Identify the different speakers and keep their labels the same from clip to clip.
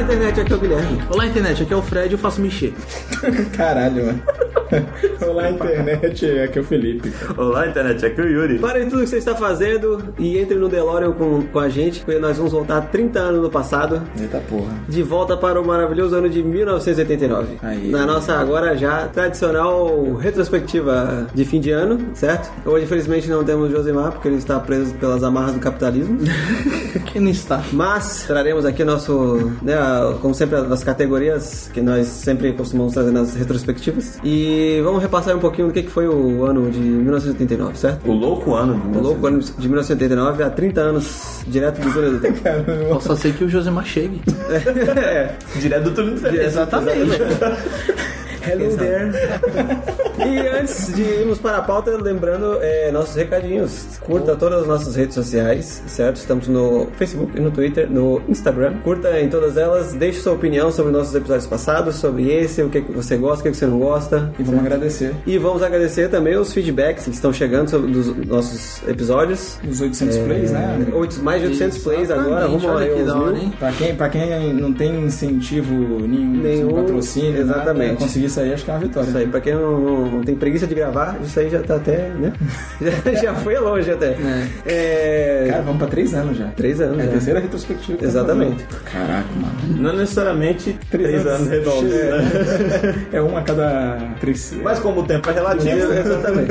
Speaker 1: internet, aqui é o Guilherme. Olá, internet, aqui é o Fred, eu faço mexer.
Speaker 2: Caralho, mano. Olá, internet. Aqui é o Felipe.
Speaker 3: Olá, internet, aqui é o Yuri.
Speaker 1: Parem tudo que você está fazendo e entre no DeLorean com, com a gente, porque nós vamos voltar 30 anos no passado,
Speaker 2: Eita porra.
Speaker 1: de volta para o maravilhoso ano de 1989.
Speaker 2: Aí.
Speaker 1: Na nossa agora já tradicional retrospectiva de fim de ano, certo? Hoje, infelizmente, não temos Josimar, porque ele está preso pelas amarras do capitalismo.
Speaker 4: Quem não está?
Speaker 1: Mas traremos aqui nosso, né, como sempre, as categorias que nós sempre costumamos trazer nas retrospectivas. E vamos repassar um pouquinho do que que foi o ano de 1989, certo?
Speaker 3: O louco ano.
Speaker 1: O louco ano de 1989, há 30 anos, direto do túnel do tempo.
Speaker 4: Eu só sei que o Josemar chegue.
Speaker 1: É,
Speaker 3: Direto do túnel do tempo.
Speaker 1: exatamente.
Speaker 2: Hello there.
Speaker 1: E antes de irmos para a pauta, lembrando é, nossos recadinhos. Curta todas as nossas redes sociais, certo? Estamos no Facebook, no Twitter, no Instagram. Curta em todas elas, deixe sua opinião sobre nossos episódios passados, sobre esse, o que que você gosta, o que que você não gosta.
Speaker 2: E vamos agradecer
Speaker 1: E vamos agradecer também os feedbacks que estão chegando sobre, dos nossos episódios.
Speaker 2: os 800
Speaker 1: É.
Speaker 2: plays, né?
Speaker 1: Oito- mais de 800 plays agora,
Speaker 4: Exatamente,
Speaker 1: rumo
Speaker 4: olha
Speaker 1: aí
Speaker 4: que
Speaker 1: uns
Speaker 4: da hora,
Speaker 1: mil.
Speaker 4: hein?
Speaker 2: Pra quem, pra quem não tem incentivo nenhum,
Speaker 1: Nenhum,
Speaker 2: sem patrocínio, nada,
Speaker 1: exatamente.
Speaker 2: conseguir sair, acho que é uma vitória.
Speaker 1: Isso aí, pra quem não, não- não tem preguiça de gravar, isso aí já tá até, né? Já, já foi longe até. É,
Speaker 2: Cara, vamos pra três anos já.
Speaker 1: Três anos,
Speaker 2: É a
Speaker 1: né?
Speaker 2: terceira retrospectiva. que tá
Speaker 1: Exatamente.
Speaker 2: fazendo. Caraca, mano.
Speaker 3: Não necessariamente três, anos redondos, né?
Speaker 2: É um a cada três.
Speaker 3: Mas como o tempo é relativo,
Speaker 1: Exatamente.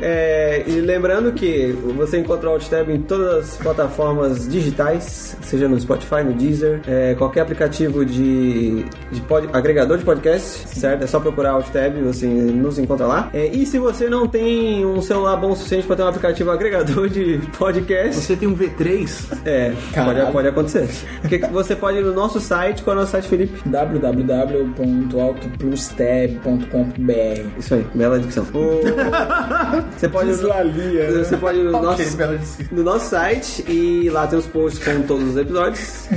Speaker 1: É, e lembrando que você encontra o Outstab em todas as plataformas digitais, seja no Spotify, no Deezer, é, qualquer aplicativo de, de pod- agregador de podcast, certo? É só procurar Outstab, você nos encontra lá. É, e se você não tem um celular bom o suficiente para ter um aplicativo agregador de podcast,
Speaker 4: Você tem um V3?
Speaker 1: é,
Speaker 2: Caralho.
Speaker 1: pode, pode acontecer. Porque você pode ir no nosso site, qual é o nosso site, Felipe?
Speaker 2: www.altoplustab.com.br
Speaker 1: Isso aí, bela dicção. O- Você pode ir no-
Speaker 2: Deslalia, né?
Speaker 1: Você pode ir no nosso, no nosso site e lá tem os posts com todos os episódios.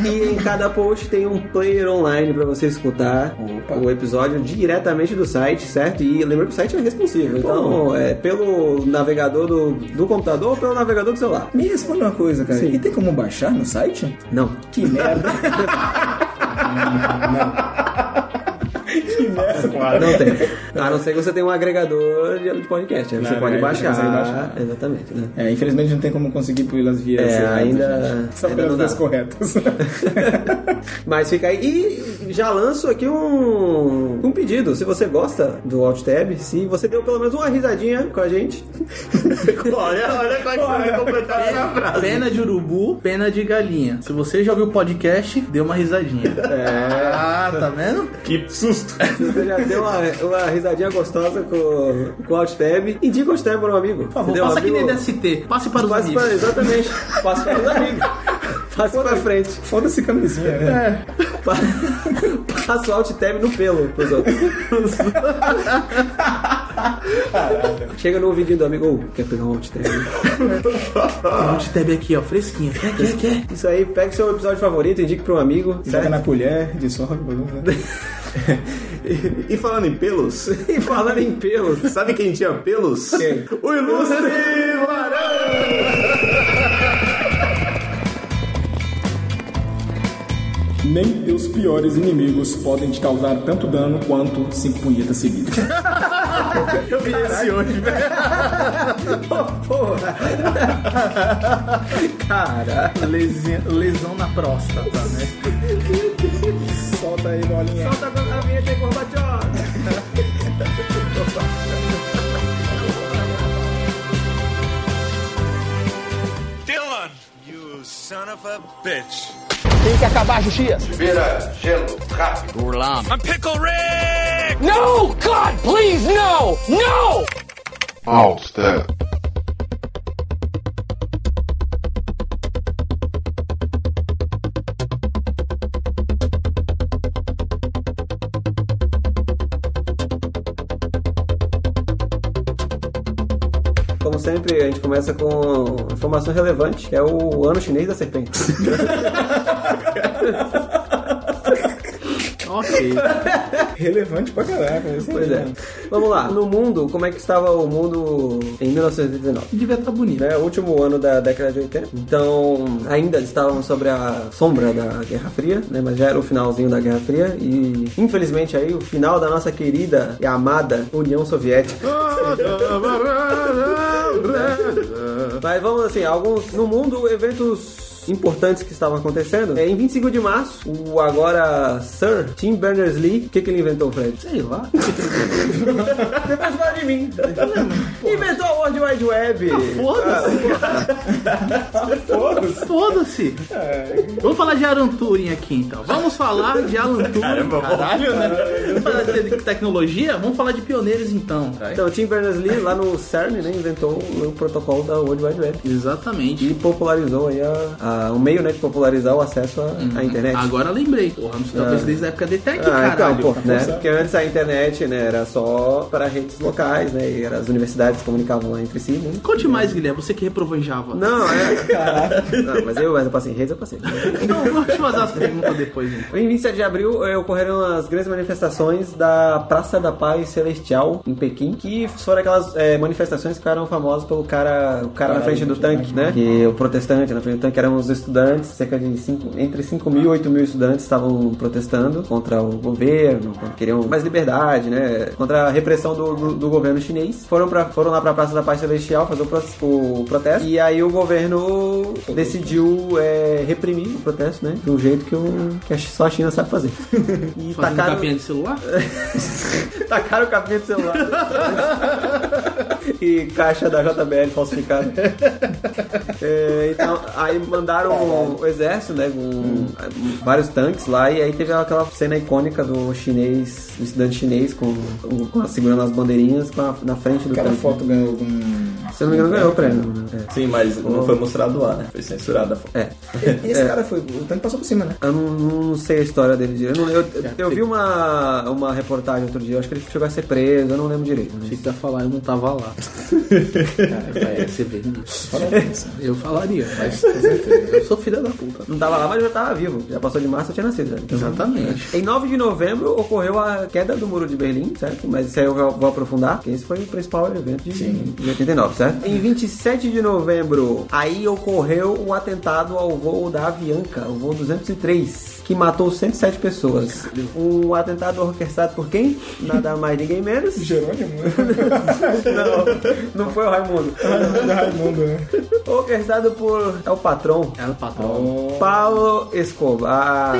Speaker 1: E em cada post tem um player online pra você escutar
Speaker 2: Opa.
Speaker 1: o episódio diretamente do site, certo? E lembra que o site é responsivo. Então, é pelo navegador do, do computador ou pelo navegador do celular.
Speaker 2: Me responde uma coisa, cara.
Speaker 1: Sim.
Speaker 2: E tem como baixar no site?
Speaker 1: Não.
Speaker 2: Que merda. que merda.
Speaker 3: claro.
Speaker 1: Ah, Não tem. A não ser que você tenha um agregador de de podcast. né? Aí você
Speaker 2: Não,
Speaker 1: pode
Speaker 2: não,
Speaker 1: baixar.
Speaker 2: você consegue baixar.
Speaker 1: Exatamente, né?
Speaker 2: É, infelizmente não tem como conseguir pelas vias
Speaker 1: É,
Speaker 2: erradas,
Speaker 1: ainda-
Speaker 2: gente. Só
Speaker 1: ainda
Speaker 2: pelas
Speaker 1: não dá.
Speaker 2: vias corretas.
Speaker 1: Mas fica aí. E já lanço aqui um, um pedido. Se você gosta do OutTab, se você deu pelo menos uma risadinha com a gente.
Speaker 3: olha, olha como é que você vai completar essa frase.
Speaker 4: Pena de urubu, pena de galinha. Se você já ouviu o podcast, dê uma risadinha. É. Ah, tá vendo?
Speaker 3: Que susto.
Speaker 1: Se você já deu uma, uma risadinha gostosa com, com o OutTab, indica o OutTab para um amigo.
Speaker 4: Por favor,
Speaker 1: Entendeu?
Speaker 4: passa
Speaker 1: Um
Speaker 4: aqui
Speaker 1: amigo-
Speaker 4: nem DST. Passe para os
Speaker 1: Passe
Speaker 4: amigos.
Speaker 1: pra, exatamente. Passa para os amigos. Passa pra frente.
Speaker 2: Foda-se camisinha, né?
Speaker 1: Pa- Passa o OutTab no pelo pros outros. Chega no ouvidinho do amigo, "Ô, quer pegar um OutTab?
Speaker 4: Tem um de tebe aqui, ó, fresquinha. Quer, quer, quer.
Speaker 1: Isso aí, pega seu episódio favorito, indique pra um amigo.
Speaker 2: Joga
Speaker 1: certo?
Speaker 2: na colher, dissolve. né?
Speaker 3: E, e falando em pelos,
Speaker 1: E falando em pelos.
Speaker 3: sabe quem tinha pelos?
Speaker 1: Quem?
Speaker 3: O ilustre Varão!
Speaker 2: Nem teus piores inimigos podem te causar tanto dano quanto cinco punhetas seguidas.
Speaker 3: Eu vi esse hoje, velho.
Speaker 4: Cara, lesão, lesão na próstata, né?
Speaker 2: Solta aí, bolinha.
Speaker 1: Solta a vinheta aí, Gorbachev.
Speaker 5: Dylan, you son of a bitch.
Speaker 6: Vira gelo, rápido.
Speaker 5: I'm Pickle Rick!
Speaker 7: No! God, please, no! No!
Speaker 6: Alt step.
Speaker 1: Como sempre, a gente começa com informação relevante, que é o ano chinês da serpente.
Speaker 4: Ok.
Speaker 8: Relevante pra caraca. isso
Speaker 1: Pois
Speaker 8: aí, né?
Speaker 1: é.
Speaker 8: mano.
Speaker 1: Vamos lá. No mundo, como é que estava o mundo em 1989?
Speaker 4: Devia estar bonito.
Speaker 1: Né, último ano da década de 80. Então, ainda estavam sobre a sombra da Guerra Fria, né? Mas já era o finalzinho da Guerra Fria. E, infelizmente, aí o final da nossa querida e amada União Soviética. Mas vamos assim, alguns. No mundo, eventos. Importantes que estavam acontecendo. É, em 25 de março, o agora Sir Tim Berners-Lee, o que, que ele inventou, Fred?
Speaker 4: Sei lá.
Speaker 1: Depois fala de mim. Tá Inventou a World Wide Web.
Speaker 4: Foda-se. Foda-se. Vamos falar de Alan Turing aqui então. Vamos falar de Alan Turing. Caralho, né? Vamos falar de tecnologia? Vamos falar de pioneiros então.
Speaker 1: Então, Tim Berners-Lee, lá no CERN, né, inventou o protocolo da World Wide Web.
Speaker 4: Exatamente.
Speaker 1: E popularizou aí a, a- o meio, né, de popularizar o acesso à, à internet.
Speaker 4: Uhum. Agora lembrei. Porra, não sei talvez desde a época da ETEC,
Speaker 1: Ah, então,
Speaker 4: caralho.
Speaker 1: pô, né? Porque antes a internet, né, era só para redes locais, né, e era as universidades que comunicavam lá entre si, né?
Speaker 4: Conte mais, Guilherme, você que reprovou em Java.
Speaker 1: Não, é... Não, mas eu, mas eu passei em redes, eu passei.
Speaker 4: Então, eu vou te fazer as perguntas depois, gente.
Speaker 1: Em 27 de abril eh, ocorreram as grandes manifestações da Praça da Paz Celestial em Pequim, que foram aquelas eh, manifestações que ficaram famosas pelo cara, o cara na frente do tanque, né? Que o protestante na frente do tanque eram os estudantes, cerca de cinco, entre 5 mil e 8 mil estudantes estavam protestando contra o governo, queriam mais liberdade, né? Contra a repressão do, do, do governo chinês. Foram, pra, foram lá pra Praça da Paz Celestial fazer o, pro- o protesto e aí o governo decidiu eh, reprimir o protesto, né? De um jeito que, o, que a- só a China sabe fazer. E
Speaker 4: Fazendo
Speaker 1: tacaram,
Speaker 4: capinha de celular?
Speaker 1: É. tacaram Tá o capinha do celular. e caixa da JBL falsificada. É, então, aí mandaram o exército, né, com vários tanques lá, e aí teve aquela cena icônica do chinês, do estudante chinês com, com, com- segurando as bandeirinhas com a- na frente do
Speaker 8: Cada
Speaker 1: tanque.
Speaker 8: foto ganhou algum.
Speaker 1: Se eu não me engano, ganhou o prêmio. né?
Speaker 3: Sim, mas não foi mostrado lá, né? Foi censurado a foto.
Speaker 1: É. É.
Speaker 8: E esse cara foi. O tanto passou por cima, né?
Speaker 1: Eu não, não sei a história dele direito. Eu, não- eu, eu vi uma, uma reportagem outro dia, eu acho que ele chegou a ser preso, eu não lembro direito. né?
Speaker 4: Achei que tu ia falar, eu não tava lá. Cara, é, você vê. Eu falaria, mas com certeza. Eu sou filha da puta.
Speaker 1: Não tava lá, mas já tava vivo. Já passou de março, eu tinha nascido. né? Então,
Speaker 4: Exatamente.
Speaker 1: Em 9 de novembro ocorreu a queda do Muro de Berlim, certo? Mas isso aí eu vou vou aprofundar, porque esse foi o principal evento de, de 89, certo? Em 27 de novembro, aí ocorreu o atentado ao voo da Avianca, o voo 203, que matou 107 pessoas. Um atentado orquestrado por quem? Nada mais, ninguém menos.
Speaker 8: Jerônimo, né?
Speaker 1: Não, não foi o Raimundo.
Speaker 8: Da Raimundo, né?
Speaker 1: Orquestrado por. É o patrão.
Speaker 4: Era o patrão.
Speaker 1: Paulo Escobar.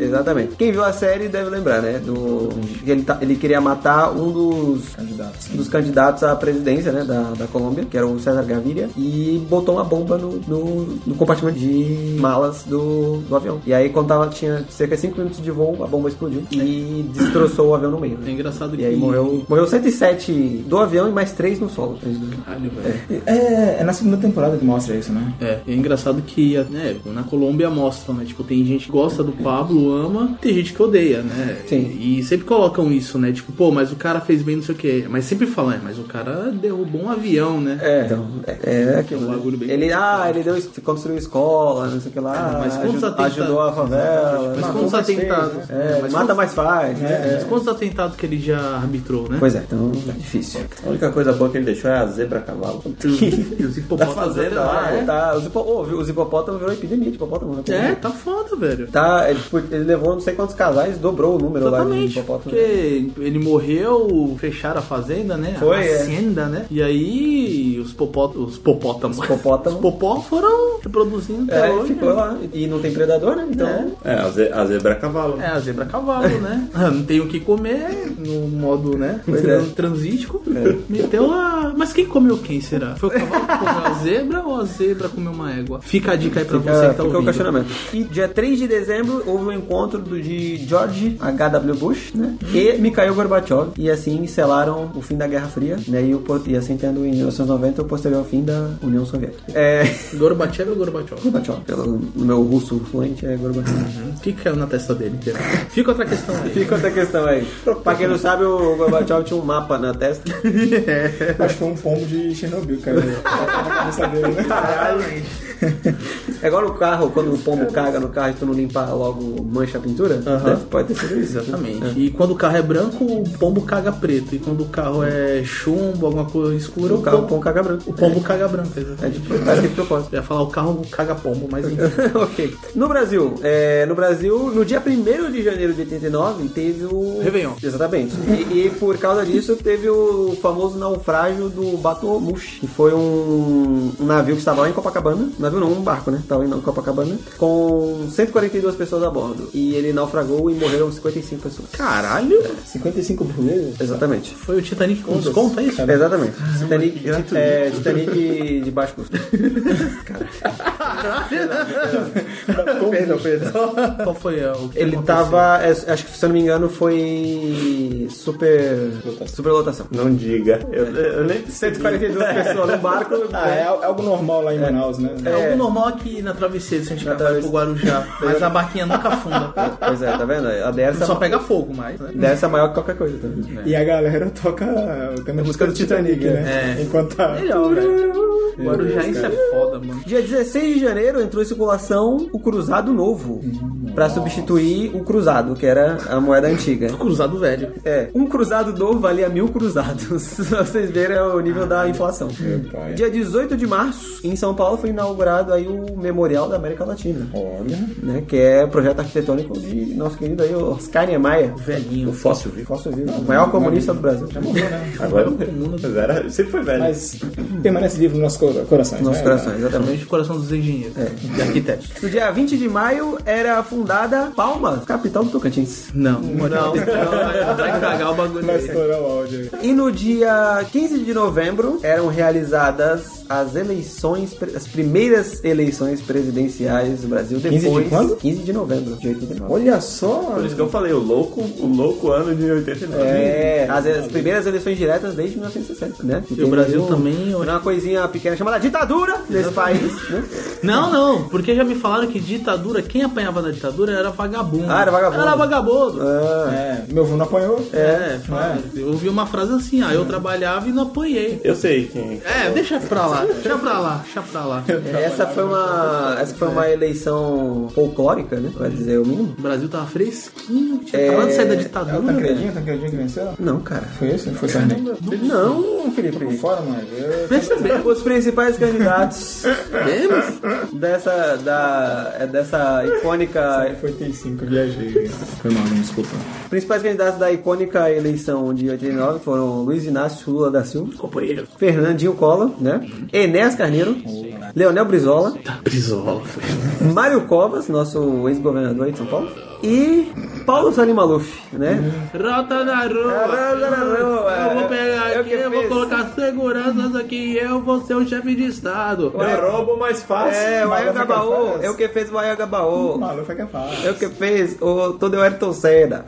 Speaker 1: Exatamente. Quem viu a série deve lembrar, né? Do que ele, tá- ele queria matar um dos
Speaker 8: Candidatos.
Speaker 1: dos candidatos à presidência, né, da, da Colômbia, que era o César Gaviria, e botou uma bomba no, no, no compartimento de malas do, do avião. E aí, quando tava, tinha cerca de 5 minutos de voo, a bomba explodiu e destroçou o avião no meio. né?
Speaker 4: É engraçado que.
Speaker 1: E aí morreu, um morreu 107 do avião e mais 3 no solo.
Speaker 4: Caralho, velho.
Speaker 8: É, é na segunda temporada que mostra isso, né?
Speaker 4: É, é engraçado que né, na Colômbia mostram, né? Tipo, tem gente que gosta do Pablo, ama, tem gente que odeia, né?
Speaker 1: Sim.
Speaker 4: E sempre colocam isso, né? Tipo, pô, mas o cara fez bem não sei o quê. Mas sempre falam, é, mas o cara derrubou um avião, né?
Speaker 1: É, então, é, é aquilo.
Speaker 4: É um
Speaker 1: né?
Speaker 4: bagulho bem
Speaker 1: ele, ah, ele deu, construiu escola, não sei o que lá,
Speaker 4: mas quantos
Speaker 1: aju-
Speaker 4: atentados-
Speaker 1: ajudou a favela.
Speaker 4: Mas
Speaker 1: não,
Speaker 4: quantos
Speaker 8: mas fez,
Speaker 4: atentados?
Speaker 1: é, mata,
Speaker 4: mas É. quantos-
Speaker 1: mais faz. né?
Speaker 4: Mas quantos atentados que ele já arbitrou, né?
Speaker 1: Pois é, então é difícil.
Speaker 3: A única coisa boa que ele deixou é a zebra cavalo.
Speaker 4: E os hipopótamos
Speaker 3: Tá fazendo,
Speaker 4: até lá,
Speaker 3: né?
Speaker 4: é.
Speaker 1: Tá, os, hipo, oh, os hipopótamos virou epidemia de hipopótamo. né?
Speaker 4: É, tá foda, velho.
Speaker 1: Tá, ele, tipo, ele levou não sei quantos casais, dobrou o número lá de
Speaker 4: Exatamente,
Speaker 1: hipopótamo. né?
Speaker 4: porque ele morreu, fecharam a fazenda, né?
Speaker 1: Foi,
Speaker 4: a
Speaker 1: é.
Speaker 4: fazenda, né? E aí os, popó, os popótamos,
Speaker 1: Os popótamos.
Speaker 4: os popó foram reproduzindo até
Speaker 1: É,
Speaker 4: hoje.
Speaker 1: ficou
Speaker 4: né?
Speaker 1: lá. E não tem predador, né? Então.
Speaker 3: É, a, ze- a zebra cavalo.
Speaker 4: É, a zebra cavalo, né? Não tem o que comer, no modo, né?
Speaker 1: Pois
Speaker 4: tran-
Speaker 1: é.
Speaker 4: Transítico. Meteu a... Mas quem comeu quem, será? Foi o cavalo que comeu a zebra ou a zebra comeu uma égua? Fica a dica aí pra você
Speaker 1: É, Fica,
Speaker 4: que
Speaker 1: fica
Speaker 4: tá
Speaker 1: o
Speaker 4: ouvindo.
Speaker 1: questionamento. E dia 3 de dezembro houve um encontro do, de George H.W. Bush né, e Mikhail Gorbachev. E assim selaram o fim da Guerra Fria né, e, o, po- e assim tendo em 1990 o posterior fim da União Soviética. É,
Speaker 4: Gorbachev ou Gorbachev?
Speaker 1: Gorbachev, pelo no meu russo fluente é Gorbachev.
Speaker 4: O que que caiu na testa dele? entendeu? Fica outra questão aí.
Speaker 1: Fica outra questão aí. Pra quem não sabe, o Gorbachev tinha um mapa na testa.
Speaker 8: Acho que foi um pombo de Chernobyl, cara. Na cabeça dele, né?
Speaker 1: É igual no carro, quando o pombo caga no carro e tu não limpar logo mancha mancha a pintura? Deve- Pode ter sido isso.
Speaker 4: Exatamente. E quando o carro é branco, o pombo caga preto. E quando o carro é chumbo, alguma coisa escura,
Speaker 1: um O carro pão caga branco.
Speaker 4: o pombo caga branco.
Speaker 1: É, é
Speaker 4: Exatamente.
Speaker 1: tipo, parece que é de propósito.
Speaker 4: Eu ia falar o carro caga pombo, mas enfim.
Speaker 1: ok. No Brasil, é, no Brasil, no dia 1 de janeiro de 89, teve o.
Speaker 4: Réveillon.
Speaker 1: Exatamente. E, e por causa disso, teve o famoso naufrágio do Batomush, que foi um, um navio que estava lá em Copacabana. Navio não, um barco, né? Estava em Copacabana, com 142 pessoas a bordo. E ele naufragou e morreram 55 pessoas.
Speaker 4: Caralho!
Speaker 8: 55 por mês?
Speaker 1: Exatamente.
Speaker 4: Foi o Titanic com desconto, é isso?
Speaker 1: Exatamente. Titanic, é, Titanic de baixo custo.
Speaker 4: Perdão, perdão. Qual foi é, o que
Speaker 1: Ele
Speaker 4: aconteceu?
Speaker 1: tava, é, acho que se eu não me engano, foi super superlotação. É.
Speaker 3: Não diga. Eu, eu nem
Speaker 1: 142 pessoas no barco. né?
Speaker 8: Ah, é, al- algo normal lá em Manaus, né?
Speaker 4: É
Speaker 1: É.
Speaker 4: algo normal aqui na travesseira, se a gente
Speaker 1: Na
Speaker 4: vai
Speaker 1: travesse-
Speaker 4: pro Guarujá. Mas a barquinha nunca afunda.
Speaker 1: Pois é, tá vendo? A dessa,
Speaker 4: Só pega fogo, mas. né?
Speaker 1: dessa é maior que qualquer coisa. Também.
Speaker 8: E a galera toca o tema de música do Titanic, né?
Speaker 4: É.
Speaker 8: Enquanto tá...
Speaker 4: Melhor, velho. Guarujá, isso é foda, mano.
Speaker 1: Dia 16 de janeiro entrou em circulação o Cruzado Novo, pra substituir o Cruzado, que era a moeda antiga.
Speaker 4: Cruzado velho.
Speaker 1: É, um cruzado novo valia mil cruzados. Pra vocês verem é o nível da inflação.
Speaker 8: pai.
Speaker 1: Dia 18 de março, em São Paulo, foi inaugurado aí o Memorial da América Latina.
Speaker 8: Olha...
Speaker 1: né, que é projeto arquitetônico de nosso querido aí, Oscar Niemeyer,
Speaker 4: Velhinho.
Speaker 3: O fóssil vivo.
Speaker 1: nosso vivo, o maior comunista do Brasil.
Speaker 3: Agora o mundo. Mas era, sempre foi velho.
Speaker 8: Mas permanece livre nos nossos cor- corações,
Speaker 1: Nossos
Speaker 8: né?
Speaker 1: corações, exatamente.
Speaker 4: Realmente o coração dos engenheiros. De arquitetos.
Speaker 1: É, No dia 20 de maio era fundada Palmas, capital do Tocantins.
Speaker 4: Não, não, não, então, vai cagar o bagulho.
Speaker 8: Vai estourar o áudio aí.
Speaker 1: E no dia 15 de novembro eram realizadas as eleições, pre- as primeiras eleições presidenciais do Brasil depois.
Speaker 8: 15 de quando?
Speaker 1: 15 de novembro de 89.
Speaker 8: Olha só!
Speaker 3: Por isso que eu falei, o louco, o louco ano de 89.
Speaker 1: É, as, as primeiras eleições diretas desde 1960, né?
Speaker 4: E o Brasil também.
Speaker 1: Era uma coisinha pequena chamada ditadura nesse país, né?
Speaker 4: Não, não, porque já me falaram que ditadura, quem apanhava na ditadura era vagabundo.
Speaker 1: Ah, era vagabundo.
Speaker 4: Era vagabundo.
Speaker 1: Ah,
Speaker 8: É, meu avô não apanhou?
Speaker 4: É, fala- eu ouvi uma frase assim,
Speaker 1: É.
Speaker 4: ah, eu trabalhava e não apanhei.
Speaker 3: Eu sei quem.
Speaker 4: É, deixa pra lá, deixa pra lá, deixa pra lá.
Speaker 1: Essa foi uma, essa foi uma eleição folclórica, né? Vai dizer o mínimo.
Speaker 4: O Brasil tava fresquinho, tinha acabado de sair da
Speaker 8: É o
Speaker 4: ditadura. velho.
Speaker 8: Tancredinho, Tancredinho que venceu?
Speaker 1: Não, cara.
Speaker 8: Foi esse? Foi Sarney?
Speaker 1: Não,
Speaker 8: Tô
Speaker 1: Felipe.
Speaker 8: fora, mano. Eu-
Speaker 4: Percebeu?
Speaker 1: Os principais candidatos
Speaker 4: Temos?
Speaker 1: dessa, da, é dessa icônica.
Speaker 8: Foi T5, viajei. Foi mal, não, desculpa.
Speaker 1: Principais candidatos da icônica eleição de 89 foram Luiz Inácio Lula da Silva,
Speaker 4: Companheiro.
Speaker 1: Fernandinho Collor, né? Enéas Carneiro, Leonel Brizola,
Speaker 4: Brizola, foi.
Speaker 1: Mário Covas, nosso ex-governador aí de São Paulo, e Paulo Salim Maluf, né?
Speaker 4: Rota da rua.
Speaker 1: Rota da rua. é.
Speaker 4: Eu vou pegar
Speaker 1: Eu
Speaker 4: aqui,
Speaker 1: que
Speaker 4: eu vou
Speaker 1: fiz.
Speaker 4: colocar seguranças aqui eu vou ser o chefe de estado.
Speaker 3: É roubo mais fácil.
Speaker 1: É, o
Speaker 8: Maluf é
Speaker 1: Ayagabaú,
Speaker 8: capaz.
Speaker 1: é o que fez o Ayagabaú.
Speaker 8: Malu foi capaz.
Speaker 1: É o que fez o todo o Ayrton Senna.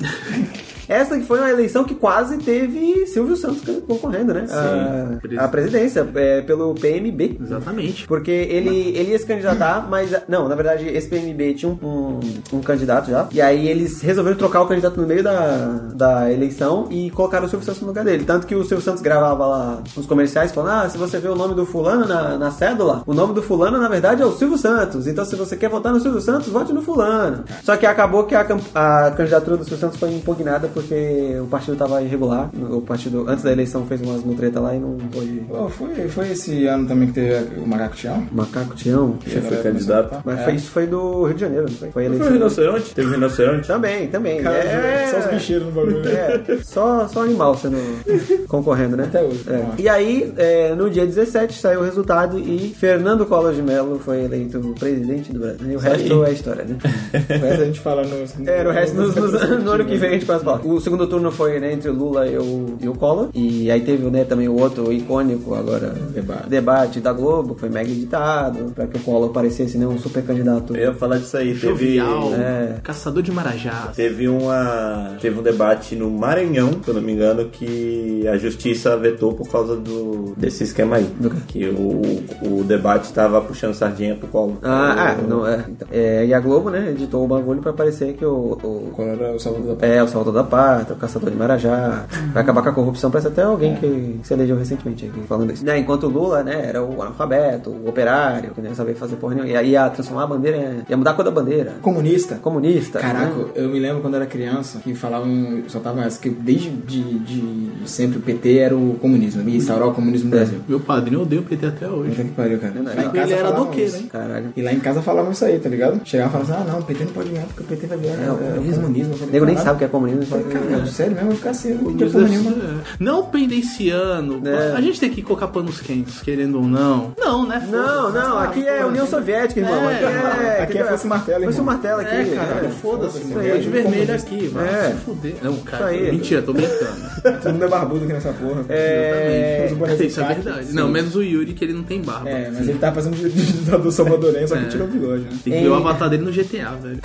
Speaker 1: Essa que foi uma eleição que quase teve Silvio Santos concorrendo, né?
Speaker 4: Sim.
Speaker 1: A, a presidência, é, pelo PMB.
Speaker 4: Exatamente.
Speaker 1: Porque ele, ele ia se candidatar, mas. Não, na verdade, esse PMB tinha um, um, um candidato já. E aí eles resolveram trocar o candidato no meio da, da eleição e colocaram o Silvio Santos no lugar dele. Tanto que o Silvio Santos gravava lá os comerciais falando: ah, se você vê o nome do fulano na, na cédula, o nome do fulano na verdade é o Silvio Santos. Então se você quer votar no Silvio Santos, vote no fulano. Só que acabou que a, cam- a candidatura do Silvio Santos foi impugnada porque o partido tava irregular. O partido, antes da eleição, fez umas mutretas lá e não pôde.
Speaker 8: Pô, foi, foi esse ano também que teve o Macaco Tião?
Speaker 1: Macaco Tião.
Speaker 3: Você foi candidato.
Speaker 1: Mas foi, isso foi do Rio de Janeiro, não foi? É. Foi
Speaker 3: Foi o
Speaker 1: eleição.
Speaker 3: rinoceronte? Teve um rinoceronte?
Speaker 1: Também, também. é...
Speaker 8: É. Só os bicheiros no bagulho.
Speaker 1: É, só, só animal sendo concorrendo, né?
Speaker 8: Até hoje.
Speaker 1: É. E aí, é, no dia 17, saiu o resultado e Fernando Collor de Mello foi eleito presidente do Brasil. E o resto é história, né?
Speaker 8: O resto a gente fala nos...
Speaker 1: É, o resto nos, nos- no ano que vem a gente quase fala. O segundo turno foi né, entre o Lula e o, e o Collor. E aí teve né, também o outro icônico agora
Speaker 8: Debate.
Speaker 1: debate da Globo, que foi mega editado, pra que o Collor parecesse né, um super candidato.
Speaker 3: Eu ia falar disso aí. Teve, né,
Speaker 4: Jovial,
Speaker 1: É.
Speaker 4: caçador de marajás.
Speaker 3: teve, uma, teve um debate no Maranhão, se eu não me engano, que a justiça vetou por causa do, desse esquema aí. Que o, o debate estava puxando sardinha pro colo.
Speaker 1: Ah, ah, é, não é. Então, é, E a Globo, né, editou o bagulho pra parecer que o. o-
Speaker 8: Qual era o Salvador da
Speaker 1: é, o Salvador da Zapata, o Caçador de Marajá. Vai acabar com a corrupção. Parece até alguém que se elegeu recentemente aqui falando isso. Né, enquanto o Lula, né, era o analfabeto, o operário, que não sabia fazer porra nenhuma. E ia transformar a bandeira, em- ia mudar a cor da bandeira.
Speaker 2: Comunista.
Speaker 1: Comunista.
Speaker 2: Caraca,
Speaker 1: né?
Speaker 2: eu me lembro quando eu era criança que falavam, só tava que desde de, de sempre o PT era o comunismo, ia instaurar o comunismo no Brasil.
Speaker 4: Meu padrinho odeia o PT até hoje.
Speaker 2: Puta que pariu, cara.
Speaker 1: Verdade.
Speaker 2: Lá em casa
Speaker 4: Ele era
Speaker 2: falavam
Speaker 4: doqueiro,
Speaker 2: isso.
Speaker 4: hein?
Speaker 1: Caralho.
Speaker 2: E lá em casa falavam isso aí, tá ligado? Chegavam e falavam assim, ah não, o PT não pode ganhar porque o PT vai ganhar.
Speaker 1: É, o
Speaker 2: É, o comunismo. Eu
Speaker 1: O
Speaker 2: falei,
Speaker 1: nego nem
Speaker 2: "Caralho."
Speaker 1: sabe o que é comunismo.
Speaker 2: Eu falei, Cara, sério mesmo, eu vou ficar assim, não tem
Speaker 4: Mas
Speaker 2: porra
Speaker 4: é-
Speaker 2: nenhuma.
Speaker 4: Não pendenciano.
Speaker 1: É.
Speaker 4: A gente tem que colocar panos quentes, querendo ou não. Não, né?
Speaker 1: Não,
Speaker 4: Foda-se.
Speaker 1: não, aqui é União Soviética, irmão.
Speaker 4: É.
Speaker 1: Aqui é.
Speaker 2: Aqui é fosse martelo,
Speaker 1: Fosse
Speaker 2: irmão.
Speaker 1: martelo aqui.
Speaker 4: É, cara,
Speaker 1: é.
Speaker 4: foda-se.
Speaker 1: Isso
Speaker 4: Verde
Speaker 1: aí.
Speaker 4: de vermelho né? aqui, vai
Speaker 1: É.
Speaker 4: se fuder. Não, cara,
Speaker 1: Isso aí.
Speaker 4: mentira, tô brincando.
Speaker 2: Todo mundo é barbudo aqui nessa porra.
Speaker 1: É,
Speaker 2: Os bonés de
Speaker 4: Isso é
Speaker 2: caque.
Speaker 4: verdade. Não, menos o Yuri, que ele não tem barba.
Speaker 2: É, mas ele tava fazendo de de ditador salvadorense, só que tirou o bigode, né?
Speaker 4: Tem que ver o avatar dele no GTA, velho.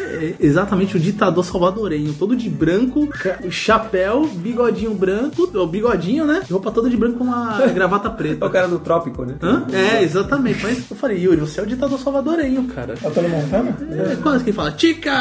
Speaker 4: É exatamente o ditador salvadorenho, todo de branco, chapéu, bigodinho branco, ou bigodinho, né? Roupa toda de branco com uma gravata
Speaker 1: É
Speaker 4: preta.
Speaker 1: o cara do trópico, né?
Speaker 4: Hã? É, exatamente. Mas eu falei, Yuri, você é o ditador salvadorenho, cara.
Speaker 2: Tá todo montando?
Speaker 4: É, quase que ele fala, ticas!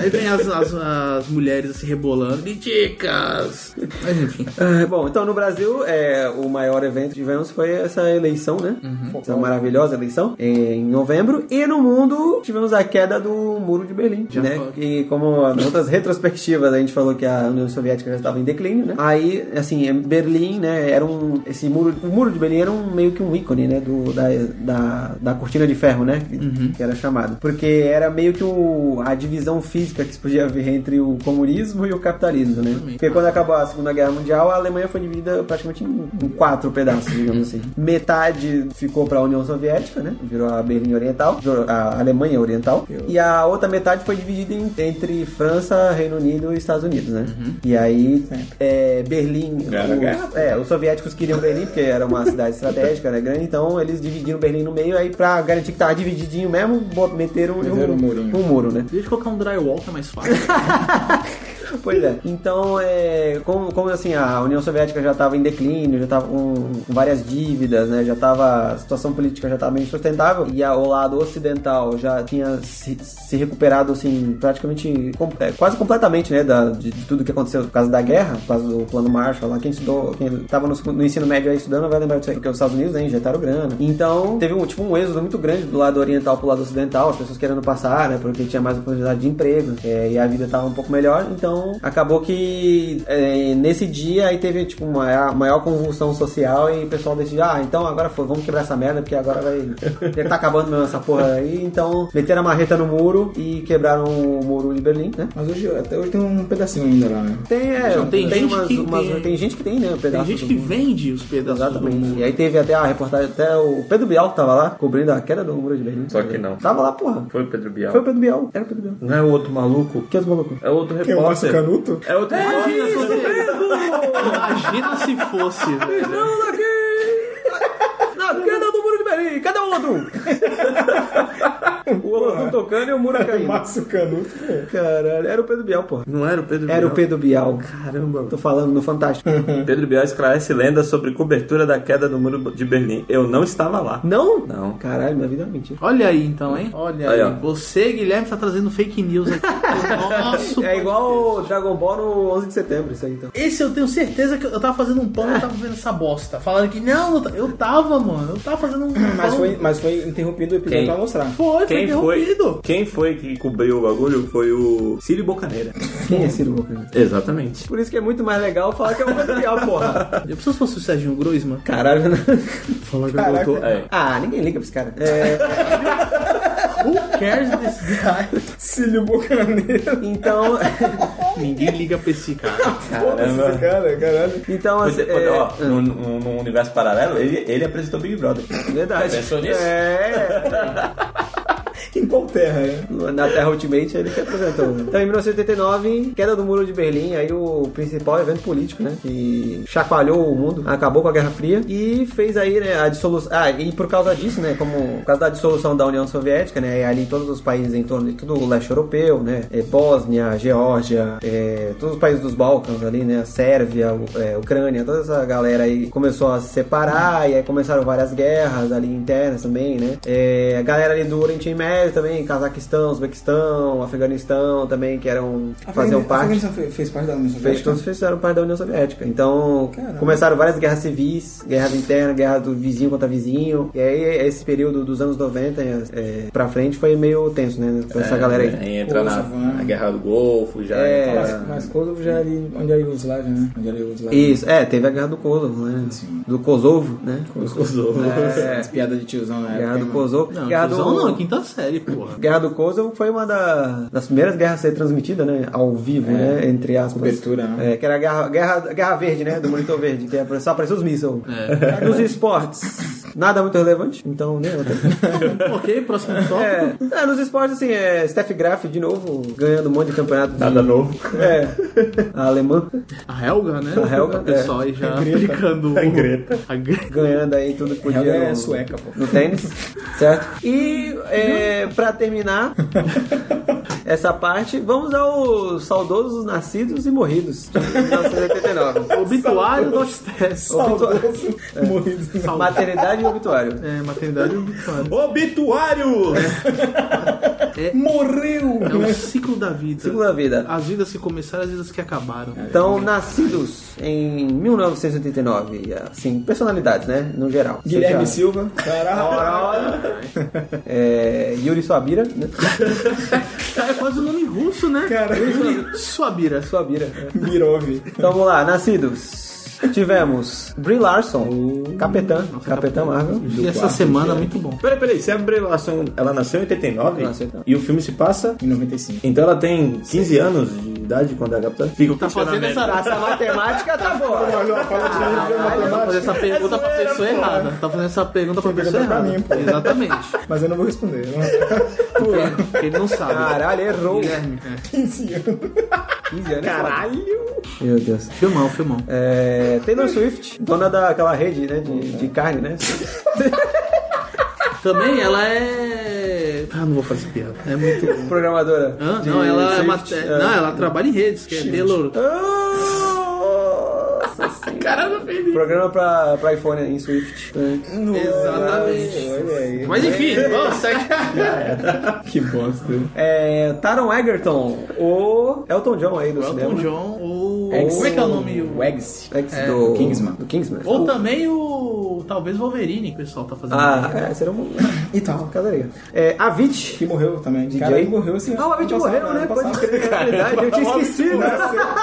Speaker 4: Aí vem as, as, as mulheres se rebolando, e ticas! Mas enfim.
Speaker 1: Ah, bom, então no Brasil, é, o maior evento de Vênus foi essa eleição, né?
Speaker 4: Uhum.
Speaker 1: Essa maravilhosa eleição, é, em novembro. E no mundo, tivemos a queda do Muro de Berlim,
Speaker 4: Já
Speaker 1: né?
Speaker 4: foi.
Speaker 1: E como nas outras retrospectivas a gente falou que a União Soviética já estava em declínio, né? Aí, assim, em Berlim, né, era um... Esse muro... O Muro de Berlim era um, meio que um ícone, né? Do, da, da, da cortina de ferro, né? Que,
Speaker 4: Uhum.
Speaker 1: que era chamado. Porque era meio que o, a divisão física que se podia haver entre o comunismo e o capitalismo, né?
Speaker 4: Exatamente.
Speaker 1: Porque quando acabou a Segunda Guerra Mundial, a Alemanha foi dividida praticamente em em quatro pedaços, digamos assim. Metade ficou para a União Soviética, né? Virou a Berlim Oriental, virou a Alemanha Oriental. E a outra metade foi dividida em- entre França, Reino Unido e Estados Unidos, né? E aí, é, Berlim...
Speaker 3: Guerra,
Speaker 1: o-
Speaker 3: guerra.
Speaker 1: é, os soviéticos queriam Berlim, porque era uma cidade estratégica, né, grande, então eles dividiram Berlim no meio, aí pra garantir que tava divididinho mesmo, bot- meteram
Speaker 2: Fizeram
Speaker 1: um,
Speaker 2: um murinho.
Speaker 1: um muro, né?
Speaker 4: Deixa eu colocar um drywall que é mais fácil.
Speaker 1: Pois é. Então, é, como, como assim, a União Soviética já estava em declínio, já estava com várias dívidas, né? Já estava. A situação política já estava bem sustentável. E a, o lado ocidental já tinha se, se recuperado, assim, praticamente. com- é, quase completamente, né? Da, de, de tudo que aconteceu por causa da guerra, por causa do plano Marshall lá. Quem estudou, quem estava no, segundo- no ensino médio aí estudando vai lembrar disso aí, porque os Estados Unidos, né? Injetaram grana. Então, teve um, tipo, um êxodo muito grande do lado oriental pro lado ocidental, as pessoas querendo passar, né? Porque tinha mais oportunidade de emprego é, e a vida tava um pouco melhor. Então, acabou que é, nesse dia aí teve, tipo, uma maior, maior convulsão social e o pessoal decidiu, ah, então agora foi, vamos quebrar essa merda, porque agora vai. Já tá acabando mesmo essa porra aí. Então, meteram a marreta no muro e quebraram o muro de Berlim, né?
Speaker 2: Mas hoje, até hoje tem um pedacinho ainda lá, né?
Speaker 1: Tem, é,
Speaker 4: Não, tem gente
Speaker 1: umas-
Speaker 4: que
Speaker 1: umas-
Speaker 4: tem-
Speaker 1: tem gente que tem, né? um
Speaker 4: Tem
Speaker 1: pedaço
Speaker 4: gente
Speaker 1: do
Speaker 4: que
Speaker 1: muro.
Speaker 4: vende os pedaços do
Speaker 1: Exatamente.
Speaker 4: mundo.
Speaker 1: E aí teve até a reportagem, até o Pedro Bial que tava lá, cobrindo a queda do muro de Berlim.
Speaker 3: Só que não.
Speaker 1: Tava lá, porra.
Speaker 3: Foi o Pedro Bial.
Speaker 1: Foi o Pedro Bial. Era o Pedro Bial.
Speaker 3: Não é o outro maluco?
Speaker 1: Que outro maluco?
Speaker 3: É outro
Speaker 2: Tem o Márcio
Speaker 3: repórter.
Speaker 2: Canuto?
Speaker 3: É outro repórter.
Speaker 4: Imagina, se você- Imagina se fosse, velho.
Speaker 1: Não, cadê o do muro de Berlim? Cadê o outro? o outro tocando e o muro
Speaker 2: O
Speaker 1: caindo.
Speaker 2: Márcio Canuto, pô.
Speaker 1: Caralho, era o Pedro Bial, porra.
Speaker 3: Não era o Pedro
Speaker 1: Era o
Speaker 3: Bial.
Speaker 1: Pedro Bial. Caramba. Tô falando no Fantástico.
Speaker 3: Pedro Bial esclarece lenda sobre cobertura da queda do muro de Berlim. Eu não estava lá.
Speaker 1: Não?
Speaker 3: Não.
Speaker 1: Caralho, minha vida é uma mentira.
Speaker 4: Olha aí então, hein? Olha aí.
Speaker 3: Aí, ó.
Speaker 4: Você, Guilherme, tá trazendo fake news aqui. Nossa,
Speaker 1: É igual o Dragon Ball no 11 de setembro, isso aí então.
Speaker 4: Esse eu tenho certeza que eu tava fazendo um pão e eu tava vendo essa bosta. Falando que não, eu ta- eu tava, mano. Eu tava fazendo um.
Speaker 2: Mas
Speaker 4: pão.
Speaker 2: foi, mas foi interrompido o episódio
Speaker 3: Quem?
Speaker 2: pra mostrar.
Speaker 4: Foi, foi
Speaker 3: Quem foi,
Speaker 4: interrompido.
Speaker 3: quem foi que cobriu o bagulho foi o Círio Bocaneira.
Speaker 1: Quem é Ciro Gomes?
Speaker 3: Exatamente.
Speaker 1: Por isso que é muito mais legal falar que é o Pedro Bial, porra.
Speaker 4: Eu preciso se fosse o Serginho Groisman.
Speaker 1: Caralho, né?
Speaker 4: Falar que eu tô.
Speaker 3: É.
Speaker 1: Ah, ninguém liga pra esse cara. É,
Speaker 4: Who cares this guy?
Speaker 2: Cílio Bocaneiro.
Speaker 1: então,
Speaker 4: Ninguém liga pra esse cara.
Speaker 2: Foda-se esse cara, caralho.
Speaker 1: então
Speaker 3: Pois
Speaker 1: assim,
Speaker 3: é, pois é,
Speaker 1: é,
Speaker 3: ó, num, num- num universo paralelo, ele, ele apresentou Big Brother.
Speaker 1: verdade.
Speaker 3: Pensou nisso?
Speaker 1: É.
Speaker 2: Em qual terra, né?
Speaker 1: Na Terra Ultimate, ele que apresentou. Então, em 1989, queda do Muro de Berlim, aí o principal evento político, né? Que chacoalhou o mundo, acabou com a Guerra Fria e fez aí, né, a dissolução. Ah, e por causa disso, né? Como por causa da dissolução da União Soviética, né? E ali todos os países em torno de todo o leste europeu, né? é, Bósnia, Geórgia, é, todos os países dos Balcãs ali, né? Sérvia, U- é, Ucrânia, toda essa galera aí começou a se separar e aí começaram várias guerras ali internas também, né? É, a galera ali do Oriente Médio saiu também Cazaquistão, Uzbequistão, Afeganistão também, que eram faziam parte.
Speaker 2: Afeganistão fe- um fez parte da União
Speaker 1: um Fez,
Speaker 2: Soviética.
Speaker 1: todos fizeram parte da União Soviética. Então,
Speaker 2: Caramba.
Speaker 1: começaram várias guerras civis, guerra interna, guerra do vizinho contra vizinho. E aí, esse período dos anos 90 é, pra frente foi meio tenso, né? Pra essa galera aí.
Speaker 3: Aí entra na, na Guerra do Golfo, já
Speaker 1: É.
Speaker 3: entra-
Speaker 2: Mas, mas Kosovo já é ali onde é a Iugoslávia, né? Onde era a Iugoslávia.
Speaker 1: Isso, é, teve a guerra do Kosovo, né? Do Kosovo, né?
Speaker 3: Kosovo.
Speaker 1: É,
Speaker 2: As piadas de tiozão na
Speaker 1: guerra
Speaker 2: época,
Speaker 1: do
Speaker 2: né?
Speaker 1: Kosovo.
Speaker 4: Não,
Speaker 1: guerra
Speaker 4: tiozão
Speaker 1: do...
Speaker 4: não, é quinta série, porra.
Speaker 1: Guerra do Kosovo foi uma da- das primeiras guerras a ser transmitida, né? Ao vivo, né? Entre aspas.
Speaker 2: Cobertura, né?
Speaker 1: É, que era a guerra, guerra, guerra verde, né? Do monitor verde, que é só aparecia os mísseis. É, Nos esportes, nada muito relevante, então nem outra.
Speaker 4: ok, próximo tópico.
Speaker 1: É, é, nos esportes, assim, é Steph Graf de novo, ganhando um monte de campeonato. de-
Speaker 3: Nada novo.
Speaker 1: É, a alemã
Speaker 4: A Helga, né?
Speaker 1: A Helga,
Speaker 4: O pessoal aí já aplicando o... A Greta. A Greta.
Speaker 1: ganhando aí tudo que podia.
Speaker 2: Helga é
Speaker 1: no-
Speaker 2: sueca, pô.
Speaker 1: No tênis, certo? E, é, pra terminar essa parte, vamos aos saudosos nascidos e morridos de 1989.
Speaker 4: Obituário do Tess.
Speaker 1: Obituário.
Speaker 2: É.
Speaker 1: Maternidade e obituário.
Speaker 4: É, maternidade e obituário.
Speaker 3: Obituário!
Speaker 2: Morreu!
Speaker 4: É o ciclo da vida.
Speaker 1: Ciclo da vida.
Speaker 4: As vidas que começaram, as vidas que acabaram.
Speaker 1: Então, nascidos em 1989, assim, personalidades, né? No geral.
Speaker 2: Guilherme
Speaker 1: Seja-
Speaker 2: Silva.
Speaker 1: É, Yuri Suabira, né?
Speaker 4: Cara, é quase o nome russo, né?
Speaker 2: Cara.
Speaker 4: Yuri Suabira.
Speaker 1: Suabira. é.
Speaker 2: Mirov.
Speaker 1: Então vamos lá, nascidos. Tivemos Brie Larson,
Speaker 2: Oh.
Speaker 1: Capitã, Capitã Marvel.
Speaker 4: E essa semana, muito bom.
Speaker 3: Peraí, peraí, se a Brie Larson, ela nasceu em 89
Speaker 1: Nasceu em 89.
Speaker 3: e o filme se passa,
Speaker 2: Em 95.
Speaker 3: então ela tem 15 anos de idade quando é captada? Fica
Speaker 4: Tá fazendo essa...
Speaker 1: Essa matemática tá boa.
Speaker 4: Caralho, tá fazendo essa pergunta
Speaker 1: é
Speaker 4: pra pessoa errada. Tá fazendo essa pergunta pra pessoa
Speaker 8: pergunta pra
Speaker 4: errada.
Speaker 8: mim, pô.
Speaker 4: Exatamente.
Speaker 8: Mas eu não vou responder. Não.
Speaker 4: Porque ele não sabe.
Speaker 1: Caralho, errou.
Speaker 4: Guilherme. É.
Speaker 8: 15 anos.
Speaker 1: 15 anos.
Speaker 8: Caralho!
Speaker 1: Meu Deus.
Speaker 4: Filmão, filmão.
Speaker 1: É, Taylor Swift, dona daquela rede né, de, de carne, né?
Speaker 4: Também ela é. Ah, não vou fazer piada. É muito.
Speaker 1: Programadora.
Speaker 4: Hã?
Speaker 1: de
Speaker 4: não, ela é uma...
Speaker 1: Swift.
Speaker 4: é, não, ela trabalha em redes, que é Taylor. é
Speaker 1: Nossa senhora. Programa pra, pra iPhone em Swift. É,
Speaker 4: Exatamente.
Speaker 1: Ah, Olha aí.
Speaker 4: Mas enfim, vamos, segue.
Speaker 2: Que bosta.
Speaker 1: É, Taron Egerton, o Elton John aí do cinema.
Speaker 4: Elton John ou. Como é que é o nome? O-
Speaker 2: Wags.
Speaker 1: Ex
Speaker 4: É,
Speaker 1: do,
Speaker 2: do Kingsman.
Speaker 1: Do Kingsman.
Speaker 4: Ou também o. Talvez Wolverine que o pessoal tá fazendo.
Speaker 1: Ah, é, seria um...
Speaker 2: E tal.
Speaker 1: Casaria. É, Avit.
Speaker 8: Que morreu também.
Speaker 1: DJ.
Speaker 8: Cara, ele morreu assim.
Speaker 1: Ah, o Avit
Speaker 8: ano
Speaker 1: morreu,
Speaker 8: passado,
Speaker 1: né?
Speaker 8: ano
Speaker 1: Pode
Speaker 8: passado.
Speaker 1: crer, é verdade. Eu tinha esquecido.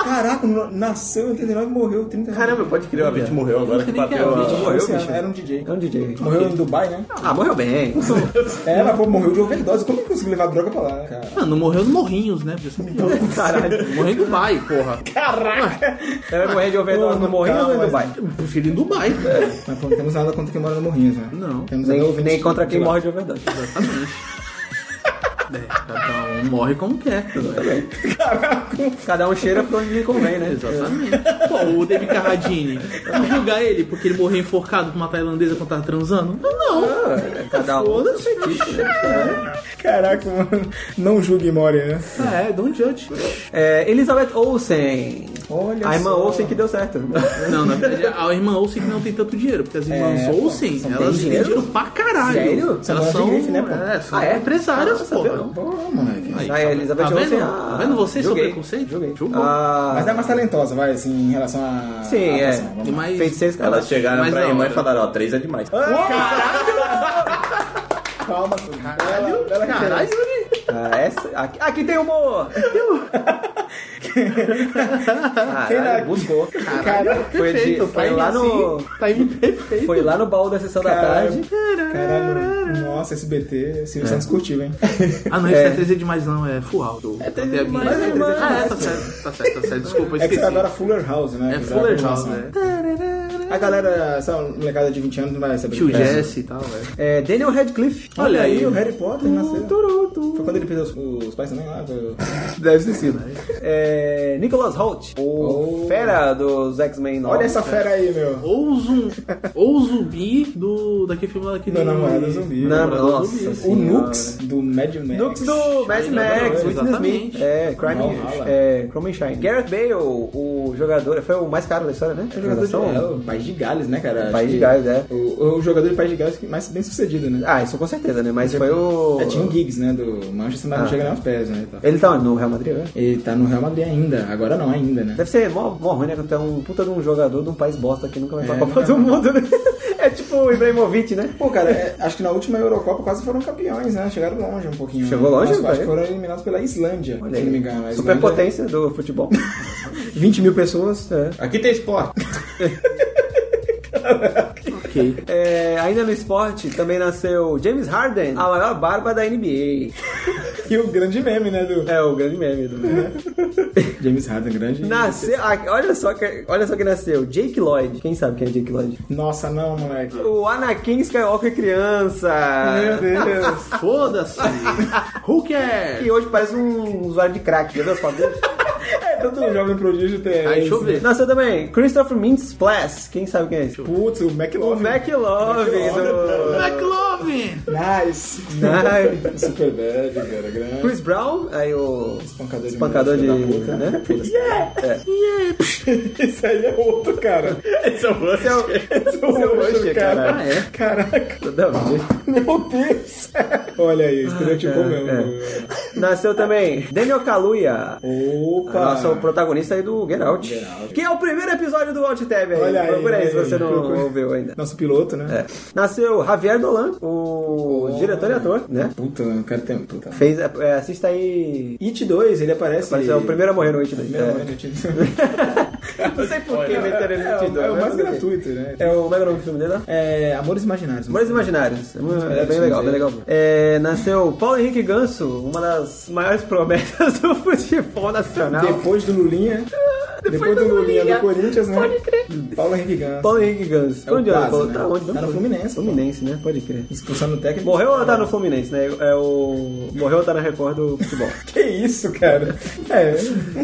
Speaker 2: Caraca, no- nasceu em 89 e morreu em 39.
Speaker 3: Caramba, pode crer, o Avit morreu agora que bateu
Speaker 4: é,
Speaker 3: a...
Speaker 1: morreu,
Speaker 2: Esse
Speaker 1: bicho.
Speaker 2: Era um DJ.
Speaker 1: É um DJ.
Speaker 2: Morreu em Dubai, né?
Speaker 1: Ah, morreu bem.
Speaker 2: Ela pô, morreu de overdose. Como é que conseguiu levar droga pra lá, cara?
Speaker 4: Ah, não morreu no Morrinhos, né? Podia ser pior.
Speaker 1: Caralho.
Speaker 4: Morreu em Dubai, porra.
Speaker 1: Ela vai morrer de overdose no Morrinho ou no
Speaker 2: mas-
Speaker 1: Dubai?
Speaker 4: Eu prefiro em Dubai.
Speaker 8: É.
Speaker 2: Mas pô, não temos nada contra quem mora no Morrinhos, né?
Speaker 4: Não.
Speaker 8: tá
Speaker 2: Temos até
Speaker 1: Nem,
Speaker 2: ouvintes
Speaker 1: nem
Speaker 2: de-
Speaker 1: contra
Speaker 2: de
Speaker 1: quem
Speaker 2: lá.
Speaker 1: morre de overdose.
Speaker 4: Exatamente. É, cada um morre como quer.
Speaker 1: Cada um cheira pra onde lhe convém, né?
Speaker 4: Exatamente. Pô, o David Carradine, vamos julgar ele porque ele morreu enforcado com uma tailandesa quando tava transando? Não.
Speaker 1: Ah, Cada um.
Speaker 8: Caraca, mano. Não julgue Moria, né?
Speaker 4: Ah, é, don't judge.
Speaker 1: É, Elizabeth Olsen.
Speaker 8: Olha
Speaker 1: a irmã
Speaker 8: só.
Speaker 1: Olsen que deu certo.
Speaker 4: Não, na verdade, a irmã Olsen que não tem tanto dinheiro, porque as irmãs
Speaker 2: É, pô,
Speaker 4: Olsen,
Speaker 2: são
Speaker 4: elas
Speaker 2: bem
Speaker 4: têm
Speaker 2: dinheiro?
Speaker 4: dinheiro pra caralho.
Speaker 1: Sério?
Speaker 4: Elas
Speaker 2: São donas de
Speaker 4: são,
Speaker 2: grife, né, pô?
Speaker 4: é, são
Speaker 1: Ah, é?
Speaker 4: empresárias,
Speaker 1: Ah,
Speaker 4: pô.
Speaker 1: sabia não.
Speaker 2: Pô, moleque.
Speaker 4: Aí,
Speaker 1: Ah, é, Elizabeth
Speaker 4: tá vendo?
Speaker 1: Olsen.
Speaker 4: Tá vendo você, seu
Speaker 1: joguei,
Speaker 4: preconceito?
Speaker 1: Joguei.
Speaker 4: Jogou.
Speaker 1: Ah,
Speaker 2: Mas ela é mais talentosa, vai, assim, em relação a.
Speaker 1: Sim,
Speaker 2: a
Speaker 1: é.
Speaker 2: atuação, vamos lá.
Speaker 4: Mas
Speaker 1: Feiticeira Escarlate.
Speaker 3: Elas chegaram
Speaker 4: Mas
Speaker 3: pra
Speaker 4: não,
Speaker 3: irmã e
Speaker 4: era-
Speaker 3: falaram, ó, três é demais.
Speaker 8: Calma, tudo. Caralho,
Speaker 4: Caralho,
Speaker 1: Ah, essa, aqui, aqui tem humor! Caralho, buscou.
Speaker 8: Caralho.
Speaker 1: Foi, de-
Speaker 4: perfeito,
Speaker 1: foi, lá no,
Speaker 4: tá indo perfeito.
Speaker 1: foi lá no baú da sessão da
Speaker 8: Caralho.
Speaker 1: tarde.
Speaker 8: Caralho. Nossa, SBT,
Speaker 1: É.
Speaker 8: Silvio Santos curtiu, hein?
Speaker 4: Ah, não, isso é 3D demais, não, é full alto.
Speaker 1: 3D
Speaker 4: É até a
Speaker 1: demais,
Speaker 4: vinheta.
Speaker 1: é 3D demais.
Speaker 4: Ah, é, tá certo, tá certo, tá certo. Desculpa, eu
Speaker 8: É que
Speaker 4: esqueci.
Speaker 8: você agora Fuller House, né?
Speaker 4: É
Speaker 8: Usar
Speaker 4: Fuller
Speaker 8: a
Speaker 4: House,
Speaker 8: formação.
Speaker 4: né?
Speaker 2: A galera, essa molecada de 20 anos não vai saber.
Speaker 4: Tio
Speaker 2: o que é.
Speaker 4: Jesse e tal, velho.
Speaker 1: É, Daniel Radcliffe.
Speaker 4: Olha aí,
Speaker 8: E o Harry Potter nasceu.
Speaker 1: Toronto.
Speaker 2: Foi quando ele perdeu os, os pais também lá. Foi...
Speaker 1: Deve ter sido. é Nicholas Holt, o
Speaker 8: Oh.
Speaker 1: fera dos X-Men novos.
Speaker 9: Olha essa fera aí, meu.
Speaker 4: Ou o zum- ou o um, zumbi do. daquele filme lá que
Speaker 9: Meu namorado zumbi.
Speaker 1: Não,
Speaker 4: Namorado
Speaker 1: nossa
Speaker 4: zumbi.
Speaker 9: O
Speaker 8: assim.
Speaker 1: senhora.
Speaker 9: Nux do Mad Max.
Speaker 1: Nux do Mad Max, Whitney
Speaker 4: Exatamente.
Speaker 1: Smith. É, Crime,
Speaker 9: Valhalla.
Speaker 1: é, Crime and Shine. Gareth Bale, o jogador, foi o mais caro da história, né?
Speaker 8: É jogador de, é, o País de Gales, né, cara? Acho
Speaker 1: País de
Speaker 8: que
Speaker 1: Gales, é.
Speaker 8: O, o jogador de País de Gales que mais bem sucedido, né?
Speaker 1: Ah, isso com certeza, né? Mas foi o...
Speaker 8: É, tinha o Giggs, né, do Manchester, mas não chega nem aos pés, né? e tal.
Speaker 1: Ele tá onde? no Real Madrid, né?
Speaker 8: Ele tá no Real Madrid ainda, agora não, ainda, né?
Speaker 1: Deve ser mó, mó ruim, né? Quando tem um puta de um jogador de um país bosta que nunca vai pra
Speaker 8: É,
Speaker 1: Copa
Speaker 8: não.
Speaker 1: do Mundo, né? É tipo o Ibrahimovic, né?
Speaker 8: Pô, cara, é, acho que na última Eurocopa quase foram campeões, né? Chegaram longe um pouquinho.
Speaker 1: Chegou
Speaker 8: né?
Speaker 1: longe,
Speaker 8: Mas acho
Speaker 1: velho?
Speaker 8: que foram eliminados pela Islândia,
Speaker 1: Olha
Speaker 8: se
Speaker 1: aí.
Speaker 8: não me engano. é A Islândia-
Speaker 1: Superpotência do futebol.
Speaker 8: 20 mil pessoas.
Speaker 1: É.
Speaker 3: Aqui tem esporte.
Speaker 4: Ok.
Speaker 1: É, ainda no esporte, também nasceu James Harden, a maior barba da NBA.
Speaker 8: E o grande meme, né, do né?
Speaker 1: É o grande meme do
Speaker 8: James Harden, grande.
Speaker 1: Nasceu, ah, olha só, que- olha só quem nasceu, Jake Lloyd. Quem sabe quem é Jake Lloyd?
Speaker 8: Nossa, não, moleque.
Speaker 1: O Anakin Skywalker criança.
Speaker 8: Meu Deus.
Speaker 4: Foda-se! Who cares?
Speaker 1: Que hoje parece um usuário de crack, já viu as fotos dele?
Speaker 8: é, todo jovem prodígio tem.
Speaker 4: Aí, deixa eu ver.
Speaker 1: Nasceu também Christopher Mintz Plass. Quem sabe quem é esse?
Speaker 8: Putz, o
Speaker 1: O
Speaker 8: McLovin. né?
Speaker 1: McLove do...
Speaker 4: McLovin!
Speaker 8: Nice.
Speaker 1: Nice.
Speaker 8: Super bad, cara, grande.
Speaker 1: Chris Brown, aí o
Speaker 8: Espancador de
Speaker 1: espancador de...
Speaker 8: mulher, filho da puta.
Speaker 1: né?
Speaker 8: Isso aí é outro, cara.
Speaker 3: Esse é o lance.
Speaker 8: Esse é o Usher, cara.
Speaker 4: Ah, é?
Speaker 8: Caraca,
Speaker 1: Nada a ver.
Speaker 8: meu Deus. Ah, é, Olha aí, estereotipou
Speaker 1: cara,
Speaker 8: mesmo.
Speaker 1: Nasceu também Daniel Kaluuya.
Speaker 8: Opa.
Speaker 1: Nossa, o protagonista aí do Get Out.
Speaker 8: Ah. Get Out.
Speaker 1: Que é o primeiro episódio do Alt Tab aí.
Speaker 8: Olha aí,
Speaker 1: Procura aí se
Speaker 8: olha
Speaker 1: você
Speaker 8: aí.
Speaker 1: não
Speaker 8: Procura.
Speaker 1: ouviu ainda.
Speaker 8: Nosso piloto, né?
Speaker 1: É. Nasceu Javier Dolan, o diretor e ator, né?
Speaker 8: Puta, eu quero ter... Puta.
Speaker 1: Fez, é, assista aí.
Speaker 8: It 2, ele aparece...
Speaker 1: Parece é o primeiro a morrer no It 2.
Speaker 8: Primeiro
Speaker 1: É.
Speaker 8: momento, It 2.
Speaker 1: Não sei por que meteram ele no It 2.
Speaker 8: É o mais
Speaker 1: mas tudo bem.
Speaker 8: gratuito, né?
Speaker 1: É o como é que é o nome do filme dele, né?
Speaker 8: É, Amores Imaginários.
Speaker 1: Amores Imaginários. É uma- É bem
Speaker 8: Sim,
Speaker 1: legal,
Speaker 8: sim.
Speaker 1: bem legal. É, nasceu Paulo Henrique Ganso, uma das maiores promessas do futebol nacional.
Speaker 8: Depois do Lulinha. Ah, Depois do Lulinha do Corinthians, né? Pode crer. Paulo Henrique Ganso.
Speaker 1: Paulo Henrique Ganso.
Speaker 8: É o
Speaker 1: onde é?
Speaker 8: quase,
Speaker 1: Paulo?
Speaker 8: né?
Speaker 1: Tá onde?
Speaker 8: Tá no Fluminense, pô.
Speaker 1: Fluminense, né? Pode crer.
Speaker 8: Expulsando o técnico.
Speaker 1: Morreu ou tá no Fluminense, né? É o... Morreu ou tá na Record do futebol.
Speaker 8: Que isso, cara? É.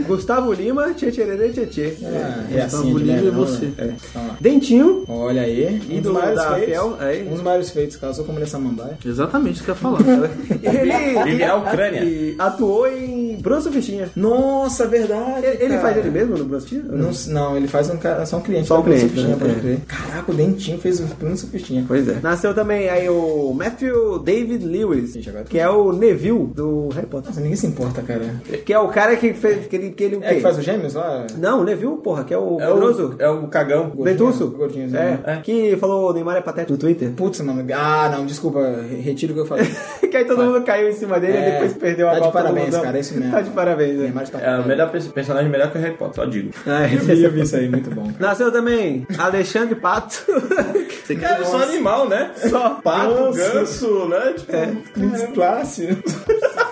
Speaker 1: Gustavo Lima, tchê-tchê-tchê, tchê
Speaker 8: É,
Speaker 4: Gustavo Lima
Speaker 8: né?
Speaker 4: e você.
Speaker 8: É. Vamos lá.
Speaker 1: Dentinho.
Speaker 8: Olha aí. Um dos
Speaker 1: Ídolo
Speaker 8: maiores
Speaker 1: da
Speaker 8: feitos.
Speaker 1: Fiel, aí.
Speaker 8: Um dos maiores feitos, casou com a mulher samambaia.
Speaker 4: Exatamente isso que eu ia falar.
Speaker 1: Ele
Speaker 3: Vive na Ucrânia.
Speaker 1: e atuou em Bruno Fichinha.
Speaker 8: Nossa, verdade.
Speaker 1: Ele, ele
Speaker 8: cara.
Speaker 1: faz ele mesmo no Bruno Fichinha?
Speaker 8: Não, não, ele faz um cara, só um cliente.
Speaker 1: Só um
Speaker 8: da Bruno
Speaker 1: cliente,
Speaker 8: Sufistinha,
Speaker 1: né?
Speaker 8: pode
Speaker 1: É.
Speaker 8: crer. Caraca, o Dentinho fez o Bruno Sufistinha.
Speaker 1: Pois é. Nasceu também aí o Matthew David Lewis,
Speaker 8: Gente, agora-
Speaker 1: que é o Neville do Harry Potter.
Speaker 8: Nossa, ninguém se importa, cara.
Speaker 1: Que é o cara que fez. Que ele, que ele, o
Speaker 8: É
Speaker 1: quê?
Speaker 8: que faz os gêmeos lá?
Speaker 1: Não, o Neville, porra, que é o
Speaker 3: É o,
Speaker 1: poderoso.
Speaker 3: é o cagão.
Speaker 1: Dentuço?
Speaker 8: Gordinhozinho,
Speaker 1: É, que falou o Neymar é patético no Twitter.
Speaker 8: Putz, mano. Ah, não, desculpa. re- Retiro o que eu falei.
Speaker 1: que aí todo mundo caiu em cima dele e
Speaker 8: É,
Speaker 1: depois perdeu a
Speaker 8: tá de
Speaker 1: bola, todo
Speaker 8: parabéns,
Speaker 1: mundo-
Speaker 8: cara, é isso mesmo.
Speaker 1: Tá de parabéns, né?
Speaker 8: Neymar está
Speaker 3: É o melhor pe- personagem melhor que o Harry Potter, só digo.
Speaker 1: Ah,
Speaker 8: Eu vi, eu vi isso aí, muito bom. cara.
Speaker 1: Nasceu também Alexandre Pato.
Speaker 3: Cara, só animal, né? Só pato, ganso, né? Tipo,
Speaker 1: É.
Speaker 8: Desclasse. Ô,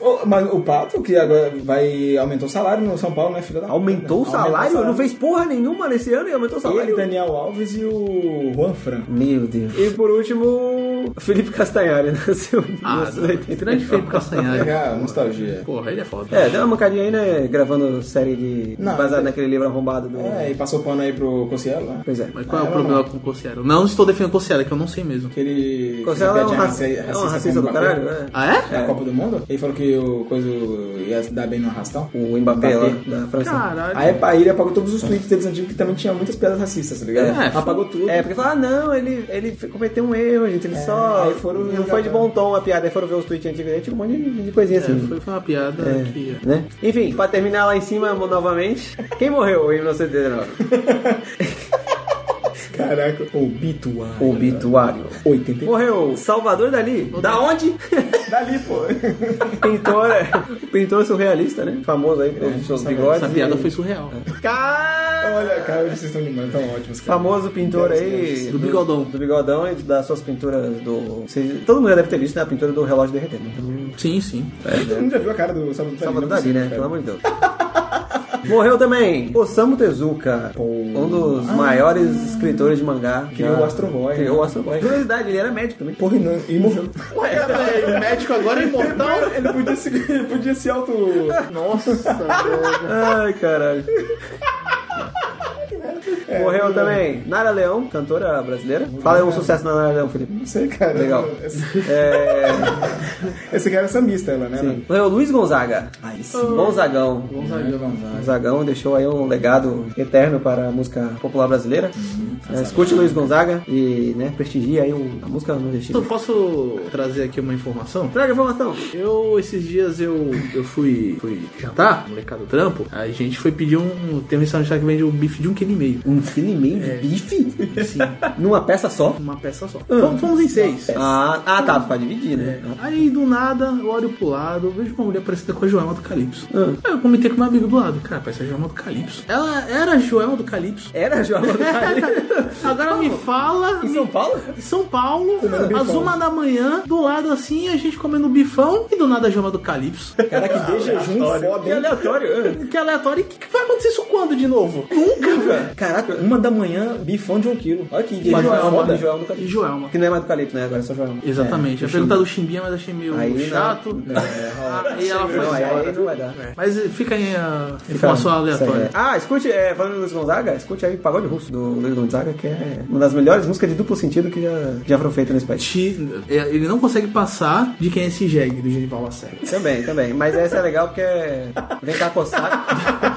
Speaker 8: Oh, Mas o Pato, que agora vai aumentar o salário no São Paulo, né, filho da puta,
Speaker 1: Aumentou o
Speaker 8: né?
Speaker 1: salário?
Speaker 8: Aumentou o
Speaker 1: Não fez porra nenhuma nesse ano e aumentou o
Speaker 8: Ele,
Speaker 1: salário?
Speaker 8: Daniel Alves e o Juan Fran.
Speaker 1: Meu Deus. E por último, Felipe Castanhari né? nasceu em
Speaker 4: Ah,
Speaker 1: 1980.
Speaker 4: grande Felipe Castanhari.
Speaker 8: Ah, nostalgia.
Speaker 4: Porra, ele é foda.
Speaker 1: É, deu uma mancadinha aí, né? Gravando série de.
Speaker 8: Não,
Speaker 1: baseado
Speaker 8: eu-
Speaker 1: naquele livro arrombado do.
Speaker 8: É, e passou pano aí pro Cossielo, né?
Speaker 1: Pois é.
Speaker 4: Mas qual é o problema com o Cossiero? Não estou defendendo o Cossiero, é que eu não sei mesmo.
Speaker 8: Que ele...
Speaker 1: Considera
Speaker 8: que
Speaker 1: é
Speaker 8: ele
Speaker 1: um
Speaker 8: tinha
Speaker 1: raci- é um racista do
Speaker 8: com o Mbappé
Speaker 1: caralho? É.
Speaker 4: Ah, é?
Speaker 8: Na Copa do Mundo? Ele falou que o coisa ia se dar bem no arrastão.
Speaker 1: O Mbappé lá da França.
Speaker 4: Caralho.
Speaker 8: Aí pá, ele apagou todos os tweets deles antigos que também tinha muitas piadas racistas, tá ligado?
Speaker 4: É,
Speaker 8: apagou tudo.
Speaker 1: É, porque fala, ah, não, ele, ele f- cometeu um erro, gente, ele
Speaker 4: É,
Speaker 1: só.
Speaker 8: aí foram
Speaker 1: não foi de bom tom a piada, aí foram ver os tweets antigos, aí tinha um monte de, de coisinha assim.
Speaker 4: É, foi, foi uma piada
Speaker 8: É.
Speaker 4: que...
Speaker 1: Né? Enfim, pra terminar lá em cima novamente, quem morreu em 1989? É.
Speaker 8: Caraca, obituário.
Speaker 1: Obituário.
Speaker 8: 80.
Speaker 1: Morreu Salvador Dali. Da onde?
Speaker 8: Dali, pô.
Speaker 1: pintor, é, pintor surrealista, né? Famoso aí pelos seus bigodes.
Speaker 4: Essa piada
Speaker 1: e-
Speaker 4: foi surreal.
Speaker 8: É.
Speaker 1: Cara!
Speaker 8: Olha, cara, vocês estão demais, tão ótimos, cara.
Speaker 1: Famoso pintor aí.
Speaker 4: Do bigodão.
Speaker 1: Do bigodão e das suas pinturas do. vocês- Todo mundo já deve ter visto né? a pintura do relógio derretendo.
Speaker 4: Sim, sim.
Speaker 8: Todo mundo já viu a cara do Salvador Dali.
Speaker 1: Salvador
Speaker 8: não é
Speaker 1: Dali, né?
Speaker 8: possível,
Speaker 1: Pelo amor de Deus. Morreu também Osamu Tezuka, um dos maiores escritores de mangá.
Speaker 8: Criou
Speaker 1: Já
Speaker 8: o Astro Boy.
Speaker 1: Criou o Astro Boy. né? Curiosidade, ele era médico também.
Speaker 8: Porra, e não- e morreu.
Speaker 10: Ué, é médico agora é imortal?
Speaker 8: Ele podia se, ele podia se auto.
Speaker 10: Nossa, velho.
Speaker 1: Ai, caralho. Morreu também Nara Leão, cantora brasileira. Fala aí um sucesso na Nara Leão, Felipe.
Speaker 8: Não sei, cara.
Speaker 1: Legal.
Speaker 8: Esse,
Speaker 1: É...
Speaker 8: esse cara é sambista, ela, né?
Speaker 1: sim. Morreu Luiz Gonzaga.
Speaker 2: Aí sim.
Speaker 1: Gonzagão.
Speaker 2: Gonzaga.
Speaker 1: Gonzagão deixou aí um legado eterno para a música popular brasileira. É, escute Luiz Gonzaga e né, prestigia aí o- a música nordestina.
Speaker 4: Eu posso trazer aqui uma informação?
Speaker 1: Traga informação.
Speaker 4: Eu, esses dias, eu, eu fui, fui jantar, molecada do trampo. A gente foi pedir um. Tem um restaurante lá que vende um bife de um quilo e meio.
Speaker 1: Um filho e meio de bife?
Speaker 4: Assim,
Speaker 1: Numa peça só?
Speaker 4: uma peça só. Fomos, fomos em seis.
Speaker 1: Ah, ah, tá, pra dividir, né?
Speaker 4: Aí do nada eu olho pro lado, eu vejo uma mulher parecida com a Joelma do Calypso.
Speaker 8: Ah.
Speaker 4: Aí eu comentei com meu amigo do lado, cara, parece a Joelma do Calypso. Ela era a Joelma do Calypso.
Speaker 1: Era João do
Speaker 4: Agora me fala.
Speaker 1: Em São Paulo?
Speaker 4: Em é um São Paulo, às uma da manhã, do lado assim, a gente comendo bifão e do nada a Joelma do Calypso.
Speaker 8: Cara, que dê jejum foda.
Speaker 1: Que
Speaker 8: hein?
Speaker 1: aleatório.
Speaker 4: Que aleatório, e que que vai acontecer isso quando de novo? Nunca, velho.
Speaker 8: Caraca, uma da manhã, bifão de um quilo. Olha que
Speaker 1: E
Speaker 8: jejum
Speaker 4: é
Speaker 1: Joelma,
Speaker 8: foda.
Speaker 1: e Joelma do
Speaker 4: né? E
Speaker 1: Calipso.
Speaker 4: Joelma.
Speaker 1: Que não é mais do Calipso, né? Agora é só Joelma.
Speaker 4: Exatamente. Eu ia perguntar do Chimbinha, mas achei meio
Speaker 1: Aí não. né,
Speaker 4: chato. Aí ela foi
Speaker 1: Não, aí,
Speaker 4: embora.
Speaker 1: aí não vai dar.
Speaker 4: Mas eh, fica aí a informação aleatória.
Speaker 1: Isso aí, é. Ah, escute, é, falando do Luiz Gonzaga, escute aí Pagode Russo, do Luiz Gonzaga, que é uma das melhores músicas de duplo sentido que já, já foram feitas nesse país.
Speaker 4: Ti- eh, Ele não consegue passar de quem é esse jegue do Genival Lacerda.
Speaker 1: Também, também. Mas essa é legal porque é... Vem cá, coçar.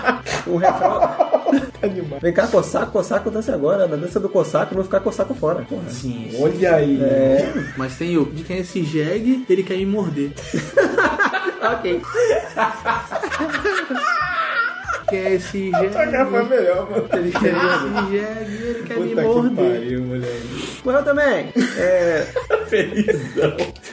Speaker 1: Tá o refrão... Vem cá, coçaco, coçaco, dança agora. Na dança do coçaco, não ficar coçaco fora. Porra.
Speaker 4: Sim.
Speaker 8: Olha aí.
Speaker 1: É.
Speaker 4: Mas tem o de quem é esse jegue, ele quer me morder. ok. Quem é esse jegue?
Speaker 8: Foi melhor, mano.
Speaker 4: Ele quer esse jegue, ele quer me
Speaker 8: Puta que
Speaker 4: morder.
Speaker 8: pariu, moleque.
Speaker 1: Morreu também. É...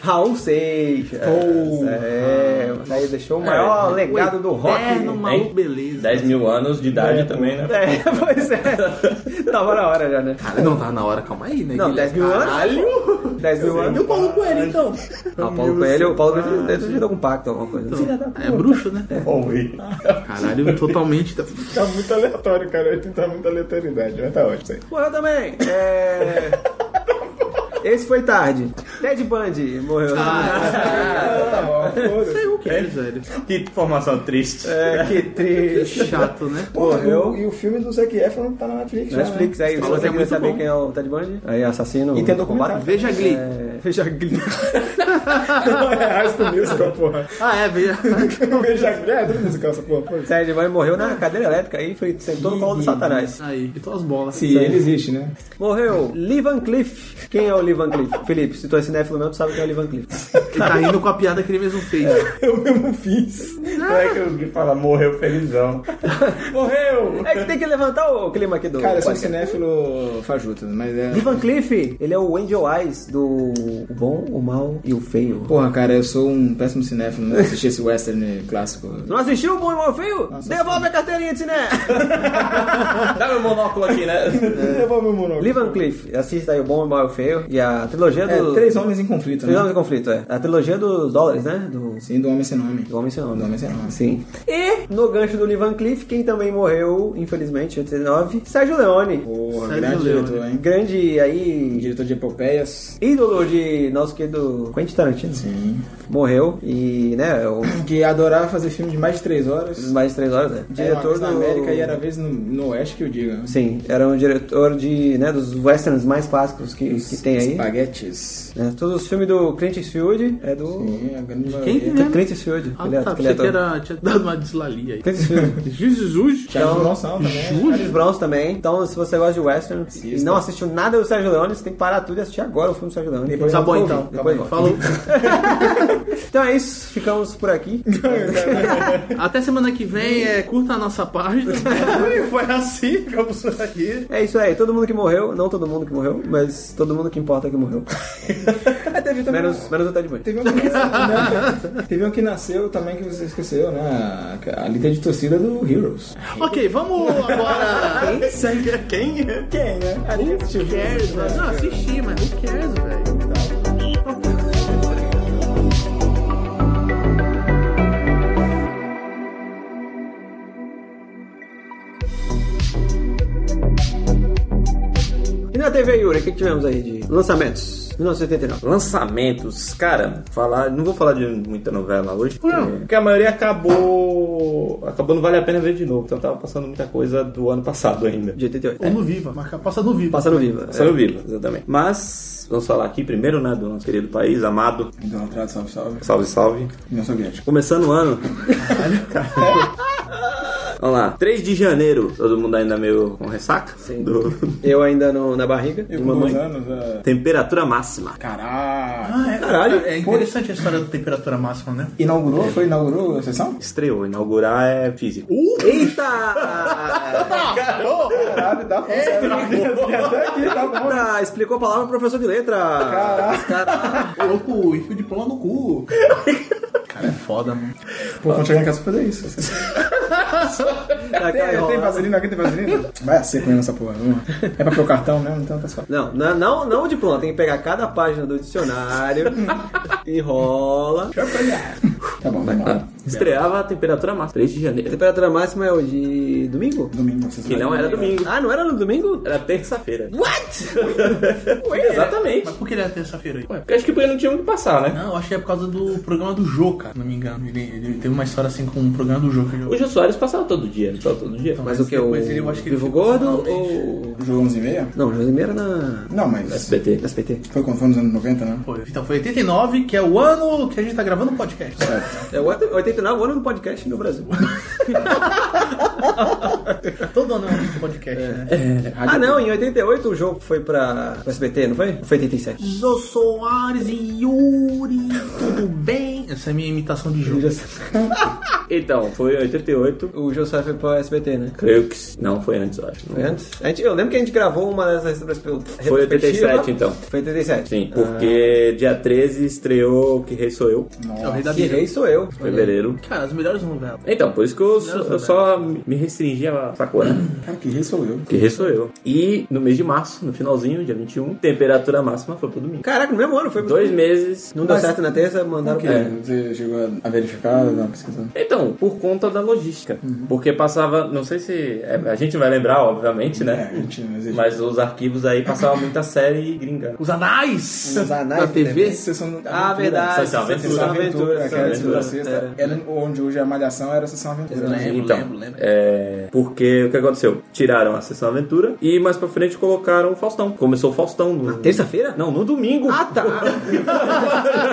Speaker 1: Raul Seixas. é, mas aí deixou É, o maior legado do rock.
Speaker 4: Eterno, maluco, beleza.
Speaker 3: 10 mil anos de idade também, né?
Speaker 1: É, pois é. Tava na hora já, né?
Speaker 4: Cara, não tá na hora, calma aí, né?
Speaker 1: Não,
Speaker 4: Guilherme?
Speaker 1: 10 mil anos. 10 mil anos. E o Paulo Coelho, então? Ah, o Paulo Coelho, o Paulo Coelho deve ter feito algum pacto, alguma coisa. assim.
Speaker 4: É bruxo, né? Caralho, totalmente.
Speaker 8: Tá muito aleatório, cara. Hoje Tá muita aleatoriedade. Mas tá ótimo isso aí.
Speaker 1: Morreu também. É... Esse foi tarde. Ted Bundy morreu. Ah,
Speaker 8: Tá bom, foda-se.
Speaker 4: Sei é o que, velho.
Speaker 3: Que informação triste.
Speaker 1: É, que triste.
Speaker 4: Chato, né?
Speaker 8: Porra,
Speaker 1: Morreu.
Speaker 8: o- E o filme do Zac Efron tá na Netflix. já, né?
Speaker 1: Netflix aí, se
Speaker 4: Falou que
Speaker 1: você
Speaker 4: é
Speaker 1: quiser
Speaker 4: muito
Speaker 1: saber
Speaker 4: bom.
Speaker 1: quem é o Ted Bundy, aí assassino.
Speaker 8: E tem
Speaker 1: combate.
Speaker 8: documentário.
Speaker 4: Veja Glee.
Speaker 1: É, Veja Glee.
Speaker 8: Não é High School Musical, porra.
Speaker 4: Ah, é, veja.
Speaker 8: Eu vejo a é do musical essa porra. foda-se.
Speaker 1: É. Ted Bundy morreu na cadeira elétrica aí, foi sentou no colo do Satanás.
Speaker 4: Aí, pitou as bolas.
Speaker 8: Se ele existe, né?
Speaker 1: Morreu Lee Van Cleef. Quem é o Lee Van Cleef? Felipe, se tu é cinéfilo mesmo, tu sabe quem é o Lee Van Cleef.
Speaker 4: Ele tá rindo com a piada que ele mesmo fez.
Speaker 8: Eu mesmo fiz.
Speaker 3: Não é que eu fala, morreu felizão. morreu!
Speaker 1: É que tem que levantar o clima aqui do
Speaker 8: Cara, eu sou um
Speaker 1: podcast.
Speaker 8: cinéfilo fajuto, mas é.
Speaker 1: Lee Van Cleef, ele é o Angel Eyes do O Bom, o Mal e o Feio.
Speaker 2: Porra, cara, eu sou um péssimo cinéfilo, não assisti esse western clássico.
Speaker 1: Não assistiu o Bom e o Mal e o Feio? Devolve a carteirinha de cinema!
Speaker 3: Dá meu monóculo aqui, né?
Speaker 8: Levou meu monóculo.
Speaker 1: Lee Van Cleef, assista aí o Bom, o Mal e o Feio e a trilogia
Speaker 2: É,
Speaker 1: do...
Speaker 2: três homens em conflito,
Speaker 1: Três
Speaker 2: né?
Speaker 1: Homens em Conflito, é. A trilogia dos dólares, né? Do...
Speaker 2: Sim, do Homem Sem Nome.
Speaker 1: Do Homem Sem Nome.
Speaker 2: Do Homem Sem Nome.
Speaker 1: Sim. E, no gancho do Lee Van Cleef, quem também morreu, infelizmente, em 89, Sérgio Leone.
Speaker 2: Porra,
Speaker 4: Sérgio
Speaker 2: grande
Speaker 4: Leone.
Speaker 2: diretor, hein?
Speaker 1: Grande aí...
Speaker 2: Diretor de epopeias.
Speaker 1: ídolo de nosso querido Quentin Tarantino.
Speaker 2: Sim.
Speaker 1: Morreu e, né, o,
Speaker 2: Que adorava fazer filme de mais de três horas.
Speaker 1: mais de três horas, né?
Speaker 2: Era uma
Speaker 1: Diretor
Speaker 2: vez
Speaker 1: do...
Speaker 2: na América e era vez no, no Oeste que eu diga.
Speaker 1: Sim, era um diretor de, né, dos westerns mais clássicos que, que tem aí.
Speaker 2: Espaguetes.
Speaker 1: Né, todos os filmes do Clint Eastwood é do...
Speaker 2: Sim, a grande
Speaker 4: Quem que
Speaker 2: maioria.
Speaker 1: do
Speaker 4: né?
Speaker 1: Clint Eastwood.
Speaker 4: Ah,
Speaker 1: ele é-
Speaker 4: tá.
Speaker 1: ele é
Speaker 4: Pensei que
Speaker 1: ator.
Speaker 4: era. Tinha dado uma deslalia aí. é
Speaker 1: Clint Eastwood.
Speaker 4: Jesus.
Speaker 2: Charles Bronson também.
Speaker 1: Charles Bronson também. Então, se você gosta de western e
Speaker 2: Assista.
Speaker 1: não assistiu nada do Sérgio Leone, você tem que parar tudo e assistir agora o filme do Sérgio Leone.
Speaker 8: Depois
Speaker 4: Tá bom
Speaker 8: volta
Speaker 4: então.
Speaker 8: ouvir.
Speaker 1: Depois
Speaker 8: Tá bom.
Speaker 1: volta.
Speaker 4: Falou.
Speaker 1: Então é isso. Ficamos por aqui.
Speaker 4: Até semana que vem, é, curta a nossa página.
Speaker 10: Foi assim, ficamos aqui.
Speaker 1: É isso aí. Todo mundo que morreu. Não todo mundo que morreu, mas todo mundo que importa é que morreu. menos, menos o Ted Bundy.
Speaker 2: Teve É, um, que nasceu, teve um que nasceu também que você esqueceu, né? A, a líder de torcida do Heroes.
Speaker 4: ok, vamos agora. é?
Speaker 10: Quem?
Speaker 8: Quem, né? A
Speaker 4: Who
Speaker 8: gente assistiu.
Speaker 4: cares, velho? Não, assisti, mas who cares, velho?
Speaker 1: E na TV Yuri, o que, que tivemos aí de lançamentos? 1989.
Speaker 3: Lançamentos, cara, falar, não vou falar de muita novela hoje, porque, porque a maioria acabou, acabou não vale a pena ver de novo, então tava passando muita coisa do ano passado ainda.
Speaker 1: De 88.
Speaker 4: Ou no Viva, marca, passa no Viva.
Speaker 1: Passando Viva.
Speaker 3: Passando viva, exatamente. Mas vamos falar aqui primeiro, né, do nosso querido país amado.
Speaker 2: Então,
Speaker 8: Idolatrado, salve, salve.
Speaker 3: Salve, salve.
Speaker 8: União
Speaker 2: é
Speaker 8: Soviética.
Speaker 3: Começando o ano. Vamos lá, 3 de janeiro, todo mundo ainda meio com ressaca. Sim.
Speaker 1: Eu ainda no- na barriga. de
Speaker 8: Eu com
Speaker 1: mamãe.
Speaker 8: dois anos, é...
Speaker 3: Temperatura máxima.
Speaker 8: Caralho.
Speaker 4: Ah, é,
Speaker 1: Caralho.
Speaker 4: É interessante a história da temperatura máxima, né?
Speaker 8: Inaugurou? Foi inaugurou a sessão?
Speaker 3: Estreou, inaugurar é físico.
Speaker 1: Eita!
Speaker 8: Caralho, dá pra é, até aqui, dá bom.
Speaker 1: Eita! Explicou a palavra professor de letra. Caralho.
Speaker 4: Ô, louco, enfio de pão lá no cu. Cara, é foda, mano.
Speaker 8: Pô, quando chegar em casa, fazer isso.
Speaker 1: Tá,
Speaker 8: Tem,
Speaker 1: cara,
Speaker 8: tem
Speaker 1: rola.
Speaker 8: vaselina aqui, tem vaselina? Vai a seco mesmo essa porra. vamos lá. É pra pôr o cartão mesmo, então tá só.
Speaker 1: Não, não, não, não o diploma. Tem que pegar cada página do dicionário, enrola.
Speaker 8: Tá bom, vamos lá.
Speaker 3: Estreava a temperatura máxima, 3 de
Speaker 1: A
Speaker 3: janeiro.
Speaker 1: temperatura máxima é o de domingo?
Speaker 8: Domingo, então, vocês
Speaker 3: Que não era domingo,
Speaker 1: Ah, não era no domingo?
Speaker 3: era terça-feira.
Speaker 1: What? Ué,
Speaker 3: Exatamente.
Speaker 4: Mas por que ele é terça-feira aí?
Speaker 3: Porque acho que porque não tinha onde passar, né?
Speaker 4: Não, eu acho que é por causa do programa do Jô, cara, se não me engano. Ele, ele teve uma história assim com o programa do Jô. Que ele...
Speaker 3: O Jô Soares passava todo dia, só todo dia.
Speaker 1: Mas o que? O
Speaker 4: depois ele- eu acho que ele
Speaker 1: Vivo
Speaker 4: ficou
Speaker 1: Gordo
Speaker 4: semanalmente.
Speaker 1: ou...
Speaker 8: Jogo 11 e meia?
Speaker 1: Não, Josimeira na...
Speaker 8: Não, mas
Speaker 3: SBT.
Speaker 1: SPT.
Speaker 8: foi quando foi nos anos 90, né?
Speaker 4: Foi. Então foi 89, que é o ano que a gente tá gravando o podcast.
Speaker 1: É o 89 ano do podcast no Brasil.
Speaker 4: Todo ano é um do podcast, né?
Speaker 1: ah, não, em 88 o jogo foi pra pra SBT, não foi? Ou Foi 87.
Speaker 4: Jô Soares e Yuri, tudo bem? Essa é a minha imitação de Jô.
Speaker 3: Então, foi em 88.
Speaker 1: O Jô Soares foi pra SBT, né?
Speaker 3: Creio que. s- Não, foi antes, eu acho.
Speaker 1: Foi antes? A gente- eu lembro que a gente gravou uma dessas retrospectivas.
Speaker 3: Foi 87, então.
Speaker 1: Foi 87.
Speaker 3: Sim, porque dia 13 estreou Que Rei Sou Eu,
Speaker 4: É o rei da
Speaker 1: Ah, que
Speaker 4: Bíblia.
Speaker 1: rei sou eu.
Speaker 3: fevereiro.
Speaker 4: Cara, as melhores novelas.
Speaker 3: Então, por isso que eu, só- eu só me restringi a Sakura.
Speaker 8: Cara, que rei sou eu.
Speaker 3: Que Rei Sou Eu. E no mês de março, no finalzinho, dia 21, temperatura máxima foi pro domingo.
Speaker 1: Caraca, no mesmo ano foi.
Speaker 3: Dois meses.
Speaker 1: Não deu certo na terça, mandaram
Speaker 8: É O quê?
Speaker 1: pra ele.
Speaker 8: Você chegou a- a verificar, dar uma pesquisada?
Speaker 3: Então, por conta da logística. Porque passava, não sei se. é, A gente vai lembrar, obviamente,
Speaker 8: É,
Speaker 3: né?
Speaker 8: a gente não existe.
Speaker 3: Mas os arquivos aí passava muita série gringa.
Speaker 4: Os anais!
Speaker 1: Os anais
Speaker 4: da TV.
Speaker 8: Sessão da
Speaker 1: Ah,
Speaker 8: aventura.
Speaker 1: verdade.
Speaker 3: Sessão Aventura.
Speaker 8: Sessão
Speaker 1: Aventura,
Speaker 8: Aventura, aquela de segunda a
Speaker 3: Aventura.
Speaker 8: sexta. Era onde hoje é Malhação, era Sessão Aventura. né?
Speaker 4: Lembro,
Speaker 3: então,
Speaker 4: lembro, lembro.
Speaker 3: É, porque o que aconteceu? Tiraram a Sessão Aventura e mais pra frente colocaram o Faustão. Começou o Faustão no.
Speaker 1: Terça-feira?
Speaker 3: Não, no domingo.
Speaker 1: Ah, tá.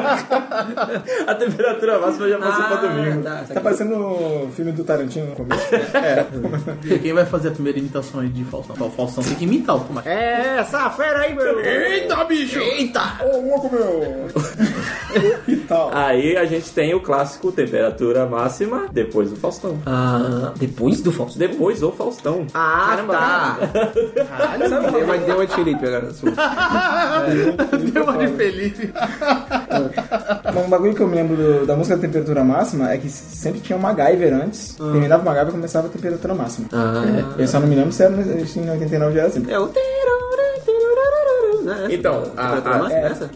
Speaker 3: A temperatura máxima já passou pra domingo.
Speaker 1: tá,
Speaker 8: Tá parecendo o filme do Tarantino no começo.
Speaker 1: É.
Speaker 4: Quem vai fazer a primeira imitação aí de Faustão? O Faustão tem que imitar o Tomás.
Speaker 1: É, essa fera aí, meu.
Speaker 4: Eita, bicho! Eita!
Speaker 8: Ô, É, um louco, meu! Que tal?
Speaker 3: Aí a gente tem o clássico temperatura máxima, depois o Faustão.
Speaker 1: Ah, depois do Faustão.
Speaker 3: Depois o Faustão.
Speaker 1: Ah, tá. Caralho, sabe, deu uma- deu uma de Felipe agora. sua.
Speaker 4: Deu uma de Felipe.
Speaker 8: Mas um bagulho que eu me lembro do- da música Temperatura Máxima é que sempre tinha o MacGyver antes.
Speaker 1: Ah.
Speaker 8: Terminava o MacGyver e começava a Temperatura Máxima. É, eu só não me lembro se era no- se em 89 já era assim.
Speaker 1: É o... terorá, terorá, não é essa?
Speaker 3: Então, a-
Speaker 1: Temperatura
Speaker 3: a-
Speaker 1: máxima é essa?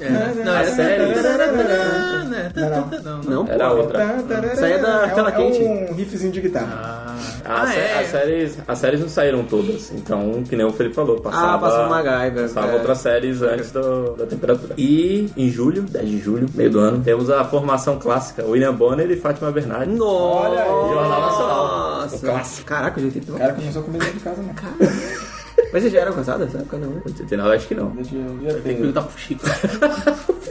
Speaker 4: Não,
Speaker 3: A série
Speaker 4: é Não, não.
Speaker 1: Não, pô.
Speaker 3: era outra.
Speaker 1: Isso aí é da tela
Speaker 8: é
Speaker 1: quente. Ah.
Speaker 8: um riffzinho de guitarra.
Speaker 3: A sé-
Speaker 4: é.
Speaker 3: as, séries, as séries não saíram todas, então, que nem o Felipe falou, passava,
Speaker 1: Ah, passava o MacGyver,
Speaker 3: passava
Speaker 1: é.
Speaker 3: outras séries antes do- da temperatura. E em julho, 10 de julho, meio do ano, temos a formação clássica, William Bonner e Fátima Bernardes.
Speaker 1: Olha
Speaker 3: aí. Jornal Nacional.
Speaker 1: Nossa.
Speaker 3: O clássico.
Speaker 1: Caraca, o 89.
Speaker 8: O né? cara começou a comer dentro de casa, não.
Speaker 1: Mas você já era cansado nessa época, não? né?
Speaker 3: 89, acho que não.
Speaker 8: Já, já
Speaker 4: Tem que
Speaker 8: teve.
Speaker 4: perguntar pro Chico.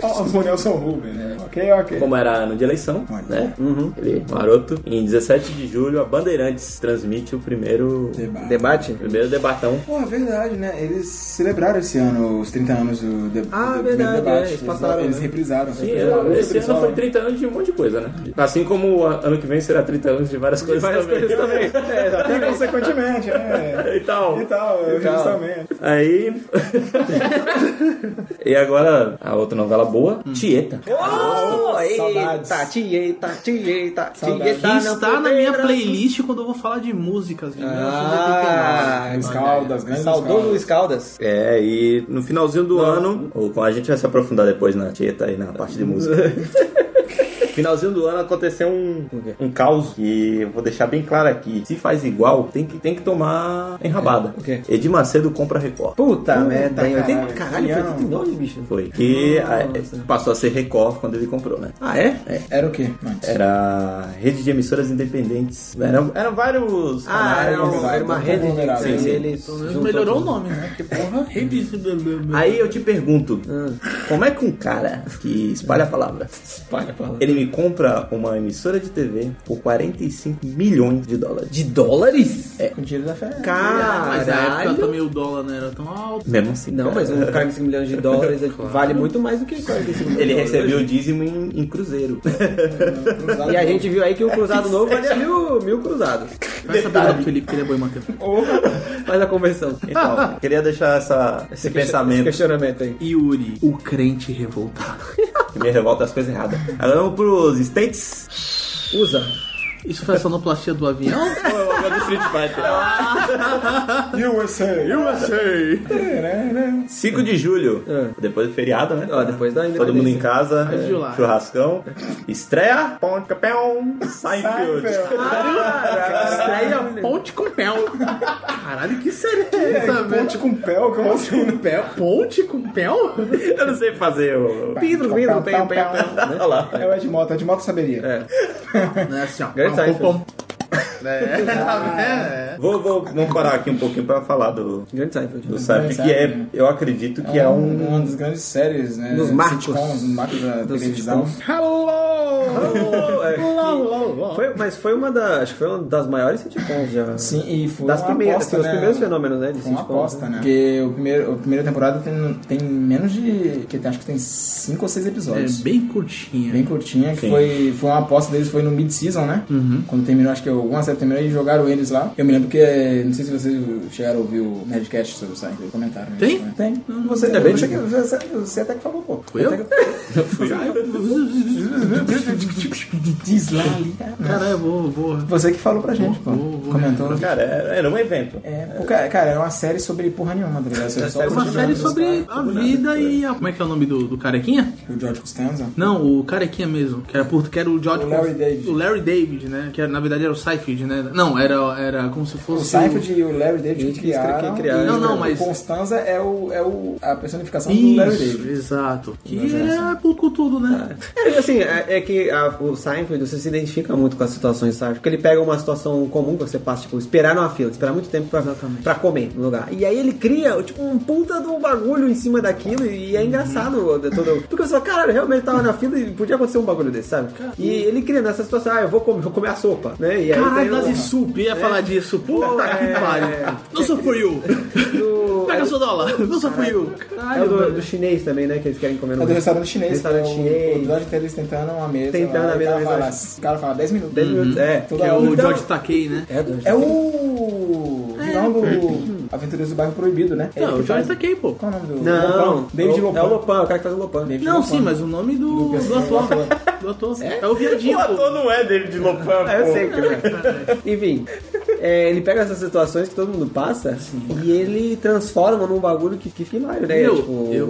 Speaker 8: Ó, o Nelson Rubens, né? Ok, ok.
Speaker 3: Como era ano de eleição,
Speaker 8: Olha.
Speaker 3: né? Ele, maroto. Em 17 de julho, a Bandeirantes transmite o primeiro,
Speaker 8: Debate.
Speaker 1: Debate?
Speaker 3: primeiro debatão.
Speaker 8: Pô, é verdade, né? Eles celebraram esse ano os 30 anos do, de,
Speaker 1: Ah,
Speaker 8: do primeiro
Speaker 1: verdade, é,
Speaker 8: debate.
Speaker 1: eles passaram,
Speaker 8: eles
Speaker 1: né?
Speaker 8: reprisaram.
Speaker 3: E
Speaker 8: reprisaram,
Speaker 3: era- esse
Speaker 8: reprisaram.
Speaker 3: ano foi 30 anos de um monte de coisa, né? Assim como a- ano que vem será 30 anos de várias coisas
Speaker 1: Várias
Speaker 3: também.
Speaker 1: coisas também. É, tá.
Speaker 8: Até consequentemente,
Speaker 1: É,
Speaker 8: né?
Speaker 3: e tal.
Speaker 8: E tal, justamente.
Speaker 3: Aí. e agora, a outra novela boa, Tieta.
Speaker 1: Oh,
Speaker 8: Saudades.
Speaker 1: eita, tieta, tieta,
Speaker 8: Saudades.
Speaker 1: tieta.
Speaker 4: Que está
Speaker 1: não
Speaker 4: tá na minha
Speaker 1: poderá-
Speaker 4: playlist quando eu vou falar de músicas de
Speaker 1: Ah,
Speaker 4: 1989.
Speaker 8: Luiz Caldas, grandes
Speaker 1: Saudoso Luiz Caldas.
Speaker 3: É, e no finalzinho do ano, ou com a gente vai se aprofundar depois na Tieta aí na parte de música. Finalzinho do ano aconteceu um, um caos que eu vou deixar bem claro aqui. Se faz igual, tem que, tem que tomar enrabada. Edir Macedo compra Record.
Speaker 1: Puta merda,
Speaker 8: caralho.
Speaker 1: em 80 caralho, foi
Speaker 8: Não.
Speaker 1: 89, bicho.
Speaker 3: Foi. Que a- passou a ser Record quando ele comprou, né?
Speaker 1: Ah, é?
Speaker 8: Era o quê? Antes.
Speaker 3: Era rede de emissoras independentes. Eram, eram vários.
Speaker 1: Ah,
Speaker 3: canais.
Speaker 1: era, um- era uma rede de
Speaker 8: conglomerado.
Speaker 1: sim,
Speaker 3: Sim, sim.
Speaker 1: eles juntou
Speaker 4: Melhorou o
Speaker 1: tudo.
Speaker 4: nome, né? Porque, porra, rede de-
Speaker 3: Aí eu te pergunto, como é que um cara que espalha a palavra, ele me compra uma emissora de TV por 45 milhões de dólares?
Speaker 1: De dólares?
Speaker 8: é Com o dinheiro da fé.
Speaker 4: Mas na época
Speaker 1: Caralho.
Speaker 4: também o dólar não era tão alto.
Speaker 3: Mesmo assim.
Speaker 1: é, Não,
Speaker 3: cara.
Speaker 1: mas um 45 milhões de dólares ele vale muito mais do que 45 milhões.
Speaker 3: Ele
Speaker 1: de dólares.
Speaker 3: recebeu o dízimo em, em cruzeiro.
Speaker 1: E a gente viu aí que o cruzado novo valia mil, mil cruzados.
Speaker 4: Vai saber do Felipe que ele é bom em matemática.
Speaker 1: Faz a conversão.
Speaker 3: Então, queria deixar essa, esse,
Speaker 1: Esse
Speaker 3: pensamento
Speaker 1: questionamento aí.
Speaker 4: Yuri, o crente revoltado.
Speaker 3: que me revolta as coisas erradas. Agora vamos pros States.
Speaker 1: Usa.
Speaker 4: Isso foi a sonoplastia do avião?
Speaker 8: USA!
Speaker 4: USA!
Speaker 3: 5 de julho, depois do feriado, né?
Speaker 1: Ó, depois da
Speaker 3: Todo mundo em
Speaker 1: independência.
Speaker 3: casa,
Speaker 4: Aí de lá.
Speaker 3: churrascão, estreia, pão, capão, Seinfeld.
Speaker 4: Estreia Ponte com Pel. Caralho, que série é essa, velho?
Speaker 8: Ponte com pé, tipo como assim?
Speaker 4: Pel? Ponte com Pel?
Speaker 3: Eu não sei fazer o...
Speaker 1: Pedro, Pedro, Pedro,
Speaker 3: Olha lá.
Speaker 8: É o Edmota, o Edmota saberia.
Speaker 4: Não é assim, ó.
Speaker 1: Grande
Speaker 4: Pão,
Speaker 1: Seinfeld.
Speaker 4: pão, pão. É.
Speaker 3: Vou, vou, vamos parar aqui um pouquinho pra falar do,
Speaker 1: Grande Seinfeld.
Speaker 3: do Seinfeld, que é, eu acredito que é um...
Speaker 8: Uma das grandes séries, né?
Speaker 1: Hum. Dos marcos.
Speaker 8: Sitcoms, um marco da
Speaker 1: Dos
Speaker 8: televisão.
Speaker 1: Hello! É, foi, mas foi uma das. Acho que foi uma das maiores sitcoms já.
Speaker 8: Sim, e foi
Speaker 1: Das
Speaker 8: uma
Speaker 1: primeiras,
Speaker 8: aposta,
Speaker 1: foi os
Speaker 8: né?
Speaker 1: primeiros fenômenos, né? De
Speaker 8: Foi uma
Speaker 1: sitcoms,
Speaker 8: aposta, né? Porque o primeiro, a primeira temporada tem, tem menos de. Que tem, acho que tem cinco ou seis episódios.
Speaker 4: É bem curtinha.
Speaker 8: Bem curtinha, que
Speaker 3: Sim.
Speaker 8: foi, foi uma aposta deles, foi no mid-season, né?
Speaker 4: Uhum.
Speaker 8: Quando terminou, acho que alguma série terminou e jogaram eles lá. Eu me lembro que, eh, não sei se vocês chegaram a ouvir o Nerdcast sobre o site, comentaram. né?
Speaker 4: Tem?
Speaker 8: Tem. Você,
Speaker 1: também
Speaker 8: você, você, você até que falou, pô.
Speaker 4: Foi eu?
Speaker 8: Até que- Diz lá ali.
Speaker 4: Caralho, eu vou, vou.
Speaker 8: Você que falou pra gente, pô.
Speaker 4: Vou- vou-
Speaker 8: Comentou.
Speaker 3: Cara, é- era um evento.
Speaker 8: É, pô, cara, cara, era uma série sobre porra nenhuma, tá ligado? Sobre só
Speaker 4: É uma
Speaker 8: sobre
Speaker 4: série
Speaker 8: os
Speaker 4: sobre
Speaker 8: caras.
Speaker 4: a vida e a. Como é que é o nome do, do carequinha?
Speaker 8: O George Costanza.
Speaker 4: Não, o carequinha mesmo. Que era, por, que era o George.
Speaker 8: O Larry David.
Speaker 4: O Larry David, né? Que era, na verdade era o Seinfeld, né? Não, era, era como se
Speaker 8: O
Speaker 4: fosse.
Speaker 8: Seinfeld e o Larry David criaram.
Speaker 1: criaram.
Speaker 4: Não, não,
Speaker 8: o
Speaker 4: mas-
Speaker 8: Constanza é, o, é o, a personificação do Larry
Speaker 4: Isso,
Speaker 8: David.
Speaker 4: exato. Que era pouco tudo, né?
Speaker 1: É, assim, é, é que a- o Seinfeld, você se identifica muito com as situações, sabe? Porque ele pega uma situação comum que você passa, tipo, esperar numa fila, esperar muito tempo pra, pra comer no lugar. E aí ele cria, tipo, um puta de um bagulho em cima daquilo e
Speaker 8: Uhum.
Speaker 1: é engraçado de todo... Porque você fala, caralho, realmente tava na fila e podia acontecer um bagulho desse, sabe? E ele cria nessa situação, ah, eu vou comer, vou comer a sopa, né? E aí tem
Speaker 4: Caralho,
Speaker 1: o-
Speaker 4: das Isup, ia falar disso. Puta
Speaker 1: É.
Speaker 4: que pariu. Não sou fui eu.
Speaker 8: é
Speaker 1: do-
Speaker 4: Pega seu dólar. Não sou fui eu.
Speaker 1: É o
Speaker 4: Caralho,
Speaker 1: do,
Speaker 4: velho.
Speaker 1: do chinês também, né? Que eles querem comer no
Speaker 8: É do restaurante chinês.
Speaker 1: Restaurante
Speaker 8: que é o-
Speaker 1: chinês.
Speaker 8: O George Taylor tentando uma mesa.
Speaker 1: Tentando
Speaker 8: lá,
Speaker 1: a
Speaker 8: o cara
Speaker 1: mesa,
Speaker 8: fala-
Speaker 1: mas-
Speaker 8: O cara fala 10 minutos. Uhum.
Speaker 1: 10 minutos, é.
Speaker 8: Toda
Speaker 4: Que é
Speaker 8: hora.
Speaker 4: o
Speaker 1: Então-
Speaker 4: George Takei, né?
Speaker 1: É, do-
Speaker 8: É o vilão do Aventureiros do Bairro Proibido, né? Ele
Speaker 4: Não,
Speaker 8: que
Speaker 4: o tá George
Speaker 8: faz-
Speaker 4: Takei, pô.
Speaker 8: Qual é o nome do...
Speaker 1: Não,
Speaker 8: Lopão. David
Speaker 1: é o
Speaker 8: Lopan.
Speaker 1: Lopan, o cara que faz o Lopan.
Speaker 4: Não, sim, mas o nome do, do ator. Do ator. É, o viadinho,
Speaker 3: O
Speaker 4: pô.
Speaker 3: ator não é David Lopan,
Speaker 1: Ah, eu
Speaker 3: pô.
Speaker 1: sei que é. Enfim, é, ele pega essas situações que todo mundo passa e ele transforma num bagulho que fica hilário, né?
Speaker 4: Meu,
Speaker 1: tipo,
Speaker 4: eu-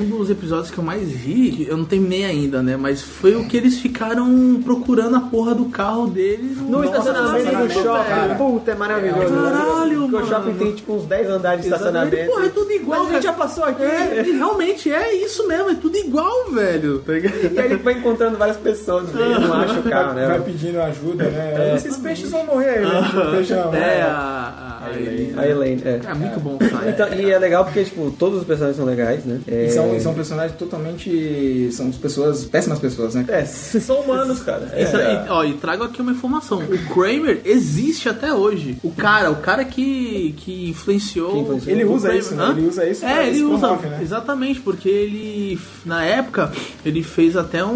Speaker 4: um dos episódios que eu mais vi, que eu não terminei ainda, né? Mas foi o que eles ficaram procurando a porra do carro dele
Speaker 1: no
Speaker 4: Nossa,
Speaker 1: estacionamento do
Speaker 4: velho.
Speaker 1: shopping. Puta, é maravilhoso.
Speaker 4: Caralho,
Speaker 1: Porque
Speaker 4: mano.
Speaker 1: o shopping tem tipo uns 10 andares de
Speaker 4: Exatamente.
Speaker 1: estacionamento.
Speaker 4: Porra, é tudo igual,
Speaker 1: Mas a gente já
Speaker 4: cara.
Speaker 1: passou aqui.
Speaker 4: É, e realmente é isso mesmo, é tudo igual, velho. Tá ligado?
Speaker 1: E aí ele vai encontrando várias pessoas, né? ele não acha o carro, né?
Speaker 8: Vai pedindo ajuda, né? Esses peixes vão morrer. né? Peixe não,
Speaker 4: É,
Speaker 8: né?
Speaker 4: a, a, a Elisa.
Speaker 1: A Elaine, é.
Speaker 4: É muito bom, cara.
Speaker 1: Então, e é legal porque, tipo, todos os personagens são legais, né? É,
Speaker 8: E são, e são personagens totalmente. São pessoas. péssimas pessoas, né?
Speaker 1: é, são humanos, cara.
Speaker 3: É.
Speaker 4: Isso
Speaker 8: É.
Speaker 4: aí, ó, e trago aqui uma informação. O Kramer existe até hoje. O cara, o cara que, que influenciou.
Speaker 1: Que influenciou.
Speaker 8: Ele
Speaker 4: o
Speaker 8: usa
Speaker 4: Kramer.
Speaker 8: isso, né?
Speaker 4: Hã?
Speaker 8: Ele usa isso pra
Speaker 4: É, ele
Speaker 8: esse
Speaker 4: usa.
Speaker 8: spin-off, né?
Speaker 4: Exatamente, porque ele, na época, ele fez até um.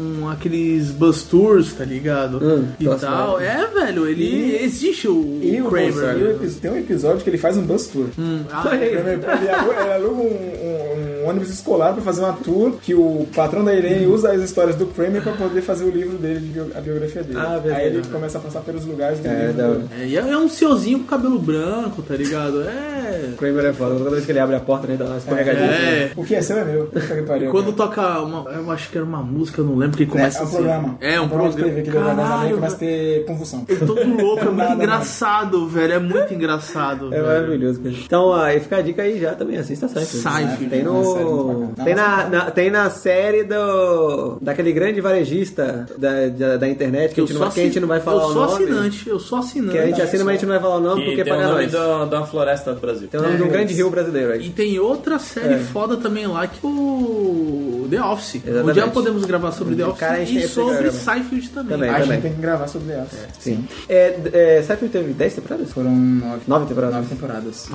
Speaker 4: um- aqueles bus tours, tá ligado?
Speaker 1: Hum,
Speaker 4: e
Speaker 1: nossa,
Speaker 4: tal. É, velho, ele existe o,
Speaker 8: E
Speaker 4: o
Speaker 8: o Bolsonaro,
Speaker 4: Kramer. né?
Speaker 8: e o epi- tem um episódio que ele faz um bus tour.
Speaker 4: Hum, ah,
Speaker 8: Ele, ele alu- ele aluga um, um- um ônibus escolar pra fazer uma tour que o patrão da Irene usa as histórias do Kramer pra poder fazer o livro dele, de bio- a biografia dele.
Speaker 1: Ah, verdade.
Speaker 8: Aí ele começa a passar pelos lugares do
Speaker 1: É,
Speaker 8: livro.
Speaker 1: da hora.
Speaker 4: É, e é um senhorzinho com cabelo branco, tá ligado? É. é.
Speaker 1: Kramer é foda. Toda vez que ele abre a porta, né, ele dá uma escorregadinha.
Speaker 4: É.
Speaker 8: O que é seu é meu. Puta que pariu,
Speaker 4: Quando
Speaker 8: cara.
Speaker 4: toca uma. Eu acho que era uma música, eu não lembro que
Speaker 8: Né,
Speaker 4: começa
Speaker 8: É um
Speaker 4: assim.
Speaker 8: programa.
Speaker 4: É, um
Speaker 8: de TV
Speaker 4: programa.
Speaker 8: que deu uma vazada e
Speaker 4: Caralho,
Speaker 8: começa a ter convulsão.
Speaker 4: eu tô todo louco, é muito
Speaker 8: né? Nada,
Speaker 4: engraçado, velho. É muito engraçado,
Speaker 1: É
Speaker 4: velho.
Speaker 1: maravilhoso, cara. Então, aí fica a dica aí já também, assista Seinfeld.
Speaker 4: Seinfeld.
Speaker 1: Tem
Speaker 8: Uma série muito
Speaker 1: no...
Speaker 8: bacana.
Speaker 1: Tem na, na- tem na série do... Daquele grande varejista da, da, da internet, que, a gente, não, que a gente não vai falar
Speaker 4: Eu
Speaker 1: o
Speaker 4: sou
Speaker 1: nome.
Speaker 4: assinante, né? eu sou assinante.
Speaker 1: Que a gente assina, mas a gente não vai falar o nome, então, porque
Speaker 3: Que tem o
Speaker 1: paga
Speaker 3: nome
Speaker 1: nós.
Speaker 3: da, da floresta do Brasil.
Speaker 1: Tem o nome de um grande rio brasileiro
Speaker 4: E
Speaker 1: aí.
Speaker 4: tem outra
Speaker 1: É.
Speaker 4: série foda também lá que o The Office.
Speaker 1: Exatamente.
Speaker 4: Um dia podemos gravar sobre The
Speaker 1: O
Speaker 4: Office
Speaker 1: cara enche
Speaker 4: e
Speaker 1: esse
Speaker 4: sobre
Speaker 1: programa.
Speaker 4: Seinfeld também.
Speaker 1: Também.
Speaker 4: Ah,
Speaker 8: Acho que
Speaker 1: também.
Speaker 8: tem que gravar sobre ela. Sim.
Speaker 1: É, d- é, Seinfeld teve 10 temporadas?
Speaker 8: Foram nove,
Speaker 1: Nove temporadas.
Speaker 8: nove temporadas.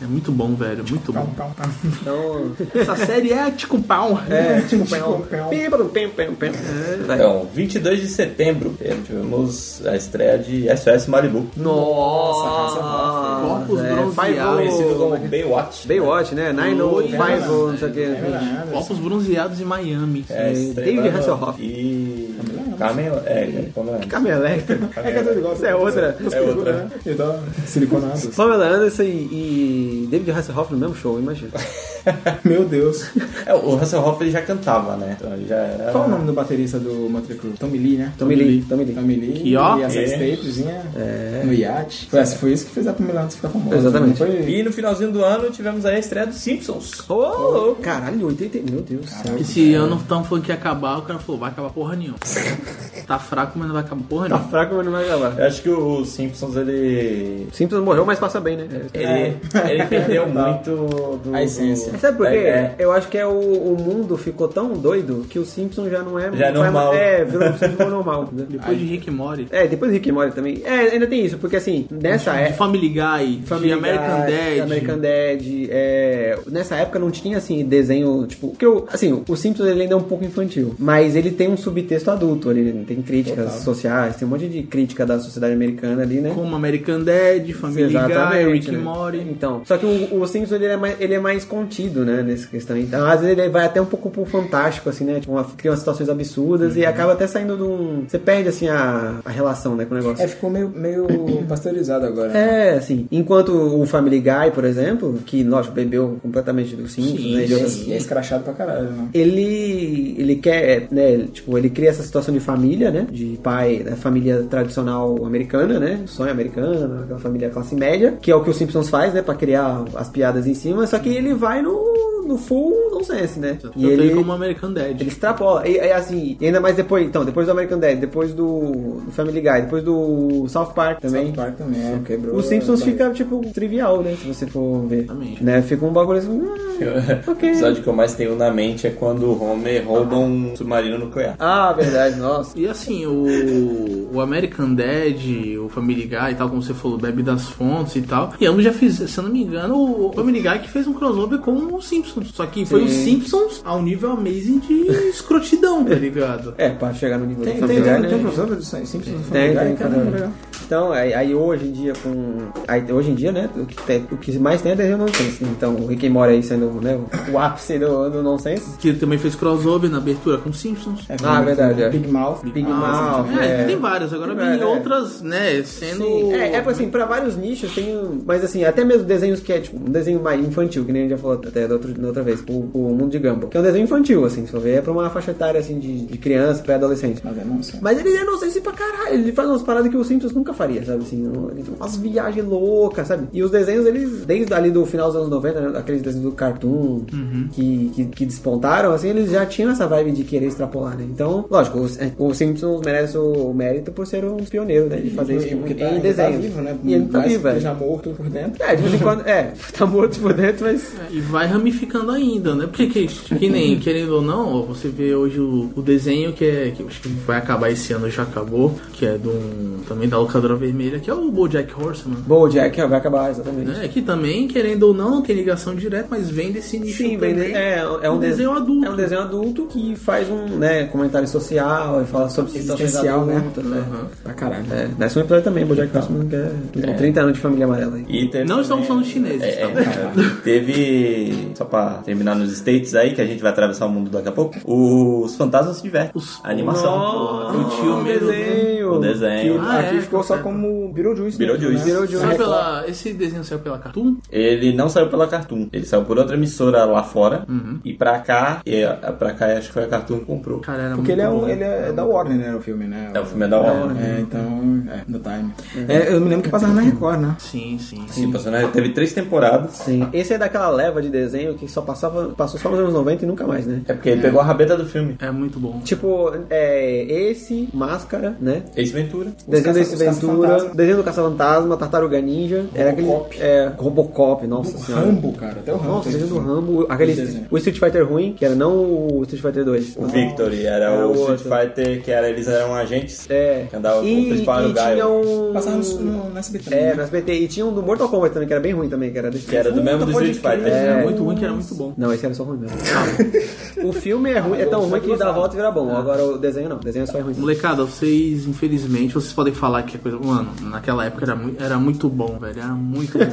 Speaker 4: É muito bom, velho. Muito bom.
Speaker 8: Pão, pão, pau.
Speaker 1: Então...
Speaker 4: Essa série é tipo pau.
Speaker 1: É, tipo...
Speaker 8: Tipo, pão.
Speaker 1: Pim, pim, pim, pim. Vai.
Speaker 3: Então, 22 de setembro, eh, tivemos a estreia de SOS Malibu.
Speaker 1: Nossa,
Speaker 4: Corpos
Speaker 1: é,
Speaker 3: Conhecido
Speaker 1: Five-O.
Speaker 4: bronzeados.
Speaker 3: como Baywatch.
Speaker 1: Baywatch, né? Nine O, Five O, não sei o
Speaker 8: Não era
Speaker 1: que.
Speaker 8: nada.
Speaker 4: Corpos bronzeados em Miami.
Speaker 3: É,
Speaker 1: Sim,
Speaker 3: estrelado
Speaker 1: David Hasselhoff.
Speaker 3: E. Carmen. É, como é?
Speaker 1: Carmen Electra.
Speaker 8: É que é tudo igual.
Speaker 1: Essa é outra.
Speaker 3: É outra.
Speaker 8: Eu tô né? tá siliconado.
Speaker 1: Pamela Anderson e, e David Hasselhoff no mesmo show, imagina.
Speaker 8: Meu Deus.
Speaker 3: É, o Hasselhoff ele já cantava, né? Então ele já era.
Speaker 8: Qual é o nome do baterista do Motley Crue? Tommy Lee, né?
Speaker 1: Tommy Lee, Tommy Lee.
Speaker 8: Tommy Lee.
Speaker 4: Que ó.
Speaker 8: E essa
Speaker 3: É.
Speaker 8: stapezinha no iate. Foi, essa- foi isso que fez a Pamela Anderson ficar famosa.
Speaker 1: Exatamente.
Speaker 8: Não foi...
Speaker 3: E no finalzinho do ano tivemos aí a estreia dos Simpsons.
Speaker 1: Oh, caralho, 80. Meu Deus do céu.
Speaker 4: Esse ano tão falando que ia acabar, o cara falou, vai acabar porra nenhuma. tá fraco, mas não vai acabar porra
Speaker 1: Tá
Speaker 4: nenhuma.
Speaker 1: fraco, mas não vai acabar.
Speaker 3: Eu acho que o Simpsons ele.
Speaker 1: Simpsons morreu, mas passa bem, né?
Speaker 3: Ele, ele perdeu muito do.
Speaker 8: A
Speaker 3: do-
Speaker 8: essência.
Speaker 1: Sabe por quê?
Speaker 3: É,
Speaker 1: Eu acho que é o, o mundo ficou tão doido que o Simpsons já não é...
Speaker 3: Já é
Speaker 1: não
Speaker 3: normal.
Speaker 1: É, virou um Simpsons normal. entendeu?
Speaker 4: Depois de Rick e Morty.
Speaker 1: É, depois do Rick and Morty também. É, ainda tem isso, porque assim, nessa é
Speaker 4: De Family Guy,
Speaker 1: Family
Speaker 4: de American
Speaker 1: Guy,
Speaker 4: Dad.
Speaker 1: American Dad. é, nessa época não tinha, assim, desenho, tipo... Que eu, assim, o Simpsons ele ainda é um pouco infantil. Mas ele tem um subtexto adulto ali. né? Tem críticas sociais, tem um monte de crítica da sociedade americana ali, né?
Speaker 4: Como American Dad, Family Guy, Rick e
Speaker 1: né?
Speaker 4: Morty.
Speaker 1: Então, só que o, o Simpsons ele é, mais, ele é mais contido, né, nessa questão. Então, às vezes ele vai até um pouco pro fantástico, assim, né? Tipo, uma, cria umas situações
Speaker 4: Uhum.
Speaker 1: absurdas e acaba até saindo de um... Você perde, assim, a, a relação, né, com o negócio.
Speaker 8: É, ficou meio, meio pasteurizado agora. né?
Speaker 4: Então.
Speaker 1: É, assim. Enquanto o Family Guy, por exemplo, que, lógico, bebeu completamente do Simpsons, né? de outras-
Speaker 8: E é escrachado pra caralho, né?
Speaker 1: Ele, ele quer, né, ele, tipo, ele cria essa situação de família, né, de pai, da família tradicional americana, né, sonho americano, aquela família classe média, que é o que o Simpsons faz, né, pra criar as piadas em cima, só que ele vai no, no full nonsense, né, e
Speaker 4: Tanto ele
Speaker 1: ele,
Speaker 4: como American Dad.
Speaker 1: ele extrapola, e, e assim, e ainda mais depois, então, depois do American Dad, depois do, do Family Guy, depois do South Park também,
Speaker 8: South Park também, é, quebrou.
Speaker 1: o Simpsons
Speaker 8: a-
Speaker 1: fica, tipo, trivial, né? Se você for ver.
Speaker 4: Exatamente.
Speaker 1: Né? Fica um bagulho assim. ah,
Speaker 3: O
Speaker 1: ok.
Speaker 3: episódio que eu mais tenho na mente é quando o Homer rouba um submarino nuclear.
Speaker 1: Ah, verdade, nossa.
Speaker 4: E assim, o, o American Dad, o Family Guy e tal, como você falou, bebe das fontes e tal. E ambos já fizeram, se eu não me engano, o Family Guy que fez um crossover com os Simpsons. Só que foi os Simpsons ao nível amazing de escrotidão, tá ligado?
Speaker 1: É, pra chegar no nível
Speaker 8: Tem,
Speaker 1: do
Speaker 8: tem,
Speaker 1: Family Guy,
Speaker 8: tem,
Speaker 1: né?
Speaker 8: tem crossover do Simpsons? no Family
Speaker 1: Tem,
Speaker 8: Guy?
Speaker 1: tem,
Speaker 8: Caramba,
Speaker 1: tem.
Speaker 8: legal.
Speaker 1: Então, aí, aí hoje em dia com. aí hoje em dia, né? O que, tem- o que mais tem é desenho nonsense. Então, o Rick and Morty aí sendo né, o ápice do, do nonsense.
Speaker 4: Que ele também fez crossover na abertura com os Simpsons.
Speaker 8: É,
Speaker 1: Ah, verdade, é.
Speaker 8: Big Mouth.
Speaker 1: Big Mouth.
Speaker 4: É,
Speaker 1: é.
Speaker 4: tem várias, agora
Speaker 1: Tem
Speaker 4: vem
Speaker 1: várias, é.
Speaker 4: outras, né, sendo...
Speaker 1: Sim, é, é pra, assim, pra vários nichos tem. um- Mas assim, até mesmo desenhos que é tipo um desenho mais infantil, que nem a gente já falou até da outra, da outra vez, o, o Mundo de Gumball. Que é um desenho infantil, assim, se for ver, é pra uma faixa etária assim de, de criança, pré-adolescente.
Speaker 8: Mas é nonsense.
Speaker 1: Mas ele é inocente pra caralho, ele faz umas paradas que o Simpsons nunca faria, sabe? Assim, ele tem umas viagens loucas, sabe? E os desenhos, eles, desde ali do final dos anos 90, né, aqueles desenhos do Cartoon que, que, que despontaram, assim, eles já tinham essa vibe de querer extrapolar, né? Então, lógico, os- eh, o, Simpsons merece o mérito por ser um pioneiro, né? De fazer isso
Speaker 8: E porque
Speaker 1: em
Speaker 8: tá, ele
Speaker 1: desenho.
Speaker 8: tá vivo, né?
Speaker 1: E ele tá
Speaker 8: Mais
Speaker 1: vivo,
Speaker 8: que
Speaker 1: é.
Speaker 8: já morto por dentro.
Speaker 1: É, de vez em quando, é, tá morto por dentro, mas.
Speaker 4: E vai ramificando ainda, né? Porque que, que nem, querendo ou não, ó, você vê hoje o, o desenho que é. Que acho que vai acabar esse ano, já acabou, que é de um, também da locadora vermelha, que é o Bojack Horseman.
Speaker 1: Bom, Jack, vai acabar, exatamente.
Speaker 4: Né? Que também, querendo ou não, tem ligação direta, mas vem desse nicho
Speaker 1: Sim,
Speaker 4: também.
Speaker 1: bem, é, é um,
Speaker 4: um desenho adulto.
Speaker 1: É um desenho adulto que faz um né, comentário social e fala sobre situações
Speaker 8: Existencial, né?
Speaker 1: adultas. Né?
Speaker 8: Pra caralho.
Speaker 1: É, décimo episódio também, Bojack Horseman, que é, é 30 anos de família amarela. aí.
Speaker 3: E teve
Speaker 4: Não estamos falando
Speaker 3: também-
Speaker 4: chineses, tá?
Speaker 3: É, é, teve. Só pra terminar nos States aí, que a gente vai atravessar o mundo daqui a pouco. Os fantasmas se divertem.
Speaker 4: Os-
Speaker 3: A animação.
Speaker 4: o tio
Speaker 1: o
Speaker 8: um
Speaker 4: mesmo, né?
Speaker 1: desenho.
Speaker 3: O desenho.
Speaker 4: Ah,
Speaker 8: Aqui
Speaker 4: é?
Speaker 8: ficou só como Beetlejuice.
Speaker 3: Beetlejuice.
Speaker 8: Né?
Speaker 1: Beetlejuice.
Speaker 4: Saiu
Speaker 8: Record.
Speaker 4: pela, esse desenho saiu pela Cartoon?
Speaker 3: Ele não saiu pela Cartoon, ele saiu por outra emissora lá fora. E pra cá, é, pra cá acho que foi a Cartoon que comprou.
Speaker 4: Cara, era
Speaker 8: Porque
Speaker 4: muito
Speaker 8: ele é,
Speaker 4: bom.
Speaker 8: um, ele é da Warner, né? O filme, né?
Speaker 3: É o filme é da Warner.
Speaker 8: É, então, é, no time. É, eu me lembro que passava na Record, né?
Speaker 1: é-
Speaker 4: Sim, sim.
Speaker 3: Sim, passou na- assim, né? teve três temporadas.
Speaker 1: Sim, esse é daquela leva de desenho que só passava, passou só nos anos 90 e nunca mais, né?
Speaker 3: É porque ele pegou a rabeta do filme.
Speaker 4: É muito bom.
Speaker 1: Tipo, é, esse, Máscara, né?
Speaker 3: Ace Ventura.
Speaker 1: Desenho
Speaker 8: caça-
Speaker 1: do Ace
Speaker 8: os
Speaker 1: Ventura,
Speaker 8: caça-fantasma.
Speaker 1: Desenho do Caça-Fantasma, Tartaruga Ninja, era aquele.
Speaker 8: Robocop.
Speaker 1: É, Robocop, nossa senhora.
Speaker 8: Rambo, cara. Até o Rambo.
Speaker 1: Nossa,
Speaker 8: tem
Speaker 1: desenho do
Speaker 8: filme.
Speaker 1: Rambo, aquele.
Speaker 8: Esse desenho.
Speaker 1: O Street Fighter ruim, que era não o Street Fighter né? 2.
Speaker 3: O Victory era
Speaker 1: Era
Speaker 3: o
Speaker 1: outro.
Speaker 3: Street Fighter, que era, eles eram agentes.
Speaker 1: É.
Speaker 3: Que andava com o
Speaker 1: e,
Speaker 3: principal era o
Speaker 1: e tinha
Speaker 3: Gaio.
Speaker 1: um.
Speaker 8: Passava no, no, no SBT.
Speaker 1: É,
Speaker 8: né?
Speaker 1: no SBT. E tinha um do Mortal Kombat também, que era bem ruim também, que era desse
Speaker 3: Que era do mesmo do
Speaker 8: pode
Speaker 3: Street Fighter.
Speaker 4: Era
Speaker 1: É.
Speaker 4: muito ruim, que era muito bom.
Speaker 1: Não, esse era só ruim mesmo. o filme é ruim, é tão ruim que dá a volta e vira bom. Agora o desenho não, o desenho só é ruim.
Speaker 4: Molecada, vocês, infelizmente, vocês podem falar que é coisa. Mano, naquela época era, mui- era muito bom, velho. Era muito bom.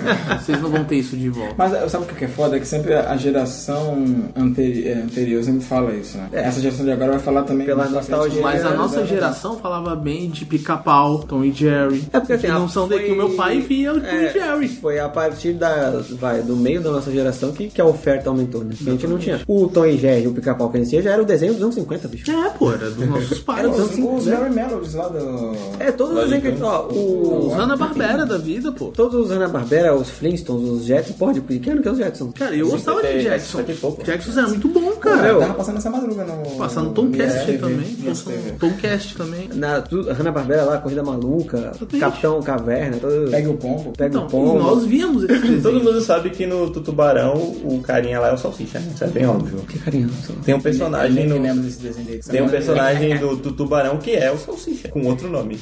Speaker 4: vocês não vão ter isso de volta.
Speaker 8: Mas eh, sabe o que que é foda? É que sempre a geração anteri- eh, anterior sempre fala isso, né? Essa geração de agora vai falar também.
Speaker 1: Pela
Speaker 8: mais pra frente,
Speaker 1: nostalgia.
Speaker 4: Mas a
Speaker 1: É,
Speaker 4: nossa
Speaker 1: exatamente.
Speaker 4: geração falava bem de pica-pau, Tom e Jerry.
Speaker 1: É porque assim,
Speaker 4: que não
Speaker 1: a-
Speaker 4: são daqui.
Speaker 1: foi-
Speaker 4: O meu pai via o Tom
Speaker 1: É.
Speaker 4: e Jerry.
Speaker 1: Foi a partir da, vai, do meio da nossa geração que, que a oferta aumentou, né? Porque a gente não tinha. O Tom e Jerry, o Pica-Pau que a gente tinha, já era o desenho dos anos 50, bicho.
Speaker 4: É, pô, era dos nossos pais.
Speaker 1: Era
Speaker 8: Os, os Mary Melodies lá do.
Speaker 1: É, todos os desenhos que a gente. Ó, o.
Speaker 4: Os Hanna-Barbera da vida, pô.
Speaker 1: Todos os Hanna-Barbera, os Flintstones, os Jetsons, pode? Porque que ano que é os Jetsons?
Speaker 4: Cara, eu gostava
Speaker 1: é,
Speaker 4: de Jackson. Jackson era muito bom, cara.
Speaker 1: Meu,
Speaker 8: Tava passando essa madruga no.
Speaker 4: Passando Tomcast
Speaker 8: no ISTV.
Speaker 4: também.
Speaker 8: ISTV.
Speaker 4: Passando Tomcast também.
Speaker 1: na tu- Hanna-Barbera lá, Corrida Maluca,
Speaker 4: Exatamente.
Speaker 1: Capitão Caverna, todo,
Speaker 8: Pega o pombo.
Speaker 1: pega
Speaker 4: Então,
Speaker 1: o
Speaker 4: e
Speaker 1: pombo.
Speaker 4: nós víamos esse
Speaker 3: Todo
Speaker 4: desenho.
Speaker 3: mundo sabe que no Tutubarão o carinha lá é o Salsicha, né? Isso é bem óbvio.
Speaker 1: Que carinho,
Speaker 3: Tem um personagem
Speaker 8: Eu
Speaker 3: no.
Speaker 8: lembro desse desenho dele.
Speaker 3: Tem um personagem do Tutubarão que é o Salsicha, com outro nome.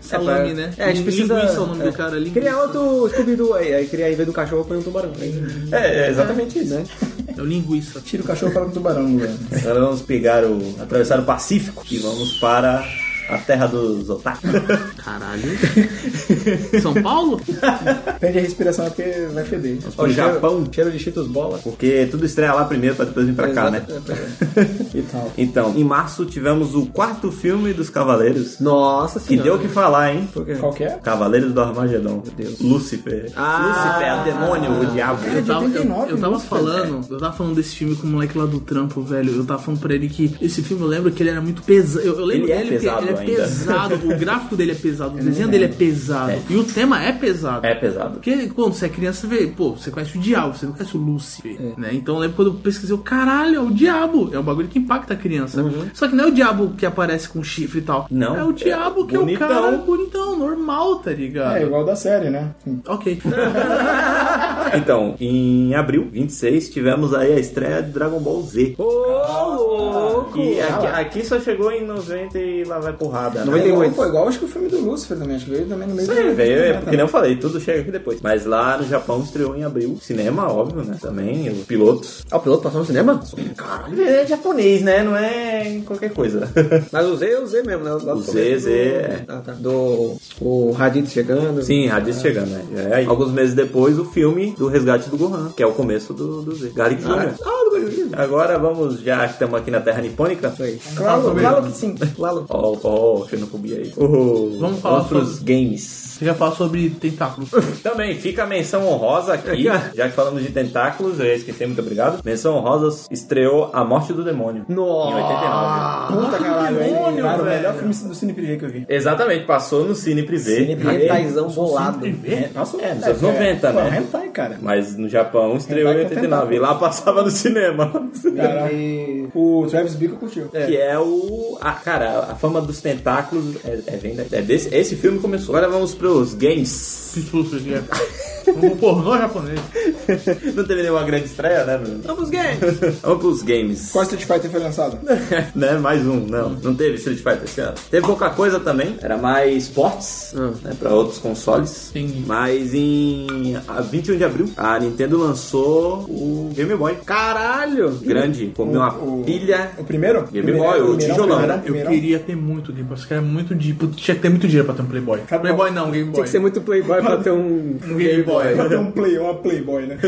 Speaker 4: Salame, né?
Speaker 1: É, a gente precisa
Speaker 4: Linguiça é o nome do cara. Linguiça.
Speaker 1: criar outro Scooby-Doo aí, aí criar em vez do cachorro põe um tubarão. Aí,
Speaker 3: é, é exatamente isso.
Speaker 1: né?
Speaker 4: É o Linguiça.
Speaker 8: Tira o cachorro para o tubarão, Luan.
Speaker 3: Agora vamos pegar o. atravessar o Pacífico e vamos para a terra dos otaku.
Speaker 4: Caralho. São Paulo?
Speaker 8: Prende a respiração é porque vai feder.
Speaker 3: Pro Japão,
Speaker 1: Cheiro de Cheetos Bola.
Speaker 3: porque tudo estreia lá primeiro pra depois vir pra cá, né?
Speaker 8: E tal.
Speaker 3: Então, em março tivemos o quarto filme dos Cavaleiros.
Speaker 1: Nossa
Speaker 3: Que
Speaker 1: senhora.
Speaker 3: deu o que falar, hein?
Speaker 8: Qualquer?
Speaker 3: Cavaleiros do Armagedon.
Speaker 1: Deus.
Speaker 3: Lúcifer.
Speaker 1: Ah.
Speaker 3: Lúcifer é o demônio, o diabo.
Speaker 4: Eu tava, eu-
Speaker 8: 89,
Speaker 4: eu tava
Speaker 8: nossa,
Speaker 4: falando, eu tava falando desse filme com o moleque lá do trampo, velho. Eu tava falando pra ele que esse filme eu lembro que ele era muito pesado. Eu, eu lembro
Speaker 3: Ele é
Speaker 4: que
Speaker 3: pesado
Speaker 4: ele
Speaker 3: ainda.
Speaker 4: é pesado, o gráfico dele é pesado, o desenho dele é pesado. E o tema é pesado.
Speaker 3: É pesado.
Speaker 4: Porque quando você é criança, você vê, pô, você conhece o diabo, você não conhece o Lúcifer,
Speaker 1: É.
Speaker 4: né? Então eu lembro quando eu pesquisei, eu, caralho, é o diabo. É um bagulho que impacta a criança.
Speaker 1: Uhum.
Speaker 4: Só que não é o diabo que aparece com chifre e tal.
Speaker 3: Não.
Speaker 4: É o diabo que
Speaker 3: Bonitão.
Speaker 4: é o cara bonitão, normal, tá ligado?
Speaker 8: É igual da série, né?
Speaker 4: Ok.
Speaker 3: Então, em abril, 26, tivemos aí a estreia do Dragon Ball Z. Ô, louco! E
Speaker 1: é-
Speaker 3: aqui, aqui só chegou em 90 e lá vai porrada. né?
Speaker 1: 98.
Speaker 8: Pô, igual acho que o filme do Lucifer também. Acho que veio também no meio
Speaker 3: Isso aí, velho. É porque nem eu falei, tudo chega aqui depois. Mas lá no Japão estreou em abril. Cinema, óbvio, né? Também, os pilotos.
Speaker 1: Ah, o piloto passou no cinema?
Speaker 3: Caralho, é japonês, né? Não é qualquer coisa.
Speaker 1: Mas o Z é o Z mesmo, né? Lá do
Speaker 3: O Z,
Speaker 1: começo
Speaker 3: Z, é.
Speaker 1: Do, ah, tá. do o Raditz chegando.
Speaker 3: Sim, Raditz chegando, né? É aí. Alguns meses depois, o filme do Resgate do Gohan, que é o começo do, do Z. Garlic Jr. Agora vamos, já que estamos aqui na Terra Nipônica.
Speaker 8: Claro, claro que sim.
Speaker 1: Lalo.
Speaker 3: Ó, ó, xenofobia aí. Oh,
Speaker 4: Vamos falar
Speaker 3: outros
Speaker 4: sobre-
Speaker 3: games.
Speaker 4: Você já falou sobre tentáculos.
Speaker 3: Também fica a menção honrosa aqui, já que falamos de tentáculos, eu ia esquecer, muito obrigado. Menção honrosa estreou A Morte do Demônio. Em 89.
Speaker 8: Puta caralho, hein?
Speaker 4: demônio,
Speaker 8: Cara, o
Speaker 4: velho.
Speaker 8: melhor filme do Cine Privé que eu vi.
Speaker 3: Exatamente, passou no Cine Privé. tá
Speaker 1: Retaizão bolado.
Speaker 8: É, passou.
Speaker 3: É, nos anos 90,
Speaker 8: Pô,
Speaker 3: né?
Speaker 8: Hentai, cara.
Speaker 3: Mas no Japão estreou em
Speaker 8: Hentai com
Speaker 3: 89. E lá passava no cinema.
Speaker 8: Cara, o Travis Bickle curtiu.
Speaker 3: Que é o. Ah, cara, a fama dos tentáculos é, é vem daí. É desse, esse filme começou. Agora vamos pros games.
Speaker 4: Um pornô japonês.
Speaker 3: Não teve nenhuma grande estreia, né, Bruno?
Speaker 1: Vamos, games!
Speaker 3: Vamos pros games.
Speaker 8: Qual Street Fighter foi lançado?
Speaker 3: né? Mais um, não. Não teve Street Fighter esse ano. Teve pouca coisa também. Era mais esportes, né? Pra outros consoles.
Speaker 4: Entendi.
Speaker 3: Mas em a 21 de abril, a Nintendo lançou o Game Boy.
Speaker 1: Caralho!
Speaker 3: Grande. Comeu uma
Speaker 8: o-
Speaker 3: pilha.
Speaker 8: O primeiro?
Speaker 3: Game Boy, É. o tijolão, né?
Speaker 4: Eu queria ter muito Game Boy. Esse cara é muito de. putz, Tinha que ter muito dinheiro pra ter um Playboy. Playboy não, Game Boy.
Speaker 1: Tem que ser muito playboy pra ter um...
Speaker 4: um Game Boy.
Speaker 8: Pra ter um play, uma Playboy, né?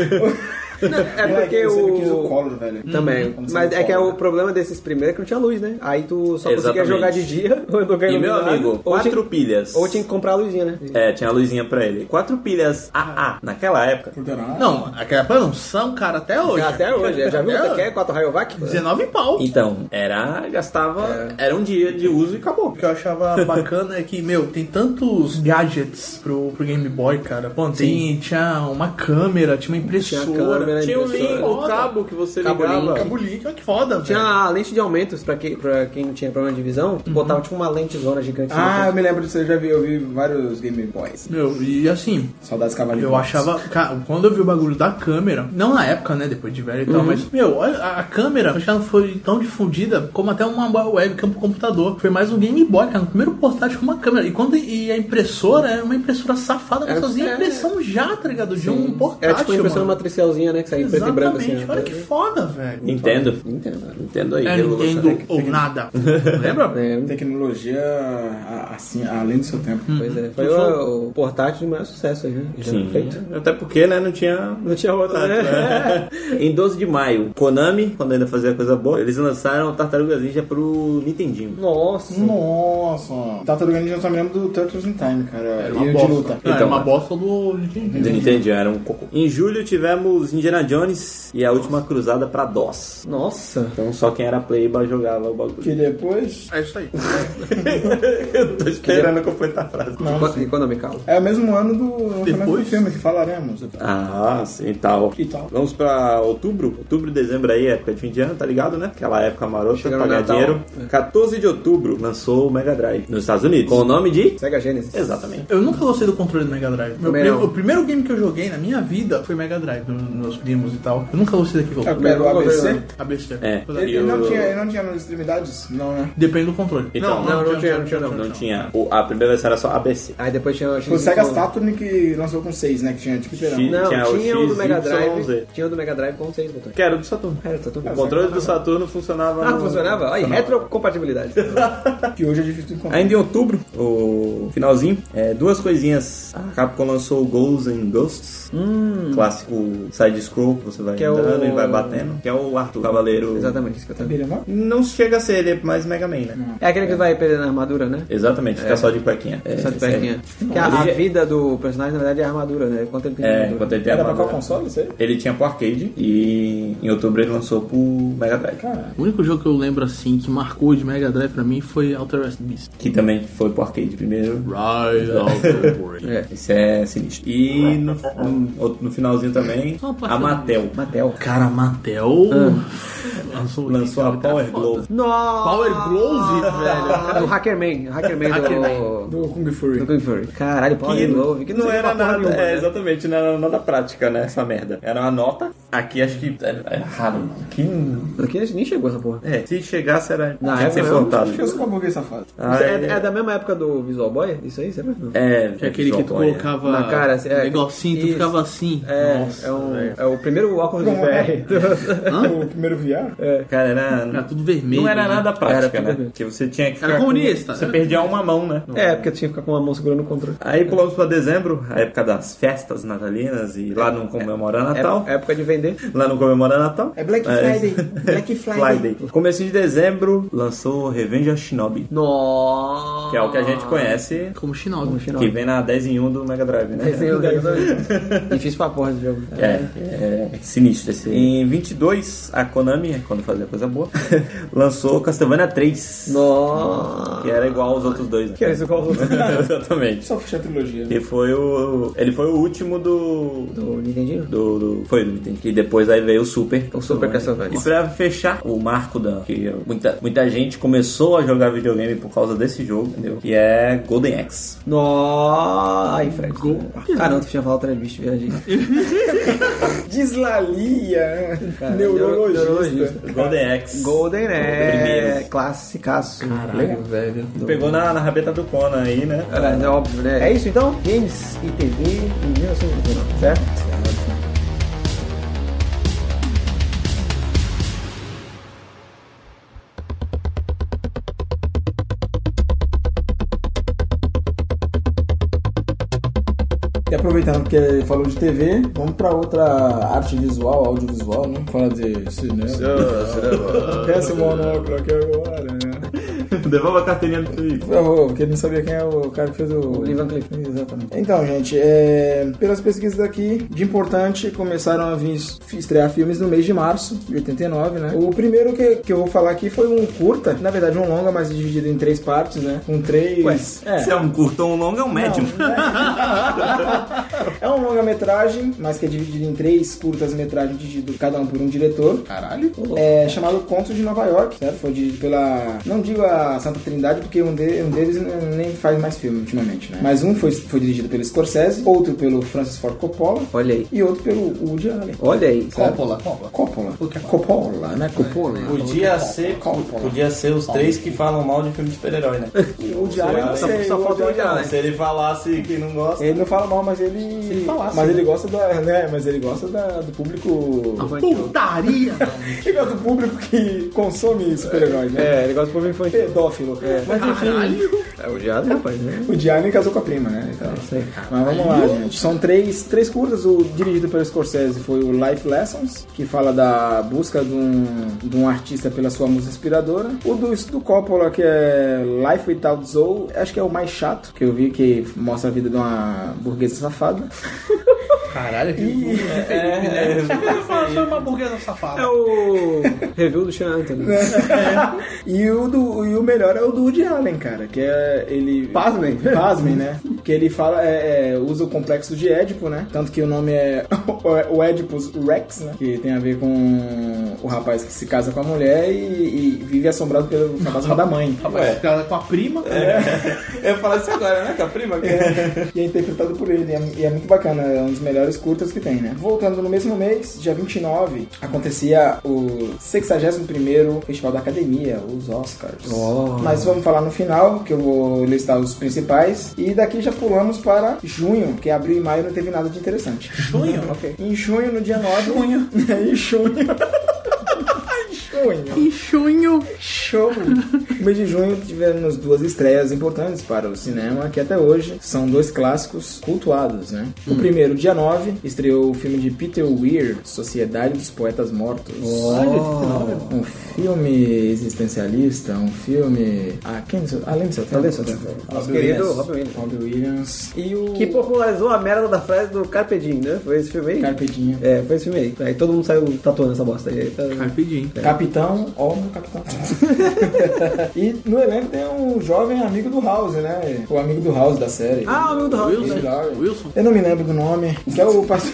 Speaker 1: É porque
Speaker 8: eu sempre quis o né?
Speaker 1: o. Hum.
Speaker 8: Collor, velho.
Speaker 1: Também.
Speaker 8: Quando
Speaker 1: Mas
Speaker 8: saiu
Speaker 1: é que é o
Speaker 8: Collor. né?
Speaker 1: problema desses primeiros é que não tinha luz, né? Aí tu só conseguia
Speaker 3: Exatamente.
Speaker 1: jogar de dia, quando ganhou
Speaker 3: E meu
Speaker 1: iluminado,
Speaker 3: amigo,
Speaker 1: ou tinha-
Speaker 3: quatro pilhas.
Speaker 1: Ou tinha que comprar a luzinha, né?
Speaker 3: É, tinha a luzinha pra ele. Quatro pilhas AA naquela época.
Speaker 8: Fliperama.
Speaker 4: Não, aquela época não são, cara, até hoje.
Speaker 1: Até hoje, já viu quanto
Speaker 4: Até
Speaker 1: é
Speaker 4: hoje.
Speaker 1: que é? 4 Rayovac?
Speaker 4: 19 pau.
Speaker 3: Então, era. gastava.
Speaker 1: É.
Speaker 3: Era um dia de uso e acabou.
Speaker 4: O que eu achava bacana é que, meu, tem tantos gadgets pro, pro Game Boy, cara. Pô, tem, tinha uma câmera, tinha uma impressora.
Speaker 1: Tinha câmera,
Speaker 3: Tinha o link, o
Speaker 1: impressora.
Speaker 3: cabo que você
Speaker 1: Cabo
Speaker 3: ligava.
Speaker 1: link.
Speaker 4: Cabo link, olha que foda,
Speaker 1: Tinha
Speaker 4: velho.
Speaker 1: a lente de aumentos pra quem, pra quem tinha problema de visão, tu botava tipo uma lente zona gigante.
Speaker 8: Ah, eu me lembro disso, eu já vi, eu vi vários Game Boys.
Speaker 4: Meu, e assim,
Speaker 8: Saudades Cavalinho.
Speaker 4: Eu achava, cara, quando eu vi o bagulho da câmera, não na época, né, depois de velho e
Speaker 1: Uhum.
Speaker 4: tal, mas, meu, olha, a a câmera acho que ela não foi tão difundida como até uma webcam pro computador. Foi mais um Game Boy, cara, no primeiro portátil com uma câmera. E quando e a impressora era uma impressora safada, que
Speaker 1: É,
Speaker 4: fazia
Speaker 1: é.
Speaker 4: impressão já, tá ligado? De um portátil,
Speaker 1: Era tipo uma impressora
Speaker 4: mano.
Speaker 1: matricialzinha, né? Que saía preto e branco assim. né?
Speaker 4: Exatamente, olha que foda, velho.
Speaker 3: Nintendo. Nintendo aí,
Speaker 4: É
Speaker 3: revolucionário.
Speaker 4: Nintendo ou nada. Lembra?
Speaker 1: É,
Speaker 8: Tecnologia a- assim, além do seu
Speaker 4: Hum.
Speaker 8: tempo.
Speaker 1: pois é. Foi o, o portátil de maior sucesso aí, né? Já
Speaker 3: Sim.
Speaker 1: feito.
Speaker 3: Até porque, né, não tinha.
Speaker 1: Não tinha outra,
Speaker 3: é.
Speaker 1: né?
Speaker 3: em 12 de maio, Konami, quando ainda fazia coisa boa, eles lançaram Tartarugas Ninja pro Nintendinho.
Speaker 1: Nossa.
Speaker 8: Uhum. Nossa! Tartaruga Ninja eu só me lembro do Turtles in Time, cara.
Speaker 4: Era
Speaker 8: E
Speaker 4: uma
Speaker 8: o de
Speaker 4: bosta.
Speaker 8: luta.
Speaker 4: Não, era
Speaker 3: Então,
Speaker 4: uma
Speaker 1: é.
Speaker 3: né?
Speaker 4: bosta do Nintendo.
Speaker 1: Hum.
Speaker 3: Do Nintendinho, era um cocô. Em julho tivemos Indiana Jones e a última cruzada pra DOS.
Speaker 1: Nossa.
Speaker 3: Então só quem era playboy jogava o
Speaker 8: Que
Speaker 3: bagulho.
Speaker 8: depois.
Speaker 4: É isso aí.
Speaker 3: Eu tô esperando completar a frase.
Speaker 8: Não, sim.
Speaker 1: Economical.
Speaker 8: É o mesmo ano do lançamento do
Speaker 4: Depois? É
Speaker 8: filme que falaremos. É,
Speaker 3: Ah, sim, tal.
Speaker 8: E tal.
Speaker 3: Vamos pra outubro. Outubro e dezembro aí, época de fim de ano, tá ligado, né? Aquela época marota
Speaker 1: Chega no
Speaker 3: pra ganhar
Speaker 1: Natal.
Speaker 3: dinheiro. 14 de outubro lançou o Mega Drive nos Estados Unidos. É. Com o nome de.
Speaker 1: Sega Genesis.
Speaker 3: Exatamente.
Speaker 4: Eu nunca gostei do controle do Mega Drive. Meu
Speaker 1: Também
Speaker 4: prim-
Speaker 1: não.
Speaker 4: o primeiro game que eu joguei na minha vida foi Mega Drive, dos meus primos e tal. Eu nunca gostei daquele
Speaker 8: Eu
Speaker 4: controle.
Speaker 8: quero o
Speaker 1: Primeiro
Speaker 8: ABC.
Speaker 1: governo.
Speaker 4: A besteira.
Speaker 3: É.
Speaker 4: Coisa-
Speaker 8: Ele, ele não
Speaker 3: Eu-
Speaker 8: tinha, ele não tinha nas extremidades? Não, né?
Speaker 4: Depende do controle.
Speaker 3: Então,
Speaker 1: não, não tinha, não tinha, não.
Speaker 3: Não tinha. O- a primeira versão era só ABC.
Speaker 1: Aí depois tinha
Speaker 8: Foi o Sega Saturn que lançou com 6, né? Que tinha tipo
Speaker 3: X.
Speaker 8: verão.
Speaker 1: Não,
Speaker 3: Tinha o
Speaker 1: tinha o do
Speaker 3: X,
Speaker 1: Mega
Speaker 3: Y, Z.
Speaker 1: Drive. Tinha o do Mega Drive com seis botões.
Speaker 3: Que era do Saturno.
Speaker 1: Era, tá tudo
Speaker 3: O
Speaker 1: bom.
Speaker 3: controle do Saturno é funcionava.
Speaker 1: Ah,
Speaker 3: no-
Speaker 1: funcionava? Olha, retrocompatibilidade.
Speaker 8: Que hoje é difícil de encontrar.
Speaker 3: Ainda em outubro, o finalzinho, é, duas coisinhas. A Capcom lançou o Ghosts and Ghosts, clássico side-scroll que você vai
Speaker 1: Que é
Speaker 3: andando
Speaker 1: o-
Speaker 3: e vai batendo, que é o Arthur Cavaleiro.
Speaker 1: Exatamente, isso que eu tava
Speaker 8: Ele é mó-
Speaker 3: Não chega a ser ele é mais Mega Man, né?
Speaker 1: É aquele que vai perdendo a armadura, né?
Speaker 3: Exatamente, fica só de cuequinha. É,
Speaker 1: Só de
Speaker 3: isso aí.
Speaker 1: perninha. Que a, a
Speaker 3: Ele-
Speaker 1: vida do personagem, na verdade, é a armadura, né? Quanto ele tem de
Speaker 3: É,
Speaker 1: armadura.
Speaker 3: enquanto ele tem
Speaker 8: Era pra
Speaker 3: armadura.
Speaker 8: qual console, isso aí?
Speaker 3: Ele tinha pro arcade e em outubro ele lançou pro Mega Drive,
Speaker 4: O único jogo que eu lembro assim que marcou de Mega Drive pra mim foi Altered Beast.
Speaker 3: que também foi pro arcade primeiro.
Speaker 4: Rise of the
Speaker 1: É.
Speaker 3: Isso é sinistro. E no, no, no finalzinho também,
Speaker 4: Só uma parte
Speaker 3: a Mattel.
Speaker 1: Matel.
Speaker 4: Cara, Mattel lançou,
Speaker 3: Lançou a
Speaker 4: cara, tá
Speaker 3: Power
Speaker 4: foda.
Speaker 3: Glove.
Speaker 1: Nossa!
Speaker 4: Power Glove, velho.
Speaker 1: Ah, o Hackerman, o Hackerman do...
Speaker 4: Hackerman.
Speaker 1: do Kung Fury. Do Kung Fury. Caralho, Power
Speaker 3: Que
Speaker 1: Glove, que não era nada. Nenhuma,
Speaker 3: é,
Speaker 1: né?
Speaker 3: exatamente, não era nada prática, né? Essa merda. Era uma nota. Aqui acho que. Era, era raro, mano. Que.
Speaker 1: Aqui nem chegou essa porra.
Speaker 3: É, se chegasse era.
Speaker 1: Na
Speaker 3: tinha que ser
Speaker 1: época, eu-
Speaker 3: frontado.
Speaker 8: Acho que eu sou um hambúrguer safado.
Speaker 3: Ah,
Speaker 1: é, é da mesma época do Visual Boy? Isso aí, você lembra?
Speaker 3: É,
Speaker 4: Que é aquele que tu
Speaker 3: Joconha.
Speaker 4: colocava um
Speaker 1: Na cara, assim, é,
Speaker 4: negocinho, tu
Speaker 1: isso.
Speaker 4: ficava assim.
Speaker 1: É,
Speaker 4: Nossa,
Speaker 1: é, um-
Speaker 4: velho.
Speaker 1: é o primeiro óculos de
Speaker 8: Como é?
Speaker 1: VR. do-
Speaker 8: O primeiro VR?
Speaker 3: Cara, era.
Speaker 4: Era tudo vermelho.
Speaker 3: Não era
Speaker 4: né?
Speaker 3: nada prática,
Speaker 1: Era tudo
Speaker 3: né?
Speaker 1: bem.
Speaker 3: Porque você tinha que ficar.
Speaker 4: Era
Speaker 3: com-
Speaker 4: comunista.
Speaker 3: Você perdia uma mão, né?
Speaker 1: É, porque eu tinha que ficar com uma mão segurando o controle.
Speaker 3: Aí pulamos pra dezembro, a época das festas natalinas, e lá não comemora Natal.
Speaker 1: É, época de vender.
Speaker 3: Lá não comemora Natal.
Speaker 8: É Black Friday. Black Friday.
Speaker 3: Friday. Comecinho de dezembro, lançou Revenge of Shinobi.
Speaker 1: Nossa!
Speaker 3: Que é o que a gente conhece,
Speaker 4: Como Shinobi.
Speaker 1: No final.
Speaker 3: que vem na 10 em 1 do Mega Drive, né?
Speaker 1: Esse aí eu lembro. Difícil pra porra esse jogo.
Speaker 3: É, é sinistro esse. Em 22, a Konami, quando fazia coisa boa, lançou Castlevania 3,
Speaker 1: Nossa!
Speaker 3: que era igual aos outros dois. Né?
Speaker 1: Que era isso qual o outro?
Speaker 3: Exatamente.
Speaker 8: É Só fechar a trilogia.
Speaker 3: E foi o. Ele foi o último do.
Speaker 1: Do Nintendinho?
Speaker 3: do, do- foi do Nintendo. E depois aí veio o Super.
Speaker 1: O Super Castlevania.
Speaker 3: E pra fechar o marco da. Que muita, muita gente começou a jogar videogame por causa desse jogo, entendeu? Que é Golden Axe.
Speaker 1: Nossa! Ai, Fred. Caramba, tu tinha falado outra bicho, viajei.
Speaker 8: Deslalia.
Speaker 1: Cara,
Speaker 8: né? Neurologista.
Speaker 1: neurologista.
Speaker 3: Golden Axe.
Speaker 1: Golden
Speaker 3: Primeiro.
Speaker 1: é classicaço. Legal.
Speaker 4: velho.
Speaker 3: Pegou na, na rabeta do Conan aí, né?
Speaker 1: É, é óbvio, né? É isso então? Games e TV em 1999, certo?
Speaker 8: E aproveitando que falou de TV, vamos pra outra arte visual, audiovisual, né? Fala de cinema. Peça o monóculo aqui agora, né?
Speaker 3: Devolva a carteirinha do Felipe.
Speaker 8: Por favor, porque ele não sabia quem é o cara que fez o...
Speaker 1: Lee Van Cleef.
Speaker 8: Exatamente. Então, gente, é, pelas pesquisas daqui, de importante, começaram a vir estrear filmes no mês de março de 89, né? O primeiro que, que eu vou falar aqui foi um curta, na verdade um longa, mas dividido em três partes, né? Com três... é.
Speaker 3: Se é um curto ou um longo, é um médium.
Speaker 8: É um longa-metragem, mas que é dividido em três curtas-metragens, dirigido cada um por um diretor.
Speaker 11: Caralho.
Speaker 8: É chamado Contos de Nova York, certo? Foi dirigido pela. Não digo a Santa Trindade, porque um, de- um deles n- nem faz mais filme ultimamente, né? Mas um foi, foi dirigido pelo Scorsese, outro pelo Francis Ford Coppola
Speaker 1: Olha aí.
Speaker 8: e outro pelo Woody Allen.
Speaker 1: Olha aí.
Speaker 11: Coppola, Coppola.
Speaker 8: Coppola.
Speaker 11: é
Speaker 8: Coppola, né? Coppola.
Speaker 3: Podia ser, podia ser os três que falam mal de filme de super-herói, né?
Speaker 8: O Woody Allen, não
Speaker 3: Só-
Speaker 8: sei.
Speaker 1: só
Speaker 8: o
Speaker 1: falta o
Speaker 8: Woody Allen.
Speaker 1: Allen.
Speaker 3: Se ele falasse que não gosta,
Speaker 8: Ele não fala mal, mas ele.
Speaker 11: ele falasse,
Speaker 8: mas
Speaker 11: né? Ah,
Speaker 8: ele gosta da. Né? Mas ele gosta da- do público.
Speaker 4: Putaria!
Speaker 11: então.
Speaker 8: Ele gosta do público que consome super-heróis, né?
Speaker 1: É, ele gosta de povo infantil.
Speaker 8: Pedófilo. Mas enfim.
Speaker 1: É o diabo, rapaz, né?
Speaker 8: O Diário casou com a prima, né? Então, mas vamos lá, gente. São três, três curtas. O dirigido pelo Scorsese foi o Life Lessons, que fala da busca de um, de um artista pela sua música inspiradora. O do, do Coppola, que é Life Without Soul, acho que é o mais chato que eu vi, que mostra a vida de uma burguesa safada.
Speaker 11: Caralho, que
Speaker 4: né?
Speaker 8: é,
Speaker 11: Foi uma burguesa safada.
Speaker 1: É o review do Sean Anthony.
Speaker 8: E o, do, e o melhor é o do Woody Allen, cara, que é ele.
Speaker 11: Pasmem.
Speaker 8: Pasmem, né? Que ele fala, é, é, usa o complexo de Édipo, né? Tanto que o nome é o Édipus Rex, né? Que tem a ver com o rapaz que se casa com a mulher e, e vive assombrado pelo fantasma da mãe.
Speaker 4: é.
Speaker 11: Rapaz, esse cara com a prima.
Speaker 3: eu falasse agora, né? Com a prima.
Speaker 8: e é interpretado por ele, e é, e é muito bacana, é um dos melhores curtas que tem, né? Voltando no mesmo mês, dia 29, acontecia o 61º Festival da Academia, os Oscars. Mas vamos falar no final, que eu vou listar os principais. E daqui já pulamos para junho, que é abril e maio não teve nada de interessante. Junho? ok. Em junho, no dia 9. Junho. em junho. Em Junho.
Speaker 4: Em junho.
Speaker 8: Show! No mês de junho tivemos duas estreias importantes para o cinema, que até hoje são dois clássicos cultuados, né? O primeiro, dia 9, estreou o filme de Peter Weir, Sociedade dos Poetas Mortos. Um filme existencialista, um filme... Ah, quem... Além do seu tempo. Além do seu tempo. Robin
Speaker 1: querido
Speaker 8: Williams.
Speaker 1: Robin Williams.
Speaker 8: Robin Williams. E o...
Speaker 1: Que popularizou a merda da frase do Carpe Diem, né? Foi esse filme aí?
Speaker 8: Carpedinho.
Speaker 1: É, foi esse filme aí. Aí todo mundo saiu tatuando essa bosta aí. Tá...
Speaker 8: é.
Speaker 4: Rapidinho.
Speaker 8: Capitão, ó, meu capitão. e no elenco tem um jovem amigo do House, né? O amigo do House da série.
Speaker 1: Ah, o meu do Rock.
Speaker 4: Wilson. Wilson.
Speaker 8: Eu não me lembro do nome. Que é o parce-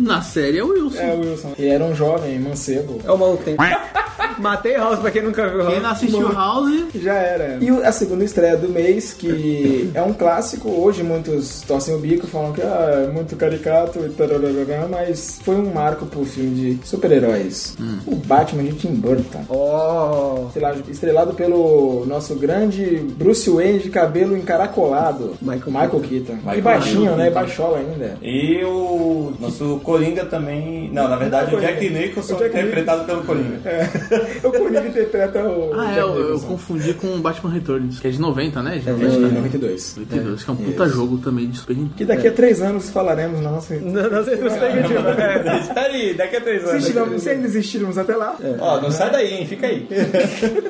Speaker 4: Na série é o Wilson.
Speaker 8: É o Wilson. Ele era um jovem, mancebo.
Speaker 1: É o maluco tem. Matei House pra quem nunca viu
Speaker 4: Quem
Speaker 1: House.
Speaker 4: não assistiu House,
Speaker 8: Já era. E o- a segunda estreia do mês, que é um clássico. Hoje muitos torcem o bico, falam que ah, é muito caricato e tarararará, mas foi um marco pro filme de super-heróis. O Batman de Tim Burton.
Speaker 1: Oh.
Speaker 8: Sei lá, estrelado pelo nosso grande Bruce Wayne de cabelo encaracolado.
Speaker 1: Michael
Speaker 8: Keaton. e
Speaker 3: Michael
Speaker 8: baixinho,
Speaker 3: Keaton.
Speaker 8: né? E baixola ainda.
Speaker 3: E o nosso Coringa também. Não, na verdade, o Jack Nicholson É.
Speaker 8: O Jack
Speaker 3: interpretado pelo Coringa.
Speaker 8: o Coringa interpreta o...
Speaker 4: ah, é, eu, eu confundi com o Batman Returns, que é de 90, né? De 90,
Speaker 8: De
Speaker 4: né?
Speaker 8: 92.
Speaker 4: 82, que é um puta jogo também de Super Nintendo.
Speaker 8: Que daqui a três anos falaremos na nossa.
Speaker 1: Não, não sei se você tem que dizer.
Speaker 3: Espera aí, daqui a três
Speaker 8: Se,
Speaker 3: anos.
Speaker 8: estivermos- se ainda existirmos até lá.
Speaker 3: Ó, não sai daí, hein? Fica aí.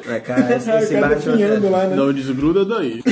Speaker 1: Mas, cara, esse,
Speaker 8: Ah, o
Speaker 1: esse
Speaker 8: cara
Speaker 1: Batman. é
Speaker 8: definhando lá, né?
Speaker 4: Não desgruda daí.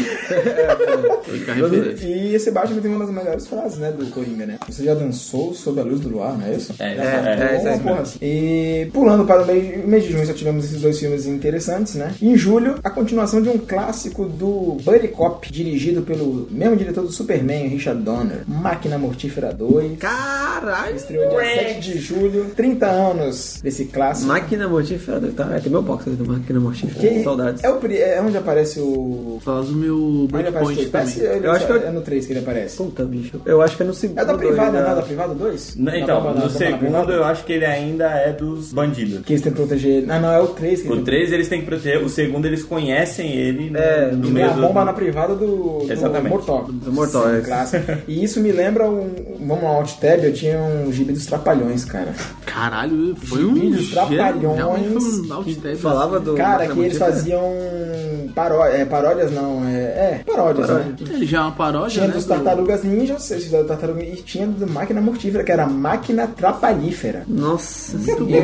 Speaker 4: Fica a referência.
Speaker 8: E esse Batman tem uma das melhores frases, né, do Coringa, né? Você já dançou sob a luz do luar, não é isso?
Speaker 3: É,
Speaker 1: é, isso
Speaker 8: Uma
Speaker 1: aí.
Speaker 8: porra assim. E pulando para o mês, mês de junho, só tivemos esses dois filmes interessantes, né? Em julho, a continuação de um clássico do Buddy Cop, dirigido pelo mesmo diretor do Superman, Richard Donner. Máquina Mortífera 2.
Speaker 1: Caralho.
Speaker 8: Estreou dia 7 de julho, 30 anos desse clássico.
Speaker 1: Máquina mortífera. do- Tá, é, tem meu box ali do Máquina mortífera.
Speaker 8: Que
Speaker 1: Saudades.
Speaker 8: É, o pri- é onde aparece o.
Speaker 4: Faz o meu
Speaker 8: Onde aparece
Speaker 4: Breakpoint
Speaker 8: o aparece,
Speaker 4: também.
Speaker 8: ele-
Speaker 1: Eu acho que
Speaker 8: é no 3 que ele aparece.
Speaker 1: Puta, bicho. Eu acho que é no segundo. né?
Speaker 8: É da privada,
Speaker 1: ainda.
Speaker 8: não é da privada 2?
Speaker 3: Então, no segundo eu acho que ele ainda é dos bandidos.
Speaker 8: Que eles têm que proteger ele. Ah, não, é o 3 que
Speaker 3: O
Speaker 8: ele tem
Speaker 3: 3 eles têm que proteger, o segundo eles conhecem ele no-
Speaker 1: É,
Speaker 3: no
Speaker 8: que tem
Speaker 3: meio
Speaker 8: a
Speaker 3: do-
Speaker 8: bomba na privada do, do
Speaker 3: Exatamente.
Speaker 8: Mortal.
Speaker 1: Do Mortal, é.
Speaker 8: clássico. E isso me lembra um. Vamos lá, Alt Tab, eu tinha um gibi dos Trapalhões, cara.
Speaker 4: Caralho, foi um.
Speaker 8: Filhos
Speaker 4: gênero, Realmente foi
Speaker 8: Trapalhões
Speaker 4: um outstep.
Speaker 1: Falava do. né?
Speaker 8: Cara,
Speaker 1: Máquina
Speaker 4: né?
Speaker 8: que eles
Speaker 1: Mortífera?
Speaker 8: faziam paródias, é, paródias não, é, é paródias, né?
Speaker 4: Ele já é uma paródia,
Speaker 8: Tinha
Speaker 4: né?
Speaker 8: dos
Speaker 4: do-
Speaker 8: Tartarugas Ninjas, eles fizeram Tartaruga e tinha do Máquina Mortífera, que era Máquina Trapalífera.
Speaker 1: Nossa, muito
Speaker 8: E-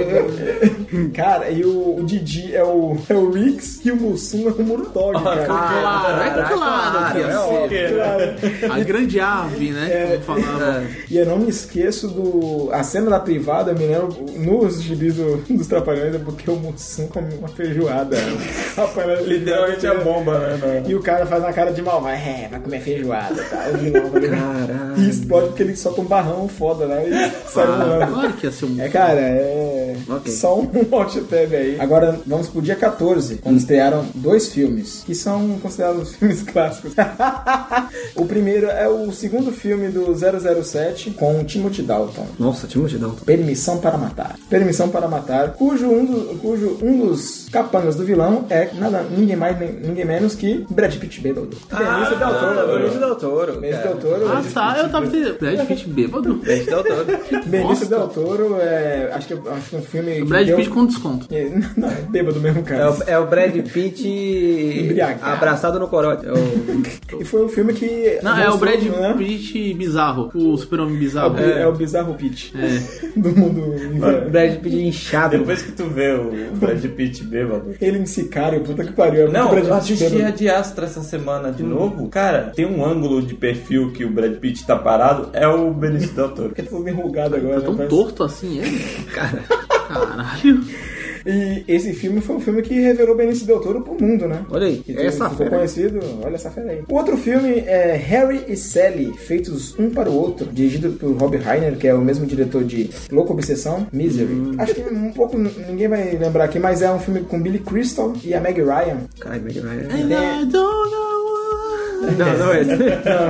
Speaker 4: Hum.
Speaker 8: e- cara, e o, o Didi é o, é o Rix e o Mussum é o
Speaker 4: Ah,
Speaker 8: Murtog, cara.
Speaker 4: Claro, é
Speaker 1: Caraca,
Speaker 4: claro que ia
Speaker 1: é
Speaker 4: ser.
Speaker 8: Óbvio, claro.
Speaker 4: A grande ave, né? Como
Speaker 1: É.
Speaker 4: falava.
Speaker 8: E eu não me esqueço do. A cena da privada, eu me lembro nos gibis do- dos Trapalhões, é porque o Mussum come uma feijoada. Rapaz,
Speaker 3: Literalmente a bomba, né?
Speaker 8: é. E o cara faz uma cara de mal, vai, é, vai comer feijoada, tá? Eu vi lá, eu falei, E explode porque ele solta um barrão foda, né? E sai
Speaker 4: Ah,
Speaker 8: voando.
Speaker 4: claro que ia ser um.
Speaker 8: É, cara, é.
Speaker 1: Ok.
Speaker 8: Só um hot tab aí. Agora, vamos pro dia 14, quando estrearam dois filmes, que são considerados filmes clássicos. o primeiro é o segundo filme do 007 com o Timothy Dalton.
Speaker 1: Nossa, um Timothy Dalton.
Speaker 8: Permissão para Matar. Permissão para Matar, cujo um, do- cujo um dos capangas do vilão é nada, ninguém mais, nem- ninguém menos que Brad Pitt Bêbado. Permissão Del Toro.
Speaker 1: Benício Del Toro.
Speaker 8: Benício
Speaker 1: cara. É
Speaker 8: Del Toro.
Speaker 4: Ah, tá, eu tava entendendo. Brad Pitt bêbado.
Speaker 1: Benício Del Toro.
Speaker 8: Benício
Speaker 4: Bosta.
Speaker 8: Del Toro é. Acho que, acho que é um filme. que
Speaker 4: Brad
Speaker 8: deu-
Speaker 4: Pitt com desconto.
Speaker 8: É, Não, é bêbado mesmo,
Speaker 1: É
Speaker 8: cara.
Speaker 1: o, é o Brad Pitt
Speaker 8: Embriagado.
Speaker 1: abraçado no corote. É o-
Speaker 8: E foi um filme que.
Speaker 4: Não, é o Brad
Speaker 8: mostrou, né?
Speaker 4: Pitt bizarro. O super-homem
Speaker 8: É o
Speaker 4: bizarro.
Speaker 8: Bi- É. o Bizarro Pitt. Do mundo.
Speaker 1: o
Speaker 8: inverno.
Speaker 1: Brad Pitt inchado.
Speaker 3: Depois que tu vê o Brad Pitt bêbado.
Speaker 8: Ele em Sicário, puta que pariu. É muito
Speaker 3: Não,
Speaker 8: Brad
Speaker 3: eu
Speaker 8: Pitt
Speaker 3: assisti
Speaker 8: bêbado.
Speaker 3: a de Astra essa semana de novo. Cara, tem um ângulo de perfil que o Brad Pitt tá parado, é o Benício Del Toro.
Speaker 8: Porque tá todo enrugado agora.
Speaker 4: Tá tão
Speaker 8: né? Parece-
Speaker 4: torto assim, ele? Cara. Caralho.
Speaker 8: E esse filme foi um filme que revelou Benício Del Toro pro mundo, né?
Speaker 1: Olha aí,
Speaker 8: que
Speaker 1: essa
Speaker 8: ficou
Speaker 1: fera.
Speaker 8: conhecido, olha essa fera aí. O outro filme é Harry e Sally, feitos um para o outro, dirigido por Rob Reiner, que é o mesmo diretor de Louco Obsessão, Misery. Acho que um pouco ninguém vai lembrar aqui, mas é um filme com Billy Crystal e a Meg Ryan.
Speaker 1: Cara, Meg Ryan.
Speaker 4: And I don't know why.
Speaker 1: é Não, não é esse.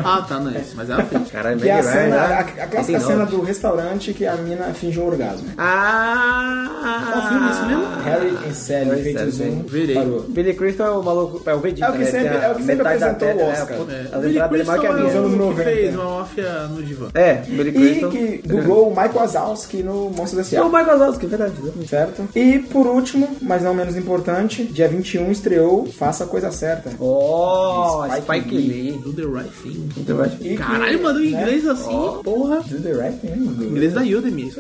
Speaker 4: Ah, tá, não é esse, mas é a frente.
Speaker 1: Caralho,
Speaker 8: Que é
Speaker 1: Meg
Speaker 8: a
Speaker 1: Ryan.
Speaker 8: cena,
Speaker 1: ah,
Speaker 8: a, a clássica
Speaker 1: 89.
Speaker 8: cena do restaurante que a mina finge um orgasmo.
Speaker 1: Ah!
Speaker 8: Tá
Speaker 4: Qual filme é esse mesmo?
Speaker 8: Harry e Sally,
Speaker 1: Harry e
Speaker 8: feitos
Speaker 1: Sally,
Speaker 8: um
Speaker 4: verei.
Speaker 8: para o outro.
Speaker 1: Billy Crystal é o maluco, é o Vegeta,
Speaker 8: É o que
Speaker 1: né?
Speaker 8: sempre-
Speaker 1: Tem a
Speaker 8: é o que sempre
Speaker 1: metade da
Speaker 8: apresentou o
Speaker 1: tela,
Speaker 8: Oscar.
Speaker 1: É, a puta-
Speaker 4: É.
Speaker 1: as
Speaker 4: Billy
Speaker 1: entradas dele é maior que a
Speaker 4: Crystal
Speaker 1: minha.
Speaker 4: é
Speaker 8: anos
Speaker 4: o que
Speaker 8: 90.
Speaker 4: fez uma máfia no divã.
Speaker 1: É, Billy Crystal.
Speaker 8: E que dublou o Michael Wazowski no Monstros
Speaker 1: É o
Speaker 8: S.A.
Speaker 1: Michael Zowski, é verdade.
Speaker 8: Certo? E por último, mas não menos importante, dia 21 estreou Faça a Coisa Certa.
Speaker 1: Oh,
Speaker 8: Spike
Speaker 1: Spike Lee.
Speaker 4: Do The Right Thing.
Speaker 1: Muito bem.
Speaker 8: E que- né,
Speaker 4: Caralho, mandou em inglês assim, porra.
Speaker 8: Do the right thing, mano.
Speaker 4: Inglês da Udemy.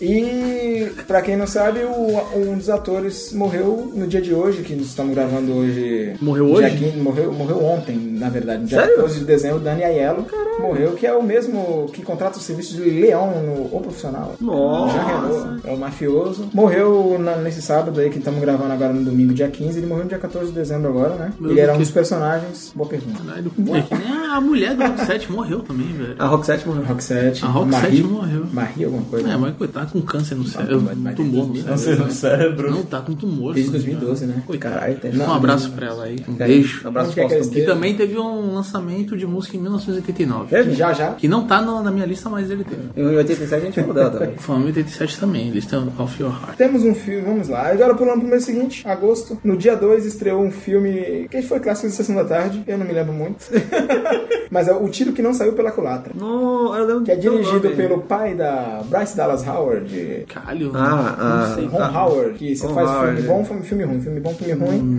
Speaker 8: E pra quem não sabe, o- um dos atores morreu no dia de hoje, que nós estamos gravando hoje.
Speaker 4: Morreu
Speaker 8: dia
Speaker 4: hoje?
Speaker 8: 15 morreu, morreu ontem, na verdade. No dia
Speaker 1: Sério?
Speaker 8: 14 de dezembro, Dani Aiello morreu, que é o mesmo que contrata o serviço de Leão no O Profissional.
Speaker 1: Nossa.
Speaker 8: Jean Reno, É o mafioso. Morreu na- nesse sábado aí que estamos gravando agora no domingo, dia 15. Ele morreu no dia 14 de dezembro agora, né?
Speaker 4: Meu
Speaker 8: ele era
Speaker 4: Deus,
Speaker 8: um
Speaker 4: que-
Speaker 8: dos personagens. Boa pergunta.
Speaker 4: Caralho. É que nem a mulher do Rock morreu também, velho.
Speaker 1: A Roxette morreu.
Speaker 8: Roxette.
Speaker 4: A Roxette
Speaker 8: Marie-
Speaker 4: morreu.
Speaker 8: Marie alguma coisa.
Speaker 4: É, mas coitado, tá com câncer no cérebro.
Speaker 8: mas- mas
Speaker 4: tumor no
Speaker 8: desde
Speaker 3: Você
Speaker 4: cérebro.
Speaker 3: no cérebro.
Speaker 4: Não, tá com tumor.
Speaker 8: Desde
Speaker 4: se não me engano.
Speaker 8: 2012, né?
Speaker 4: Coitado.
Speaker 1: Caralho, tem.
Speaker 4: Um abraço pra ela aí. Um
Speaker 1: Tem.
Speaker 4: beijo.
Speaker 1: Abraço
Speaker 8: Onde quer que ela
Speaker 1: Faustão.
Speaker 4: E
Speaker 8: esteja?
Speaker 4: também teve um lançamento de música em 1989.
Speaker 1: Teve?
Speaker 8: Já, já.
Speaker 4: Que não tá no- na minha lista, mas ele teve.
Speaker 1: Em 87 a gente falou
Speaker 8: tá
Speaker 1: dela também.
Speaker 4: Foi em 87 também, eles têm Off Your Heart.
Speaker 8: Temos um filme, vamos lá. Agora pulando pro mês seguinte, agosto. No dia 2 estreou um filme que foi clássico de Sessão da Tarde, eu não me lembro muito. Mas é O Tiro Que Não Saiu Pela Culatra.
Speaker 1: Não, eu lembro
Speaker 8: Que é
Speaker 1: do teu
Speaker 8: dirigido
Speaker 1: nome.
Speaker 8: pelo pai da Bryce Dallas Howard.
Speaker 4: Caralho.
Speaker 1: Ah,
Speaker 4: não
Speaker 1: ah.
Speaker 4: sei.
Speaker 8: Ron Howard, que você
Speaker 1: Ron
Speaker 8: faz
Speaker 1: Howard, Hum.
Speaker 8: filme
Speaker 1: é.
Speaker 8: bom, filme, filme ruim, filme bom, filme ruim.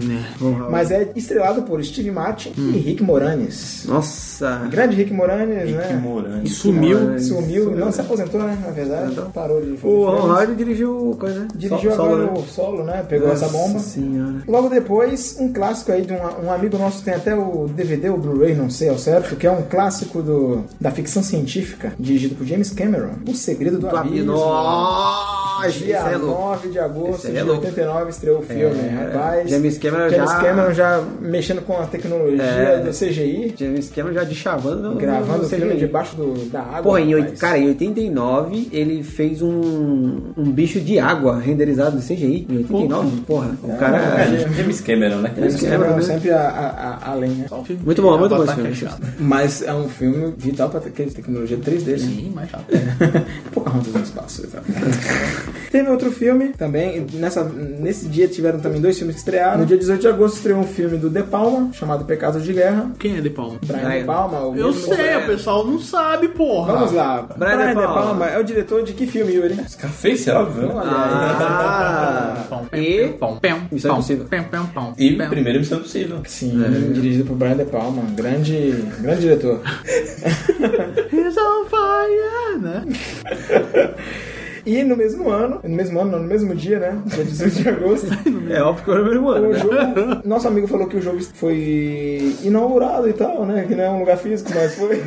Speaker 8: Mas é estrelado por Steve Martin
Speaker 1: Hum.
Speaker 8: e Rick Moranes.
Speaker 1: Nossa.
Speaker 8: Grande Rick Moranes,
Speaker 3: Que
Speaker 8: né?
Speaker 3: morante.
Speaker 4: Sumiu.
Speaker 8: Sumiu, não, se aposentou, né? Na verdade, parou de fazer
Speaker 1: É, então. O Ron
Speaker 8: filmes.
Speaker 1: Howard dirigiu o coisa, né?
Speaker 8: Dirigiu
Speaker 1: Sol-
Speaker 8: agora
Speaker 1: solo, né?
Speaker 8: o solo, né? Pegou essa bomba.
Speaker 1: Nossa senhora.
Speaker 8: Logo depois, um clássico aí de um, um amigo nosso tem até o DVD, o Blu-ray, não sei ao certo, que é um clássico do, da ficção científica, dirigido por James Cameron. O Segredo do,
Speaker 1: Do
Speaker 8: Abismo.
Speaker 1: Abismo. Nossa, esse
Speaker 8: Dia
Speaker 1: é louco.
Speaker 8: 9 de agosto
Speaker 1: Esse
Speaker 8: de
Speaker 1: é louco.
Speaker 8: 89 estreou o filme, rapaz.
Speaker 1: James Cameron
Speaker 8: James
Speaker 1: já-
Speaker 8: Cameron já mexendo com a tecnologia
Speaker 1: É.
Speaker 8: do CGI,
Speaker 1: James Cameron já deschavando. no-
Speaker 8: gravando
Speaker 1: no
Speaker 8: o filme
Speaker 1: CGI.
Speaker 8: debaixo do, da água.
Speaker 1: Porra, em, oit-
Speaker 8: rapaz.
Speaker 1: cara, em 89 ele fez um, um bicho de água renderizado de CGI. Em 89, porra. O cara.
Speaker 3: É, James Cameron, né?
Speaker 8: James
Speaker 1: Cameron,
Speaker 8: Cameron
Speaker 1: né?
Speaker 8: sempre a, a, a, além, né?
Speaker 1: Muito bom, muito bom esse
Speaker 4: Avatar que é
Speaker 1: filme.
Speaker 4: chato.
Speaker 8: Mas é um filme vital pra te- que- tecnologia 3D, né?
Speaker 4: Sim, mas chato.
Speaker 8: um Pocahontas no espaço, exato. Teve outro filme também, nessa, nesse dia tiveram também dois filmes que estrearam. No dia 18 de agosto estreou um filme do De Palma, chamado Pecados de Guerra.
Speaker 4: Quem é De Palma?
Speaker 8: Brian
Speaker 1: Brian.
Speaker 8: De Palma. o
Speaker 4: Eu
Speaker 8: mesmo-
Speaker 4: sei, o pessoal não sabe, porra.
Speaker 8: Vamos lá.
Speaker 1: Ah, Brian De
Speaker 8: Brian, De
Speaker 1: Palma. né?
Speaker 8: Palma é o diretor de que filme, Yuri?
Speaker 3: Face, óbvio.
Speaker 1: Ah,
Speaker 4: Pão, pão,
Speaker 1: e
Speaker 4: pão, pão,
Speaker 1: Missão
Speaker 4: pão,
Speaker 1: Impossível.
Speaker 4: pão, pão, pão,
Speaker 3: E
Speaker 4: pão.
Speaker 3: primeiro Missão Possível.
Speaker 8: Sim,
Speaker 1: É.
Speaker 8: dirigido por Brian De Palma, um grande, grande diretor.
Speaker 4: He's on fire, né?
Speaker 8: E no mesmo ano, no mesmo ano, não, no mesmo dia, né? Dia 18 de agosto,
Speaker 1: é óbvio que eu era o mesmo ano.
Speaker 8: Então, o
Speaker 1: né?
Speaker 8: jogo. Nosso amigo falou que o jogo foi inaugurado e tal, né? Que não é um lugar físico, mas foi.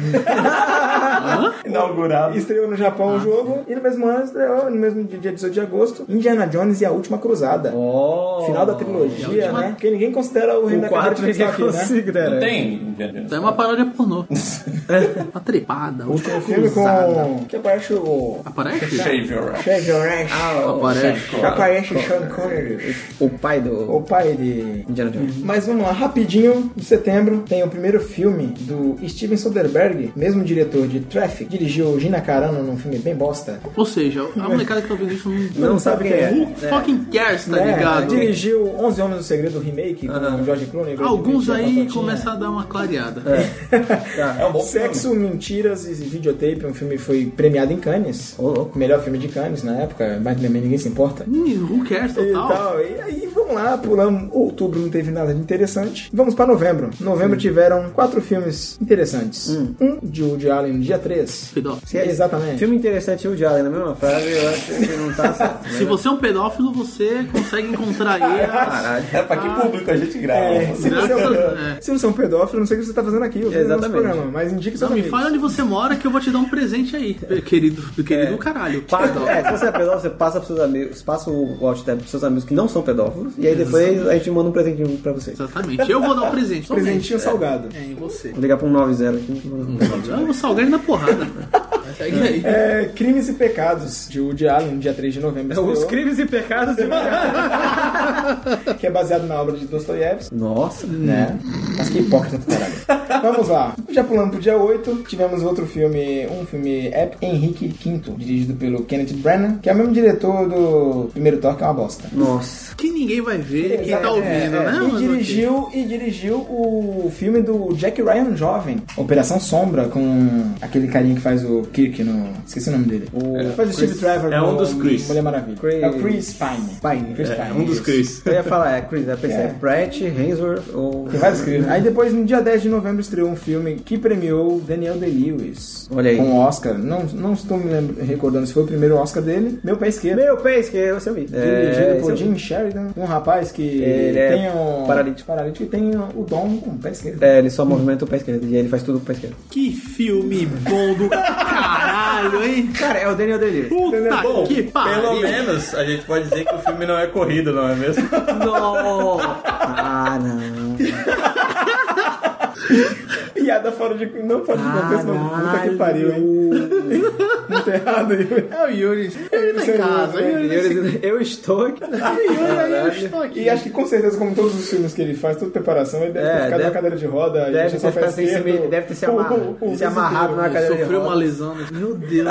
Speaker 3: Inaugurado.
Speaker 8: Estreou no Japão o jogo. E no mesmo ano estreou, no mesmo dia 18 de agosto, Indiana Jones e a Última Cruzada.
Speaker 1: Oh,
Speaker 8: Final da trilogia, né? Porque ninguém considera o Reino
Speaker 1: o
Speaker 8: da Caveira
Speaker 1: 4 ninguém
Speaker 8: Cristal aqui, né?
Speaker 1: considera.
Speaker 3: Tem.
Speaker 4: É uma paródia pornô. É, uma trepada. um
Speaker 8: O último Um filme com... Que aparece o...
Speaker 4: Aparece?
Speaker 3: Shaver.
Speaker 8: Chevrolet.
Speaker 4: Aparece.
Speaker 8: Que aparece o Sean Connery.
Speaker 1: Ah, O pai do
Speaker 8: O pai de...
Speaker 1: Indiana Jones.
Speaker 4: Uhum.
Speaker 8: Mas vamos lá, rapidinho, de setembro, tem o primeiro filme do Steven Soderbergh, mesmo diretor de Traffic, dirigiu Gina Carano num filme bem bosta.
Speaker 4: Ou seja, a molecada que tá ouvindo isso não...
Speaker 1: Não sabe quem é.
Speaker 4: Who Um fucking cares, tá
Speaker 8: Né?
Speaker 4: ligado?
Speaker 8: Dirigiu 11 Homens do Segredo, o remake, com o George Clooney. Brad
Speaker 4: Alguns
Speaker 8: Pitt, a
Speaker 4: aí
Speaker 8: Batatinha.
Speaker 4: começam a dar uma clareada.
Speaker 3: É um bom
Speaker 8: Sexo, Mentiras e Videotape, um filme que foi premiado em Cannes.
Speaker 1: Ô, louco.
Speaker 8: Melhor filme de Cannes na época, mas também ninguém se importa.
Speaker 4: Hum, who cares,
Speaker 8: E,
Speaker 4: total.
Speaker 8: tal. e aí vamos lá, pulamos. Outubro não teve nada de interessante. Vamos pra novembro. Novembro
Speaker 4: Hum.
Speaker 8: tiveram quatro filmes interessantes. Um de Woody Allen no dia 3.
Speaker 4: Pedófilo.
Speaker 1: Se é-
Speaker 8: Exatamente.
Speaker 1: Filme interessante é o Jalen, na mesma frase, eu acho que não tá certo. mas-
Speaker 4: Se você é um pedófilo, você consegue encontrar ele.
Speaker 1: Caralho.
Speaker 3: É pra que público a gente grava?
Speaker 8: É, se, você é um,
Speaker 4: É.
Speaker 8: se você é um pedófilo, não sei o que você tá fazendo aqui. Eu fiz o nosso
Speaker 1: Exatamente.
Speaker 8: programa, mas indique seus
Speaker 4: Não, me
Speaker 8: amigos.
Speaker 4: fala onde você mora que eu vou te dar um presente aí, querido, querido caralho.
Speaker 1: Pa-
Speaker 4: pedófilo.
Speaker 1: É, se você é pedófilo, você passa pros seus amigos, passa o Watchtap pros seus amigos que não são pedófilos, e aí depois a gente manda um presentinho pra vocês.
Speaker 4: Exatamente. Eu vou dar um presente. somente.
Speaker 8: Presentinho salgado.
Speaker 4: É, em você.
Speaker 1: Vou ligar pra um 90 aqui.
Speaker 4: Eu vou salgar ele na porrada. Segue aí.
Speaker 8: É, Crimes e Pecados, de Woody Allen, no dia 3 de novembro.
Speaker 4: É
Speaker 1: Então, Os
Speaker 8: estreou,
Speaker 1: crimes e pecados de
Speaker 8: que é baseado na obra de Dostoiévski.
Speaker 1: Nossa,
Speaker 8: Né? Mas que hipócrita do caralho. Vamos lá. Já pulando pro dia 8, tivemos outro filme, um filme épico, Henrique V, dirigido pelo Kenneth Branagh, que é o mesmo diretor do primeiro Thor, que é uma bosta.
Speaker 1: nossa.
Speaker 4: Que ninguém vai ver, quem tá
Speaker 8: É,
Speaker 4: ouvindo,
Speaker 8: é.
Speaker 4: né?
Speaker 8: E
Speaker 4: Mas
Speaker 8: dirigiu, e dirigiu o filme do Jack Ryan Jovem, Operação Sombra, com aquele carinha que faz o Kirk no. Esqueci o nome dele. O, faz o Steve Trevor.
Speaker 3: é um
Speaker 8: no
Speaker 3: dos Chris.
Speaker 8: Mulher Maravilha.
Speaker 1: Chris.
Speaker 8: É o Chris Pine. Pine, Chris Pine.
Speaker 3: É um dos
Speaker 8: isso.
Speaker 3: Chris.
Speaker 1: Eu ia falar, é Chris, eu pensei, é
Speaker 8: É.
Speaker 1: Pratt, Hainsworth ou.
Speaker 8: Tem vários né? Chris. Aí depois, no dia 10 de novembro, estreou um filme que premiou Daniel Day-Lewis.
Speaker 1: Olha aí.
Speaker 8: Com o Oscar. Não, não estou me lembra- recordando se foi o primeiro Oscar dele. Meu pé esquerdo.
Speaker 1: Meu peixe, que eu sei o vídeo.
Speaker 8: Dirigido por
Speaker 1: esse eu vi.
Speaker 8: Jim Sheridan, um rapaz que
Speaker 1: Ele é
Speaker 8: tem um
Speaker 1: paralítico.
Speaker 8: paralítico e tem o dom com o pé esquerdo.
Speaker 1: É, ele só movimenta o pé esquerdo e ele faz tudo com o pé esquerdo.
Speaker 4: Que filme bom do caralho, hein?
Speaker 1: Cara, é o Daniel Day-Lewis.
Speaker 4: Puta
Speaker 3: Bom,
Speaker 4: que
Speaker 3: pelo
Speaker 4: pariu.
Speaker 3: menos a gente pode dizer que o filme não é corrido, não é mesmo?
Speaker 1: Não! Ah, não.
Speaker 8: Piada fora de. Não fora de contexto, não. Puta que pariu, hein? Muito errado, Yuri.
Speaker 4: É o Yuri. Ele tá em casa. Yuri.
Speaker 1: Eu, eu estou aqui.
Speaker 8: E acho que com certeza, como todos os filmes que ele faz, toda preparação, ele deve
Speaker 1: É,
Speaker 8: ter ficado
Speaker 1: deve-
Speaker 8: na cadeira de roda.
Speaker 1: Deve ter,
Speaker 8: e só
Speaker 1: ficado
Speaker 8: faz
Speaker 1: sem se,
Speaker 8: esquerdo.
Speaker 1: deve ter se, amarra,
Speaker 8: O- o- o
Speaker 1: se amarrado na cadeira de
Speaker 4: Sofreu
Speaker 1: rodas.
Speaker 4: uma lesão. né? Meu Deus.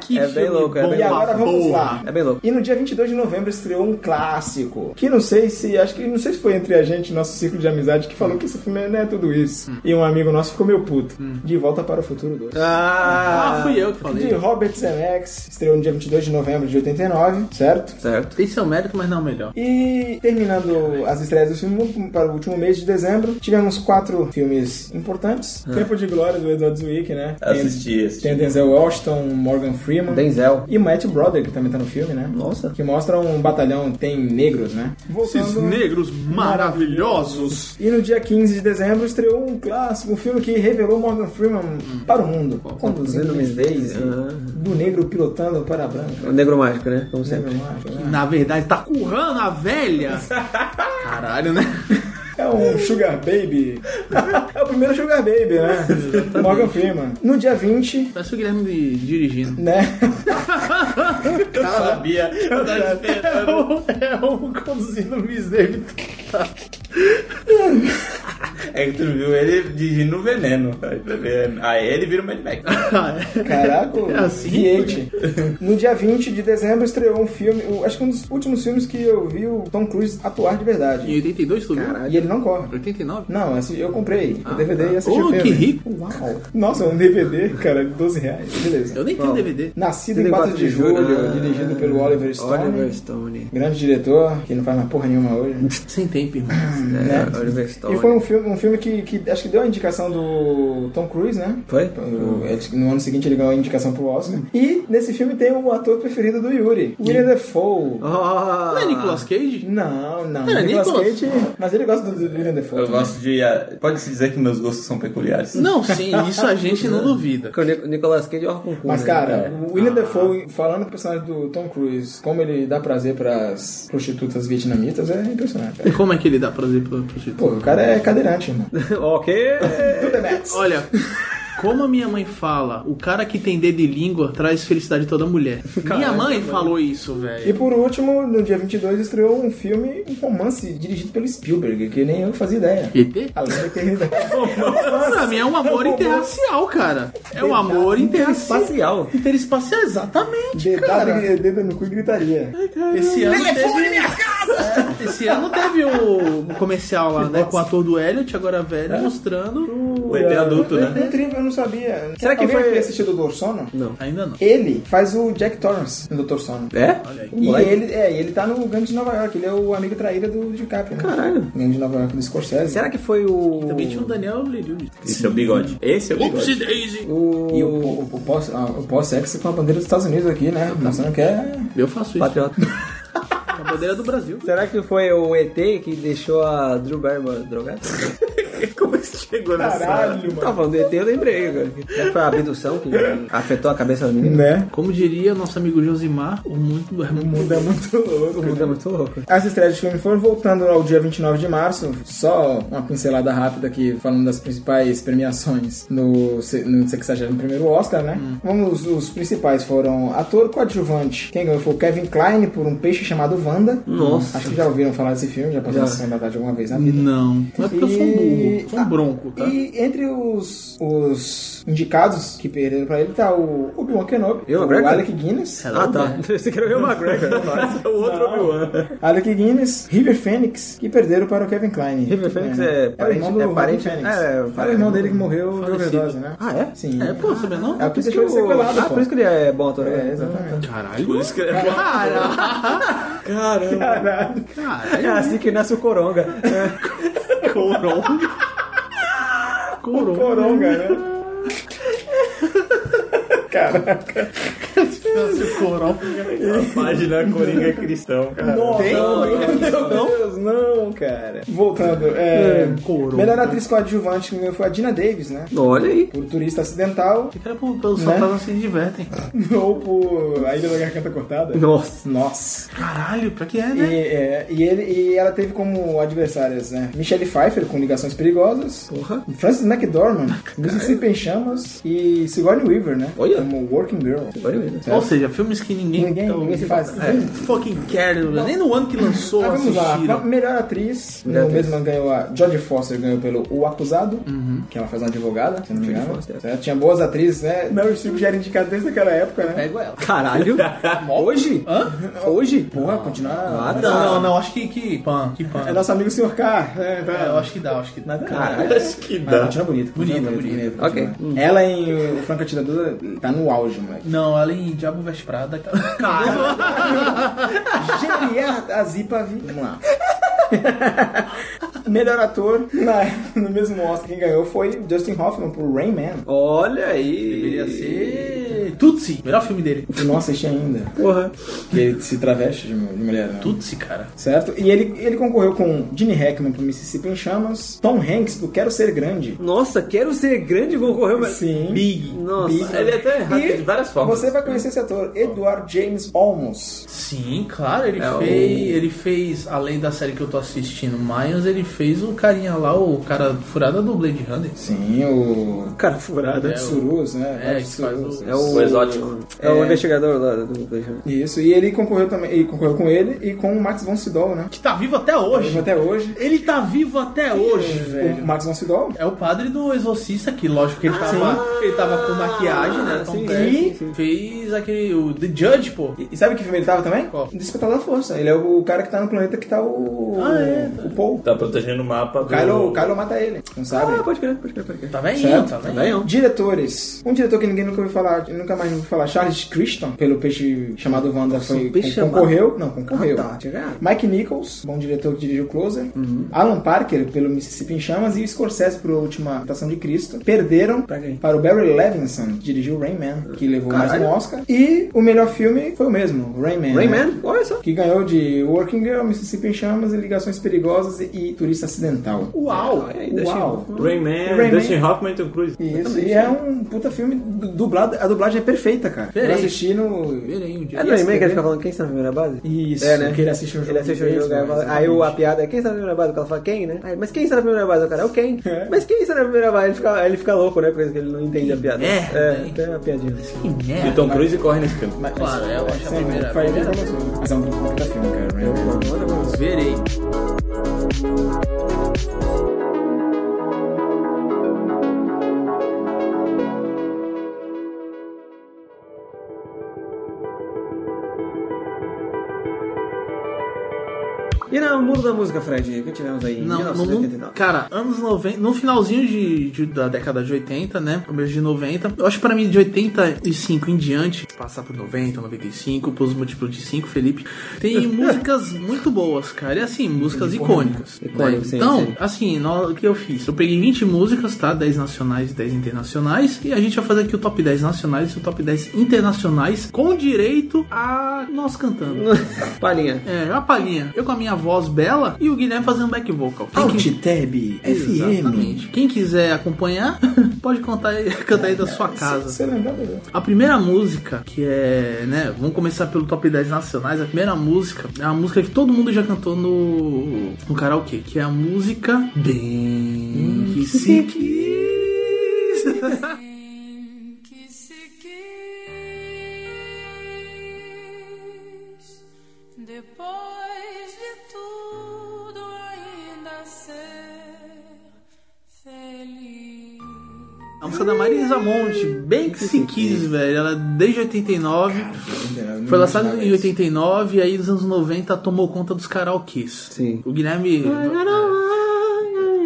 Speaker 4: Que
Speaker 1: É bem
Speaker 4: filme
Speaker 1: louco, é
Speaker 4: bom
Speaker 1: bem
Speaker 8: E agora
Speaker 4: pra
Speaker 8: vamos
Speaker 4: porra.
Speaker 8: lá.
Speaker 1: É bem louco.
Speaker 8: E no dia 22 de novembro estreou um clássico. Que não sei se, acho que não sei se foi entre a gente, nosso círculo de amizade, que falou que esse filme não é tudo isso. E um amigo nosso ficou meio puto. De volta para o futuro 2.
Speaker 1: Ah,
Speaker 4: Ah, fui eu que
Speaker 8: De
Speaker 4: falei.
Speaker 8: Robert Zemeckis, estreou no dia 22 de novembro de 89, certo?
Speaker 1: Certo.
Speaker 4: Tem seu mérito, mas não é o melhor.
Speaker 8: E terminando as estreias do filme vamos para o último mês de dezembro, tivemos quatro filmes importantes. Tempo de Glória do Edward Zwick, né?
Speaker 3: Assisti, assisti.
Speaker 8: Tem, tem Denzel Washington, Morgan Freeman.
Speaker 1: Denzel.
Speaker 8: E Matt Brother, que também tá no filme, né?
Speaker 1: Nossa.
Speaker 8: Que mostra um batalhão, tem negros, né?
Speaker 4: Esses negros maravilhosos.
Speaker 8: E no dia 15 de dezembro estreou um clássico, um filme que revelou Morgan Freeman para o mundo. Conduzindo Miss Daisy, do negro pilotando para a branca.
Speaker 1: né? O Negro Mágico, né? Como sempre.
Speaker 8: Negro mágico, né?
Speaker 4: Na verdade, tá currando a velha. Caralho, né?
Speaker 8: É um Sugar Baby. é o primeiro Sugar Baby, né? Morgan Freeman. No dia 20,
Speaker 4: Parece o Guilherme de- dirigindo.
Speaker 8: né?
Speaker 3: Eu sabia. Eu tava
Speaker 1: É
Speaker 3: esperando.
Speaker 4: É um conduzindo Miss David.
Speaker 3: É que tu viu ele dirigindo no veneno. Aí tu vê- Aí ele vira o Mad Max.
Speaker 8: Caraca,
Speaker 4: É assim?
Speaker 8: Viete. No dia 20 de dezembro estreou um filme, o- acho que um dos últimos filmes que eu vi o Tom Cruise atuar de
Speaker 4: Em
Speaker 8: verdade.
Speaker 4: 82 tudo.
Speaker 8: E ele não corre.
Speaker 4: 89?
Speaker 8: Não, assim, eu comprei o DVD e assisti
Speaker 4: Oh,
Speaker 8: o filme.
Speaker 4: que rico.
Speaker 8: Uau. Nossa, um DVD, cara, de 12 reais. Beleza.
Speaker 4: Eu nem tenho DVD.
Speaker 8: Nascido em 4 de julho, dirigido pelo Oliver Stone.
Speaker 1: né? Oliver Stone. né?
Speaker 8: Grande diretor, que não faz mais porra nenhuma hoje.
Speaker 4: Sem tempo, irmão.
Speaker 8: Ah.
Speaker 1: É, Oliver
Speaker 8: E
Speaker 1: Stone.
Speaker 8: foi um filme, um filme que, que acho que deu a indicação do Tom Cruise, né?
Speaker 1: Foi?
Speaker 8: O- ele- No ano seguinte ele ganhou a indicação pro Oscar. E nesse filme tem o ator preferido do Yuri, William Defoe.
Speaker 1: Ah,
Speaker 4: Não é Nicolas Cage?
Speaker 8: Não, não.
Speaker 4: É,
Speaker 8: Nicolas
Speaker 4: Nicolas.
Speaker 8: Cage, mas ele gosta do, do William Defoe.
Speaker 3: Eu
Speaker 8: também.
Speaker 3: gosto de. ah, Pode-se dizer que meus gostos são peculiares.
Speaker 4: Não, sim, isso a gente não duvida.
Speaker 1: Porque o Nic- Nicolas Cage é o concurso.
Speaker 8: Mas, cara, o William Defoe, falando do personagem do Tom Cruise, como ele dá prazer pras prostitutas vietnamitas, é impressionante. cara.
Speaker 4: Como é que ele dá prazer pro prostituta?
Speaker 8: Pô, o cara é cadeirante, irmão.
Speaker 1: ok.
Speaker 8: Do The Mets.
Speaker 4: Olha, como a minha mãe fala, o cara que tem dedo e língua traz felicidade a toda mulher. minha mãe falou isso,
Speaker 8: E
Speaker 4: velho.
Speaker 8: por último, no dia 22 estreou um filme, um romance dirigido pelo Spielberg, que nem eu fazia ideia.
Speaker 4: ET?
Speaker 8: A lenda perdida.
Speaker 4: Pra mim é um amor interracial, cara. É um amor interracial.
Speaker 1: Espacial.
Speaker 4: Interespacial, exatamente, cara.
Speaker 8: Dedado, dedo no cu e gritaria.
Speaker 4: Esse ano teve... É, Esse ano teve o o comercial lá, né? Com o ator do Elliot, agora velho, mostrando o...
Speaker 3: O ET adulto, né?
Speaker 8: É, Incrível, eu não sabia.
Speaker 1: Será que
Speaker 8: Alguém
Speaker 1: foi-
Speaker 8: aqui assistiu o Doutor Sono?
Speaker 4: Ainda não.
Speaker 8: Ele faz o Jack Torrance no Doutor Sono.
Speaker 1: É?
Speaker 4: Olha aí.
Speaker 8: E
Speaker 1: Moleque.
Speaker 8: ele, é, e ele tá no Gangue de Nova York, ele é o amigo traíra do DiCaprio. né?
Speaker 1: Caralho.
Speaker 8: Gangue de Nova York do Scorsese.
Speaker 1: Será que foi o.
Speaker 8: Então,
Speaker 4: Também tinha o Daniel Lelio.
Speaker 3: Esse é o bigode. Esse é o bigode.
Speaker 4: Oopsie Daisy.
Speaker 1: O.
Speaker 8: E o, o, o, pós- ah, o pós-sexo com a bandeira dos Estados Unidos aqui, né? Mostrando que é...
Speaker 4: Eu faço isso.
Speaker 1: Patriota.
Speaker 4: A bandeira do Brasil.
Speaker 1: Será que foi o ET que deixou a Drew Barrymore drogada?
Speaker 3: Como é que chegou nessa?
Speaker 8: Então,
Speaker 1: Tá falando do ET, eu lembrei, cara. Será que foi a abdução que afetou a cabeça da menina?
Speaker 8: Né?
Speaker 4: Como diria nosso amigo Josimar, o mundo é
Speaker 8: O mundo é muito louco.
Speaker 1: O mundo é muito louco.
Speaker 8: As estreias de filme foram voltando ao dia 29 de março. Só uma pincelada rápida aqui, falando das principais premiações no, se- no 61º Oscar, né? Vamos, os principais foram ator coadjuvante. Quem ganhou foi o Kevin Kline por Um Peixe Chamado Wanda.
Speaker 1: Nossa.
Speaker 8: Acho que já ouviram falar desse filme, já passou
Speaker 1: Já.
Speaker 8: na sessão da tarde alguma vez na vida.
Speaker 4: Não. Não é porque eu sou um burro. Sou
Speaker 8: Ah,
Speaker 4: um bronco, tá?
Speaker 8: E entre os, os indicados que perderam pra ele tá o Obi-Wan Kenobi,
Speaker 1: E o
Speaker 8: o
Speaker 1: McGregor?
Speaker 8: Alec Guinness,
Speaker 1: Ah,
Speaker 8: né?
Speaker 1: tá. Você quer ver o McGregor?
Speaker 3: O outro Obi-Wan.
Speaker 8: Alec Guinness, River Phoenix, que perderam para o Kevin Klein.
Speaker 1: River Phoenix é
Speaker 8: o
Speaker 1: parente-
Speaker 8: irmão do
Speaker 1: é
Speaker 8: Joaquin
Speaker 1: parente-
Speaker 8: Phoenix.
Speaker 1: é,
Speaker 8: É,
Speaker 1: parente-
Speaker 8: o irmão dele que morreu de
Speaker 4: Falecido.
Speaker 8: overdose, né?
Speaker 1: Ah, é?
Speaker 8: Sim.
Speaker 4: É, pô, sabia não?
Speaker 8: É o que deixou ele sequelado,
Speaker 1: Ah,
Speaker 8: pô.
Speaker 1: por isso que ele é bom ator.
Speaker 8: É,
Speaker 1: né?
Speaker 8: exatamente.
Speaker 3: Por isso que ele é bom.
Speaker 1: É assim que nasce o Coronga.
Speaker 4: Coronga. Coronga.
Speaker 8: Coronga, né?
Speaker 4: Nossa, Coronga.
Speaker 3: Página Coringa Cristão, cara.
Speaker 1: um
Speaker 8: Meu Deus, não, cara. Voltando, é,
Speaker 4: Coronga.
Speaker 8: melhor atriz coadjuvante que ganhou foi a Dina Davis, né?
Speaker 1: Olha aí.
Speaker 8: Por Turista Acidental
Speaker 4: Fica pelo- pelos fantasmas se divertem.
Speaker 8: ou por A Ilha da Garganta Cortada.
Speaker 1: Nossa.
Speaker 8: Nossa.
Speaker 4: Caralho, pra que é,
Speaker 8: E,
Speaker 4: né?
Speaker 8: é, e ele, e ela teve como adversárias, né? Michelle Pfeiffer, com Ligações Perigosas. Frances McDormand, Mississippi em Chamas. E Sigourney Weaver, né?
Speaker 1: Olha.
Speaker 8: Como Working Girl.
Speaker 1: Olha aí, né?
Speaker 4: Ou seja, filmes que ninguém,
Speaker 8: É. Ninguém-
Speaker 4: tá-
Speaker 8: ninguém se faz.
Speaker 4: É, fucking care, né? nem no ano que lançou
Speaker 8: Ah, vamos lá.
Speaker 4: assistiram.
Speaker 8: A melhor atriz.
Speaker 1: Melhor
Speaker 8: no
Speaker 1: atriz.
Speaker 8: mesmo ano ganhou a Jodie Foster, ganhou pelo O Acusado, que ela faz uma advogada, se eu não me
Speaker 1: Jodie
Speaker 8: engano.
Speaker 1: Foster.
Speaker 8: Ela tinha boas atrizes, né? Meryl Streep já era indicada desde aquela época, né?
Speaker 4: Pego ela.
Speaker 1: Caralho. Hoje? Hoje?
Speaker 8: É, Porra, continuar.
Speaker 1: Ah, tá.
Speaker 4: Não, não, não, acho que, que pan, que pan.
Speaker 8: É nosso amigo Sr. K. É, tá.
Speaker 4: É, eu acho que dá, eu acho que dá.
Speaker 3: Acho que
Speaker 8: Mas
Speaker 3: dá.
Speaker 8: continua bonita.
Speaker 4: Bonita,
Speaker 8: bonita.
Speaker 1: Ok.
Speaker 8: Ela em O Franco Atirador tá no auge, moleque.
Speaker 4: Não, ela em Diabo Veste Prada.
Speaker 8: Geriard Azipavi. Vamos lá. Melhor ator na- no mesmo Oscar quem ganhou foi o Justin Hoffman por Rain Man.
Speaker 1: Olha aí.
Speaker 4: Deveria ser. Tutsi, melhor filme dele.
Speaker 8: Que não assisti ainda.
Speaker 1: Porra.
Speaker 8: Que ele se traveste de, mu- de mulher, né?
Speaker 4: Tutsi, cara.
Speaker 8: Certo? E ele, ele concorreu com Gene Hackman por Mississippi em Chamas, Tom Hanks por Quero Ser Grande.
Speaker 1: Nossa, quero ser grande concorreu, mas.
Speaker 8: Sim.
Speaker 1: Big. Nossa.
Speaker 8: Big.
Speaker 1: Ele é até
Speaker 8: E
Speaker 1: de várias formas.
Speaker 8: Você vai conhecer esse ator, Edward James Olmos.
Speaker 4: Sim, claro, ele
Speaker 1: É,
Speaker 4: fez.
Speaker 1: o-
Speaker 4: Ele fez, além da série que eu tô assistindo, Mayans, ele fez o carinha lá, o cara furada do Blade Runner.
Speaker 8: Sim, o
Speaker 1: Cara furada.
Speaker 8: Surus, né?
Speaker 4: É,
Speaker 8: Vários
Speaker 4: que faz
Speaker 8: Surus.
Speaker 4: o-
Speaker 1: É o.
Speaker 3: O exótico.
Speaker 1: É, o investigador lá do do-
Speaker 8: Isso, e ele concorreu também, ele concorreu com ele e com o Max von Sydow, né?
Speaker 11: Que tá vivo até
Speaker 8: Vivo
Speaker 11: hoje.
Speaker 8: até hoje.
Speaker 11: Ele tá vivo até hoje,
Speaker 8: O
Speaker 11: velho.
Speaker 8: Max von Sydow.
Speaker 11: É o padre do exorcista, que lógico
Speaker 4: Ah,
Speaker 11: que ele tava, ele tava com maquiagem, né? Tom
Speaker 1: sim,
Speaker 11: Perry.
Speaker 1: sim, sim.
Speaker 11: fez aquele. O The Judge, pô.
Speaker 8: E, e sabe que filme ele tava também?
Speaker 11: Qual?
Speaker 8: No Despertar da Força. Ele é o cara que tá no planeta que tá o.
Speaker 11: Ah, é,
Speaker 8: O Paul.
Speaker 3: Tá protegendo o mapa do...
Speaker 8: O Kylo, o Kylo mata ele, não sabe?
Speaker 1: Ah, pode crer, pode crer, pode crer.
Speaker 11: Tá velhinho,
Speaker 8: Certo,
Speaker 11: tá
Speaker 8: tá
Speaker 11: velhinho.
Speaker 8: Diretores. Um diretor que ninguém nunca ouviu falar, nunca mais ouviu falar, Charles Christian, pelo peixe chamado Wanda, foi
Speaker 1: peixe
Speaker 8: con-
Speaker 1: chamado-
Speaker 8: concorreu. Não, concorreu.
Speaker 1: Ah, tá, tinha ganhado.
Speaker 8: Mike Nichols, bom diretor que dirigiu Closer.
Speaker 1: Uhum.
Speaker 8: Alan Parker, pelo Mississippi em Chamas. E o Scorsese, por A Última Tentação de Cristo. Perderam
Speaker 1: Pra quem?
Speaker 8: para o Barry Levinson, que dirigiu Rain Man, que levou mais
Speaker 1: Caralho.
Speaker 8: um Oscar. E o melhor filme foi o mesmo, Rain Man.
Speaker 1: Rain
Speaker 8: né?
Speaker 1: Man? Olha só.
Speaker 8: Que ganhou de Working Girl, Mississippi em Chamas, e Ligações Perigosas e, e Turista Acidental.
Speaker 11: Uau!
Speaker 1: Olha aí, Dustin
Speaker 8: Uau.
Speaker 1: Hoffman.
Speaker 3: Rain Man,
Speaker 8: Rain Man.
Speaker 3: Dustin Hoffman e Tom Cruise.
Speaker 8: Isso, e é um puta filme du- dublado. A dublagem é perfeita, cara.
Speaker 4: Verei.
Speaker 8: Eu assisti no.
Speaker 4: Verei um dia.
Speaker 1: É do Rayman que ele fica falando quem está na primeira base?
Speaker 8: Isso,
Speaker 1: É, né?
Speaker 8: que ele assiste um jogo.
Speaker 1: Ele assiste o
Speaker 8: de
Speaker 1: jogo, aí,
Speaker 8: beisebol,
Speaker 1: fala- aí o, a
Speaker 8: exatamente.
Speaker 1: piada é quem está na primeira base? O cara fala quem, né? Aí, mas quem está na primeira base? O cara é o quem. Mas quem está na primeira base? Ele fica, aí ele fica louco, né? Por isso que ele não entende a piada.
Speaker 4: merda,
Speaker 1: é,
Speaker 4: hein?
Speaker 1: tem uma piadinha.
Speaker 4: Que
Speaker 3: E
Speaker 4: merda.
Speaker 3: Tom Cruise corre nesse filme.
Speaker 8: Mas-
Speaker 4: Claro, é, eu acho a
Speaker 8: sim,
Speaker 4: primeira-
Speaker 8: foi
Speaker 4: primeira-
Speaker 8: famoso. Mas é um puta filme, cara. Rayman.
Speaker 1: é.
Speaker 4: Verei.
Speaker 1: E no mundo da música, Fred, o que tivemos aí? em
Speaker 4: Não, no mundo,
Speaker 1: 1989?
Speaker 4: cara, anos 90, no finalzinho de, de- da década de 80, né? Começo de 90. Eu acho que pra mim de 85 em diante, passar por 90, 95, pros múltiplos de 5, Felipe, tem músicas muito boas, cara. E assim, músicas icônicas. né?
Speaker 1: Icônico, sim,
Speaker 4: então,
Speaker 1: sim.
Speaker 4: assim, no- o que eu fiz? Eu peguei 20 músicas, tá? 10 nacionais e 10 internacionais. E a gente vai fazer aqui o top 10 nacionais e o top 10 internacionais com direito a nós cantando.
Speaker 1: Palhinha.
Speaker 4: É, uma palhinha. Eu com a minha voz bela e o Guilherme fazendo back vocal. Quem que-
Speaker 8: Alt Tab FM.
Speaker 4: Exatamente. Quem quiser acompanhar, pode contar aí, cantar aí da sua casa.
Speaker 8: Você lembra dele?
Speaker 4: A primeira música, que é, né, vamos começar pelo top 10 nacionais. A primeira música é uma música que todo mundo já cantou no, no karaokê, que é a música Bem que se quis.
Speaker 12: Depois de tudo, ainda ser feliz.
Speaker 4: A música da Marisa Monte, Bem que se quis, velho. Ela é desde 89. Foi lançado em 89 e aí nos anos 90 tomou conta dos karaokês.
Speaker 1: Sim.
Speaker 4: O Guilherme.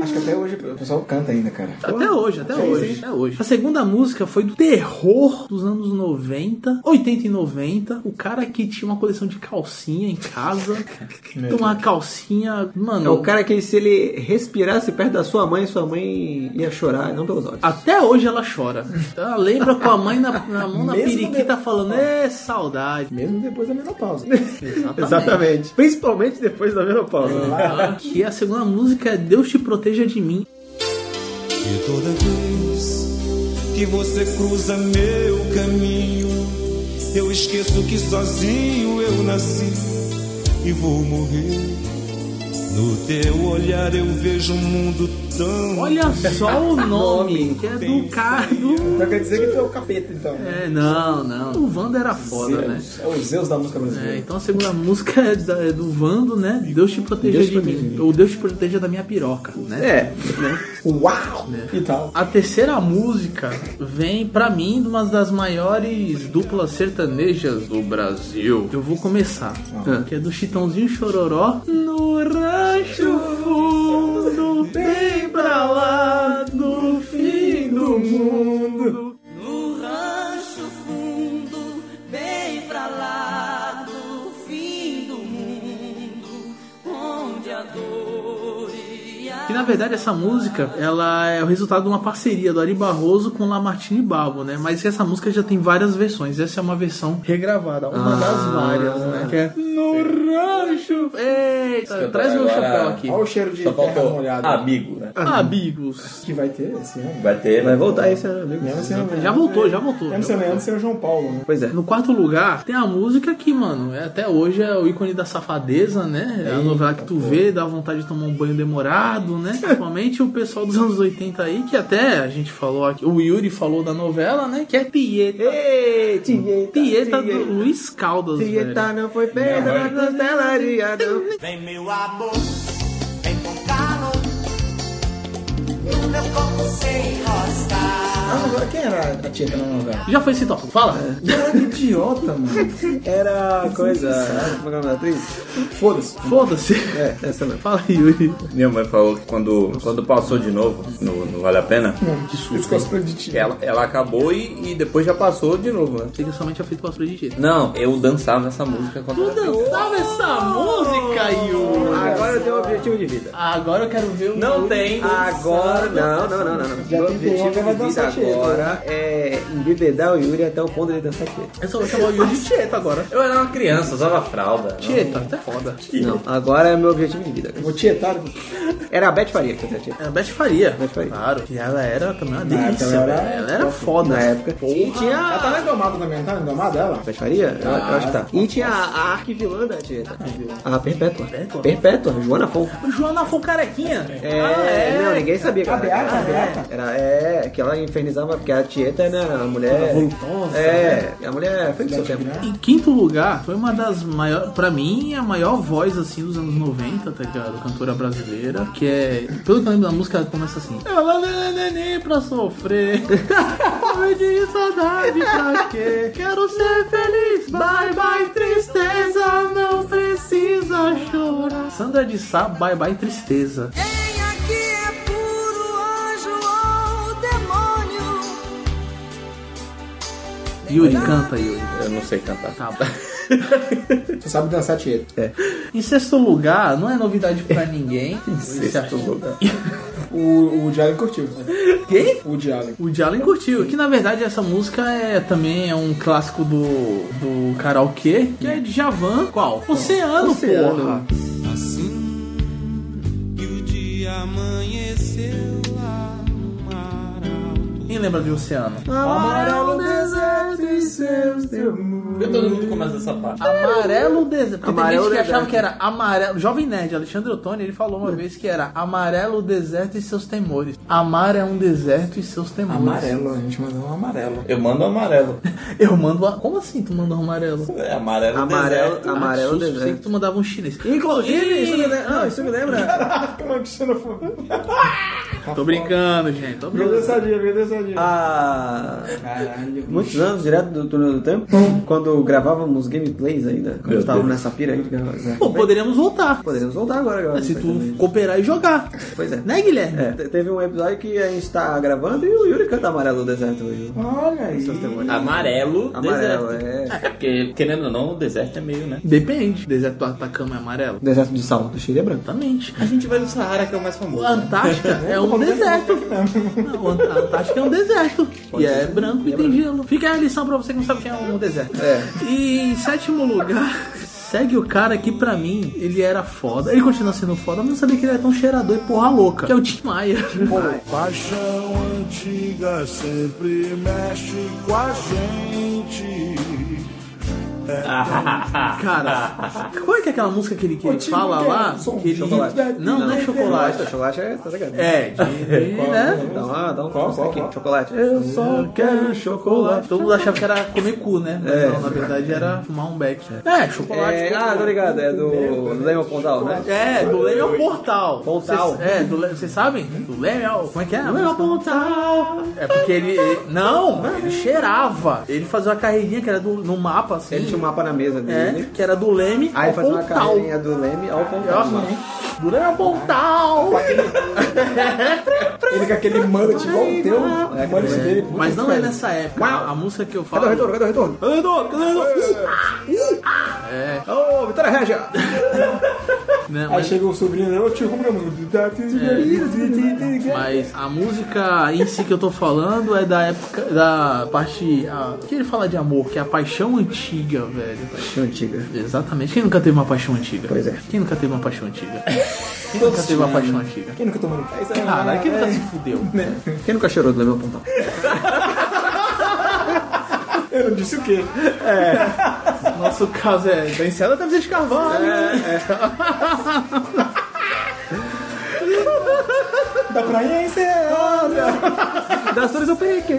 Speaker 8: Acho que até hoje o pessoal canta ainda, cara.
Speaker 4: Até hoje, até hoje, até hoje. A segunda música foi do terror dos anos 90, 80 e 90. O cara que tinha uma coleção de calcinha em casa. Então, uma calcinha. Mano.
Speaker 1: É o cara que se ele respirasse perto da sua mãe, sua mãe ia chorar, não pelos olhos.
Speaker 4: Até hoje ela chora. Então, Ela lembra com a mãe na, na mão na
Speaker 8: Mesmo
Speaker 4: periquita falando, é saudade.
Speaker 8: Mesmo depois da menopausa.
Speaker 1: Exatamente. É. Principalmente depois da menopausa.
Speaker 4: Que a segunda música é Deus te proteja de mim.
Speaker 13: E toda vez que você cruza meu caminho, eu esqueço que sozinho eu nasci e vou morrer. No teu olhar eu vejo um mundo tão.
Speaker 4: Olha só o nome, que é do cara do...
Speaker 8: Então quer dizer que tu é o capeta, então.
Speaker 4: É, não, não. O Wanda era foda, né?
Speaker 8: Zeus. É o Zeus da música
Speaker 4: É,
Speaker 8: brasileira.
Speaker 4: então a segunda música é, da- é do Vando, né? Deus te proteja de mim. Ou Deus te proteja da minha piroca, né?
Speaker 1: É.
Speaker 8: Uau! E tal.
Speaker 4: A terceira música vem, pra mim, de uma das maiores duplas sertanejas do Brasil. Eu vou começar, que é do Chitãozinho Chororó. No rancho fundo, bem pra lá do fim do mundo.
Speaker 12: No rancho fundo, bem pra lá do fim do mundo, onde a dor e a
Speaker 4: Que na verdade essa música ela é o resultado de uma parceria do Ari Barroso com Lamartine Babo, né? Mas essa música já tem várias versões. Essa é uma versão regravada, uma das várias, né? Que é No Rancho. Eita,
Speaker 3: Escuta,
Speaker 4: traz meu
Speaker 3: agora-
Speaker 4: chapéu aqui.
Speaker 8: Olha o cheiro de
Speaker 3: Só
Speaker 8: terra
Speaker 3: faltou
Speaker 8: molhada.
Speaker 3: amigo, né?
Speaker 4: Amigos.
Speaker 8: Que vai ter esse ano.
Speaker 3: Vai ter. né?
Speaker 1: Vai voltar esse ano, amigo.
Speaker 8: Mesmo sendo-
Speaker 4: Já voltou, já voltou.
Speaker 8: Mesmo
Speaker 4: já
Speaker 8: sendo
Speaker 4: voltou.
Speaker 8: Leandro, sem o João Paulo, né?
Speaker 1: Pois é.
Speaker 4: No quarto lugar, tem a música que, mano, é- até hoje é o ícone da safadeza, né? É a novela que tu vê, dá vontade de tomar um banho demorado, né? Principalmente o pessoal dos anos 80 aí, que até a gente falou aqui, o Yuri falou da novela, né? Que é Pieta.
Speaker 1: Ei, Tieta,
Speaker 4: Pieta do Luiz Caldas,
Speaker 1: Tieta não foi pedra na costelaria do...
Speaker 12: Vem meu amor, vem com calor No meu corpo sem rosta
Speaker 8: Ah, agora quem era a Tieta na novela?
Speaker 4: Já foi esse tópico, fala.
Speaker 1: É.
Speaker 8: Cara, que idiota, mano.
Speaker 1: Era coisa... Como é o nome da atriz?
Speaker 8: Foda-se.
Speaker 4: Foda-se.
Speaker 1: É, essa mesmo.
Speaker 4: Fala, Yuri.
Speaker 3: Minha mãe falou que quando, quando passou de novo, no, no Vale a Pena,
Speaker 8: Que susto. cosplay de Tieta.
Speaker 3: ela, ela acabou e, e depois já passou de novo, né?
Speaker 4: Ele somente é feito cosplay de jeito.
Speaker 3: Não, eu dançava essa música quando
Speaker 4: Tu
Speaker 3: era criança.
Speaker 4: dançava essa música, Yuri?
Speaker 1: Agora eu tenho um objetivo de vida.
Speaker 4: Agora eu quero ver o...
Speaker 3: Não tem.
Speaker 1: Agora. Não, não, não, não. não.
Speaker 8: Já
Speaker 1: Meu
Speaker 8: tem
Speaker 1: objetivo
Speaker 8: um que vai
Speaker 1: de vida
Speaker 8: dançar Tieta,
Speaker 1: agora é embebedar o Yuri até o ponto de dançar Tieta.
Speaker 4: Eu só vou chamar o Yuri de Tieta agora.
Speaker 3: Eu era uma criança, usava fralda. não-
Speaker 4: Tieta, até foda.
Speaker 1: Não, agora é meu objetivo de vida. cara.
Speaker 8: Vou tietar.
Speaker 1: Era a Beth Faria que eu tinha
Speaker 4: Era a É, Beth Faria.
Speaker 1: Beth Faria. Ah, então
Speaker 4: Claro. E ela era também uma delícia,
Speaker 8: ela era-
Speaker 4: velho. Ela era foda.
Speaker 1: na época. E
Speaker 8: Ela
Speaker 1: tinha...
Speaker 8: tá na domada também, não tá na domada dela?
Speaker 1: Beth Faria? Eu- eu acho que tá. E tinha a, a arquivilã da Tieta.
Speaker 8: Ah, é.
Speaker 1: A Perpétua.
Speaker 4: Perpétua?
Speaker 1: Perpétua, Joana Fonca.
Speaker 4: Joana foi carequinha.
Speaker 1: É, não, ninguém sabia que ela
Speaker 8: Beata,
Speaker 1: era.
Speaker 8: a Beata.
Speaker 1: Era, é, que ela infernizava, porque a Tieta, né, a mulher...
Speaker 4: voluptuosa,
Speaker 8: né?
Speaker 1: É, a mulher foi do seu tempo.
Speaker 4: Em quinto lugar, foi uma das maiores, pra mim, a maior voz assim dos anos 90, tá ligado? Cantora brasileira, que é, pelo que eu lembro da música, ela começa assim: Ela não é neném pra sofrer, Morre de saudade pra quê? Quero ser feliz, bye bye tristeza, não precisa chorar. Sandra de Sá, bye bye tristeza.
Speaker 12: Quem aqui é puro anjo ou demônio
Speaker 4: Yuri, canta, Yuri.
Speaker 3: Eu não sei cantar.
Speaker 4: Tá.
Speaker 8: Você sabe dançar Tieta.
Speaker 4: Em sexto lugar, não é novidade pra ninguém. Esse
Speaker 3: Sexto
Speaker 4: artista-
Speaker 3: lugar.
Speaker 8: O, o Jalen curtiu. né?
Speaker 4: Quem?
Speaker 8: O Jalen.
Speaker 4: O Jalen curtiu, que na verdade essa música é também é um clássico do, do karaokê, que é de Javan. Qual? Oceano, porra.
Speaker 13: Assim que o dia amanheceu lá no mar alto.
Speaker 4: Quem lembra de Oceano?
Speaker 1: Amarelo deserto e seus
Speaker 3: Eu todo mundo começa essa parte.
Speaker 4: Amarelo deserto. Porque
Speaker 1: Amarelo
Speaker 4: tem gente que achava
Speaker 1: deserto.
Speaker 4: que era amarelo. Jovem Nerd, Alexandre Ottoni, ele falou uma vez que era amarelo deserto e seus temores. Amar é um deserto e seus temores.
Speaker 8: Amarelo, a gente mandou um amarelo.
Speaker 3: Eu mando amarelo.
Speaker 4: Eu mando. A... Como assim tu manda um amarelo?
Speaker 3: É amarelo.
Speaker 1: Amarelo,
Speaker 3: deserto.
Speaker 1: amarelo
Speaker 4: Susto, pensei que
Speaker 1: deserto.
Speaker 4: tu mandava um chinês.
Speaker 1: Inclusive, isso me lembra... Não, isso me lembra...
Speaker 4: Tô brincando, gente. Tô
Speaker 8: Meu
Speaker 4: brincando.
Speaker 8: dançadinha, meu dançadinha.
Speaker 1: a-
Speaker 8: Caralho.
Speaker 1: Muitos anos, direto do túnel do tempo, quando gravávamos gameplays ainda, quando estávamos
Speaker 3: Deus.
Speaker 1: nessa pira aí de gravar. né?
Speaker 4: Pô, poderíamos voltar.
Speaker 1: Poderíamos voltar agora, galera.
Speaker 4: Se tu cooperar e jogar.
Speaker 1: Pois é.
Speaker 4: Né, Guilherme?
Speaker 1: É, te- teve um episódio que a gente tá gravando e o Yuri canta Amarelo do Deserto hoje.
Speaker 8: Olha aí.
Speaker 1: Seus temores.
Speaker 3: Amarelo.
Speaker 1: Amarelo,
Speaker 3: deserto.
Speaker 1: é.
Speaker 3: É porque, querendo ou não, o deserto é meio, né?
Speaker 4: Depende. Deserto do Atacama é amarelo?
Speaker 1: Deserto de Sal, do Chile é branco.
Speaker 4: Exatamente.
Speaker 3: A gente vai no Sahara, que é o mais
Speaker 4: O
Speaker 3: famoso.
Speaker 4: Antártica é um deserto. Não, o Ant- a Antártica é um deserto. E é branco e tem gelo. Fica a lição pra você que não sabe o que é um deserto.
Speaker 1: É.
Speaker 4: E em sétimo lugar, segue o cara que pra mim, ele era foda. Ele continua sendo foda, mas eu sabia que ele era tão cheirador e porra louca. Que é o Tim Maia.
Speaker 13: Paixão antiga sempre mexe com a gente.
Speaker 4: Cara, qual é que é aquela música que ele, que ele fala lá? Que ele... Não, não é chocolate.
Speaker 1: Chocolate, chocolate é. Tá ligado?
Speaker 4: É, de, de- né?
Speaker 1: Dá uma, dá um
Speaker 8: Qual, qual,
Speaker 1: aqui,
Speaker 8: qual?
Speaker 1: chocolate. Eu só quero chocolate.
Speaker 4: É, Todo mundo achava que era comer cu, né? Mas
Speaker 1: É.
Speaker 4: não, na verdade era fumar um beck. É, chocolate.
Speaker 1: É,
Speaker 4: com
Speaker 1: ah, tô
Speaker 4: cu.
Speaker 1: ligado, é do do Daniel Pontal, né?
Speaker 4: É, do Leme ao Portal.
Speaker 1: Portal.
Speaker 4: Vocês- é, do Leme, vocês sabem? Do Leme ao... Como é que é? Leme ao Portal. É porque ele... ele- não, ele cheirava. Ele fazia uma carreirinha que era do, no mapa, assim.
Speaker 1: Ele tinha um mapa na mesa
Speaker 4: É,
Speaker 1: dele.
Speaker 4: que era do Leme
Speaker 1: Aí
Speaker 4: ao
Speaker 1: ele fazia uma
Speaker 4: Pontal.
Speaker 1: carreirinha do Leme ao Pontal.
Speaker 4: Ó, Do Leme ao
Speaker 1: Ah,
Speaker 4: Pontal.
Speaker 8: Ele com aquele mullet igual tipo, o teu.
Speaker 1: É,
Speaker 8: O mullet dele. puta
Speaker 4: Mas
Speaker 8: que
Speaker 4: não é
Speaker 8: pariu.
Speaker 4: nessa época. A música que eu falo...
Speaker 1: Cadê o retorno? Cadê o retorno?
Speaker 4: Cadê o retorno? Cadê o retorno?
Speaker 1: Ô, Vitória Regia!
Speaker 4: Né,
Speaker 8: Aí
Speaker 4: mas-
Speaker 8: chega o sobrinho dele, ô tio, como que é a música?
Speaker 4: Mas a música em si que eu tô falando é da época, da parte. a- o que ele fala de amor, que é a paixão antiga, velho.
Speaker 1: Antiga.
Speaker 4: Exatamente. Quem nunca teve uma paixão antiga?
Speaker 1: Pois é.
Speaker 4: Quem nunca teve uma paixão antiga? Quem nunca teve uma paixão antiga?
Speaker 8: Quem nunca tomou no pé? Isso aí,
Speaker 4: Caralho, quem
Speaker 8: é-
Speaker 4: nunca se fudeu?
Speaker 1: Né? Quem nunca chorou do Leme ao Pontal?
Speaker 8: Eu não disse o quê?
Speaker 4: Nosso caso é Dancela Teve de Carvalho.
Speaker 8: da prainha é onda.
Speaker 1: Das flores eu peguei.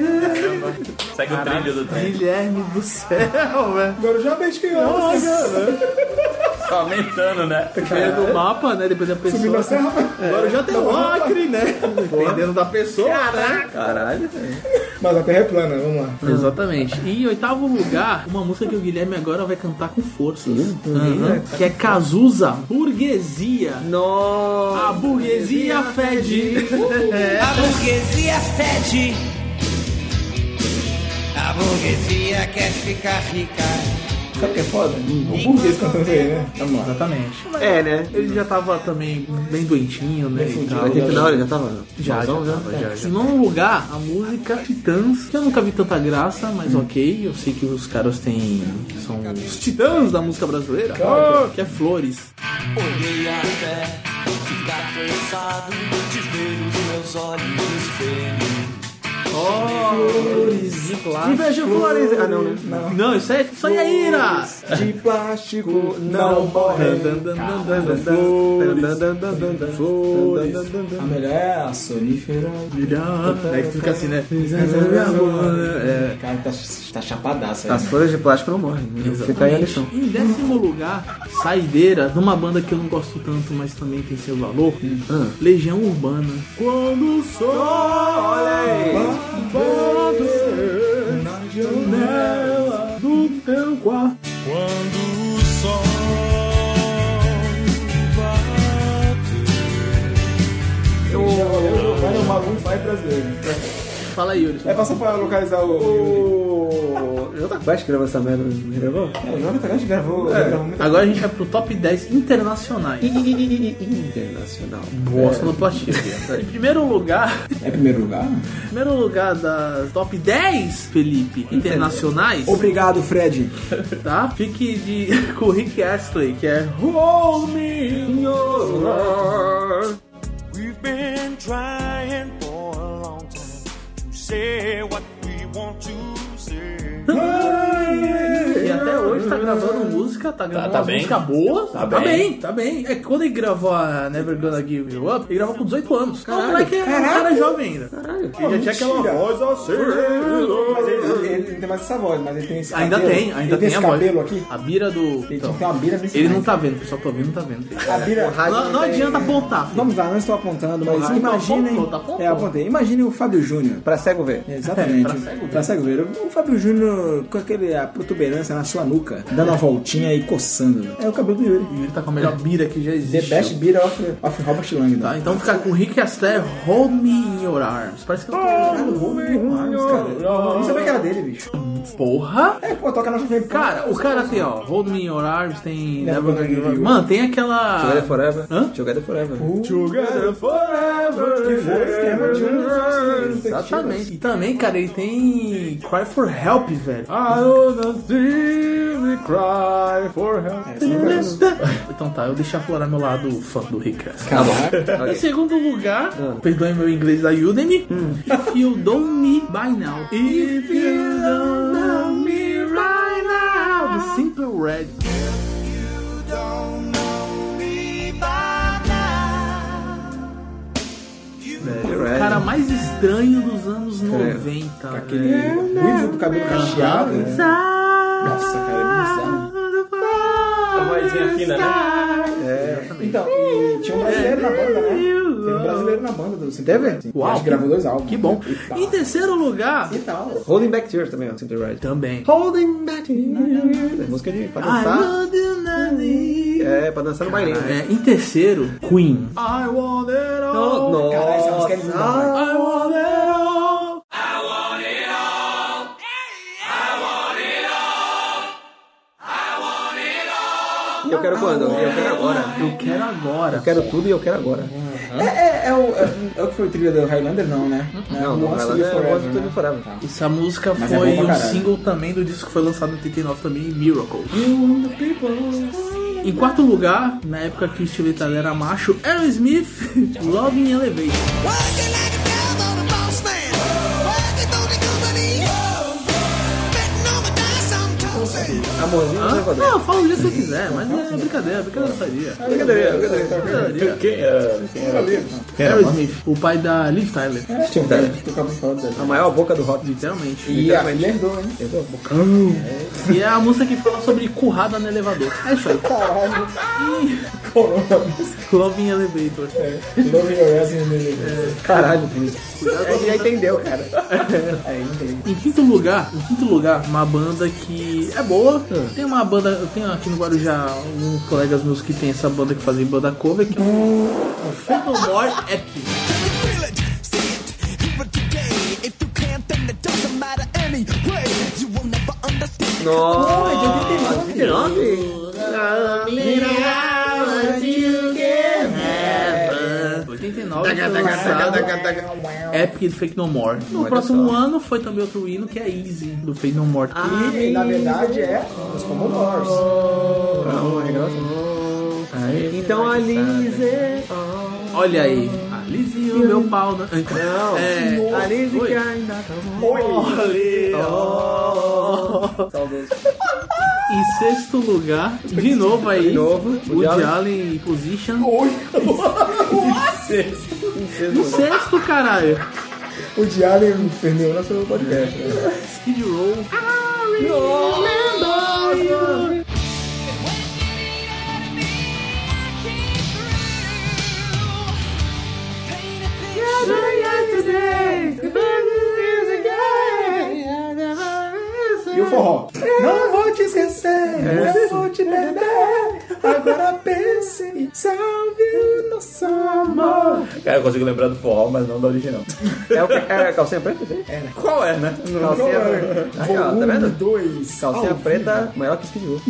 Speaker 3: Segue o trilho do trem.
Speaker 4: Guilherme do céu, velho.
Speaker 8: Guarujá Bestinhosa.
Speaker 3: Tá aumentando, né?
Speaker 1: É.
Speaker 4: Primeiro do mapa, né? Depois da
Speaker 8: Subindo a
Speaker 4: pessoa.
Speaker 8: serra. Tá
Speaker 4: Agora já tem lacre, né? Dependendo da pessoa, né?
Speaker 3: Caralho, velho.
Speaker 8: Mas a terra é plana, vamos lá.
Speaker 4: Ah. Exatamente. E em oitavo lugar, uma música que o Guilherme agora vai cantar com força. Aham. Que é Cazuza Burguesia.
Speaker 1: Nossa.
Speaker 4: A burguesia fede. É.
Speaker 12: A burguesia fede. A burguesia quer ficar rica.
Speaker 8: Sabe o que é foda? O burguês cantando isso aí, né? Vamos lá.
Speaker 4: Exatamente.
Speaker 1: É, né?
Speaker 4: Ele já tava também bem doentinho, né? e tal.
Speaker 1: Vai ter que dar hora, já tava. né?
Speaker 4: Já, já, tava, já, já. Em nono lugar, a música Titãs, que eu nunca vi tanta graça, mas ok, eu sei que os caras têm. são os titãs da música brasileira, que é Flores.
Speaker 12: Olhei até ficar cansado de ver os meus olhos no espelho.
Speaker 4: Flores de plástico.
Speaker 1: Inveja flores. Ah, não, né?
Speaker 4: Não, isso é Sonhaíra!
Speaker 8: De plástico
Speaker 1: É
Speaker 8: não
Speaker 1: um
Speaker 8: morre. A melhor é a sonífera.
Speaker 4: Daí tu fica assim, né?
Speaker 8: O cara tá, tá chapadaço aí.
Speaker 1: As flores de plástico não morrem. né? Fica aí a lição.
Speaker 4: Em décimo lugar, saideira de uma banda que eu não gosto tanto, mas também tem seu valor.
Speaker 1: Ah.
Speaker 4: Legião Urbana. Quando o sol bate na janela do teu quarto.
Speaker 13: Quando o sol bate.
Speaker 8: Eu é o Maroon vai brasileiro.
Speaker 4: Fala aí, Yuri.
Speaker 8: É passar pra localizar o.
Speaker 1: O. Jota Quest gravou essa merda, não gravou?
Speaker 8: É, o João Catalante gravou. gravou muita
Speaker 4: Agora a gente vai pro top 10 internacionais.
Speaker 1: Internacional.
Speaker 4: Boa, sonoplastia. É. Em primeiro lugar,
Speaker 8: coisa. É primeiro lugar?
Speaker 4: em primeiro lugar das top 10, Felipe, internacionais,
Speaker 8: Obrigado, Fred.
Speaker 4: tá? Fique de com o Rick Astley, que é Hold Me in Your Arms.
Speaker 13: We've been trying for a long time to say what we want to say.
Speaker 4: E até hoje tá gravando música, tá gravando
Speaker 3: Tá- tá
Speaker 4: umas
Speaker 3: bem?
Speaker 4: música boa.
Speaker 3: Tá
Speaker 4: tá
Speaker 3: bem.
Speaker 4: bem, tá bem. É que quando ele gravou a Never Gonna Give You Up, ele gravou com 18 anos. Caralho,
Speaker 1: Caralho,
Speaker 4: o moleque é um cara jovem ainda. Ele já tinha
Speaker 8: mentira.
Speaker 4: aquela voz assim.
Speaker 8: Mas ele, ele não tem mais essa voz, mas ele tem esse
Speaker 4: Ainda
Speaker 8: cabelo.
Speaker 4: tem, ainda
Speaker 8: ele tem
Speaker 4: tem
Speaker 8: esse
Speaker 4: a voz.
Speaker 8: cabelo aqui.
Speaker 4: A bira do.
Speaker 8: Ele
Speaker 4: Então,
Speaker 8: tem uma bira nesse
Speaker 4: ele não tá vendo, o pessoal que tá ouvindo não tá vendo.
Speaker 8: A bira.
Speaker 4: Não,
Speaker 1: é
Speaker 4: não adianta apontar. filho.
Speaker 8: Vamos lá, não estou apontando, mas
Speaker 4: Ah,
Speaker 8: imaginem.
Speaker 4: apontou, tá apontando.
Speaker 8: É, apontei. Imaginem o Fábio Júnior.
Speaker 1: Pra cego ver.
Speaker 8: Exatamente.
Speaker 4: pra cego ver.
Speaker 8: Pra cego ver. O Fábio Júnior com aquele, a protuberância na sua nuca, dando uma voltinha e coçando. É o cabelo do Yuri.
Speaker 4: Ele tá com a melhor bira que já
Speaker 8: The
Speaker 4: existe.
Speaker 8: Best Beer of, of Robert Lang.
Speaker 4: Tá, então fica com Rick Astley, Hold Me In Your Arms. Parece que eu
Speaker 8: Ah,
Speaker 4: tô...
Speaker 8: do Robert Arms, cara. Isso é brincadeira dele, bicho.
Speaker 4: Porra!
Speaker 8: É, pô, toca na frente.
Speaker 4: Cara, o cara tem, ó, Hold Me In Your Arms, tem...
Speaker 8: Never
Speaker 4: Never
Speaker 8: Gonna Give You Up.
Speaker 4: Mano, tem aquela...
Speaker 1: Together Forever.
Speaker 4: Hã?
Speaker 1: Together Forever.
Speaker 8: Together forever. Que foi o esquema de um dos
Speaker 4: Exatamente. E também, cara, ele tem Cry For Help, velho. I
Speaker 8: Ah,
Speaker 4: don't see me cry for help.
Speaker 8: É,
Speaker 4: Então tá, eu deixei aflorar meu lado fã do Rick Astley. Em segundo lugar,
Speaker 8: Ah.
Speaker 4: perdoe meu inglês da Udemy,
Speaker 8: Hum.
Speaker 4: If You Don't Me By Now. If You Don't Know Me Right Now, do Simple Red. É, O cara mais estranho dos anos 90.
Speaker 8: É, Aquele ruivo do cabelo cacheado. né? Nossa, cara, é bizarro.
Speaker 3: A vozinha fina,
Speaker 4: Tá.
Speaker 3: né?
Speaker 8: Então, e tinha um brasileiro na banda, né? Teve um brasileiro na banda do Simple Red. Sim.
Speaker 4: Uau,
Speaker 8: Acho que gravou dois álbuns.
Speaker 4: Que bom.
Speaker 8: E tal.
Speaker 4: Em terceiro lugar,
Speaker 8: E tal.
Speaker 1: Holding Back Tears também, ó. Simply Red.
Speaker 4: também.
Speaker 1: Holding Back Tears. Música de, pra
Speaker 4: I
Speaker 1: dançar.
Speaker 4: want you, Nani.
Speaker 1: É, pra dançar no bailinho.
Speaker 4: É, em terceiro, Queen. I want it all.
Speaker 8: Caralho, essa música é
Speaker 1: Nossa.
Speaker 8: linda,
Speaker 1: Ah,
Speaker 4: I want it all.
Speaker 1: E eu quero quando? E eu quero agora.
Speaker 4: Eu quero agora.
Speaker 1: Eu quero tudo e eu quero agora.
Speaker 8: É, é, é, o, é, é o que foi o trilha do Highlander, não, né?
Speaker 1: Não, não,
Speaker 8: Wants to
Speaker 1: ela
Speaker 8: Be
Speaker 1: é Wants to
Speaker 8: Forever,
Speaker 1: Be
Speaker 8: né?
Speaker 1: Forever.
Speaker 4: Essa música
Speaker 8: Mas é
Speaker 4: foi
Speaker 8: bom pra
Speaker 4: um
Speaker 8: caralho.
Speaker 4: single também do disco que foi lançado em 89 também, Miracle. Em quarto lugar, na época que o Steve Tyler era macho, Aerosmith, Loving Elevation.
Speaker 12: Working like a devil on a boss man. Working for the company. Betting on the dice I'm tossing.
Speaker 1: Amorzinho
Speaker 4: Ah,
Speaker 1: sem poder.
Speaker 4: Não, fala o jeito que você quiser, mas é brincadeira, brincadeira sadia.
Speaker 1: Brincadeira, brincadeira.
Speaker 4: Brincadeira.
Speaker 3: Quem era? Quem era? Quem era?
Speaker 4: Aerosmith, o pai da Liv Tyler.
Speaker 8: É,
Speaker 1: Steve Tyler. A maior boca do rock.
Speaker 4: Literalmente.
Speaker 8: né? E a filha herdou, hein?
Speaker 1: Entendeu?
Speaker 4: E é a música que fala sobre currada no elevador. É isso aí.
Speaker 8: Caralho.
Speaker 4: Love in Elevator. É.
Speaker 8: Love É, your ass in the elevator.
Speaker 1: Caralho, bicho. Ele já entendeu, cara. É,
Speaker 4: Em quinto lugar, em quinto lugar, uma banda que é boa.
Speaker 1: Hum.
Speaker 4: Tem uma banda, eu tenho aqui no Guarujá um colegas meus que tem essa banda que fazem banda cover, que é o Fendomore Epic.
Speaker 1: Nossa, 89?
Speaker 4: É, 89 foi lançado Epic do Fake No More. No tá. próximo ano foi também outro hino que é Easy do Fake No More.
Speaker 3: Ah,
Speaker 8: E, na verdade, é os Commodores.
Speaker 1: Então a Lise.
Speaker 4: Olha aí, Alice e o meu pau. Não,
Speaker 1: Não,
Speaker 4: é,
Speaker 1: a Lise
Speaker 4: Oi.
Speaker 1: que ainda tá
Speaker 4: Olha, ó.
Speaker 3: Oh.
Speaker 4: Em sexto lugar, de novo aí,
Speaker 1: De novo,
Speaker 4: Woody
Speaker 1: Woody Allen.
Speaker 4: Allen em Position. No sexto, caralho.
Speaker 8: O Diário perdeu o nosso podcast. né?
Speaker 4: Skid Row.
Speaker 8: E o forró? Não vou te esquecer, não vou te perder. É, Agora pense e salve o nosso amor.
Speaker 3: Cara, eu consigo lembrar do forró, mas não da original.
Speaker 1: É o que? É a calcinha preta? gente?
Speaker 3: Qual é, né?
Speaker 1: Calcinha Aí, ó, tá
Speaker 8: Volume
Speaker 1: vendo?
Speaker 8: 2.
Speaker 1: Calcinha preta maior que Skid Row.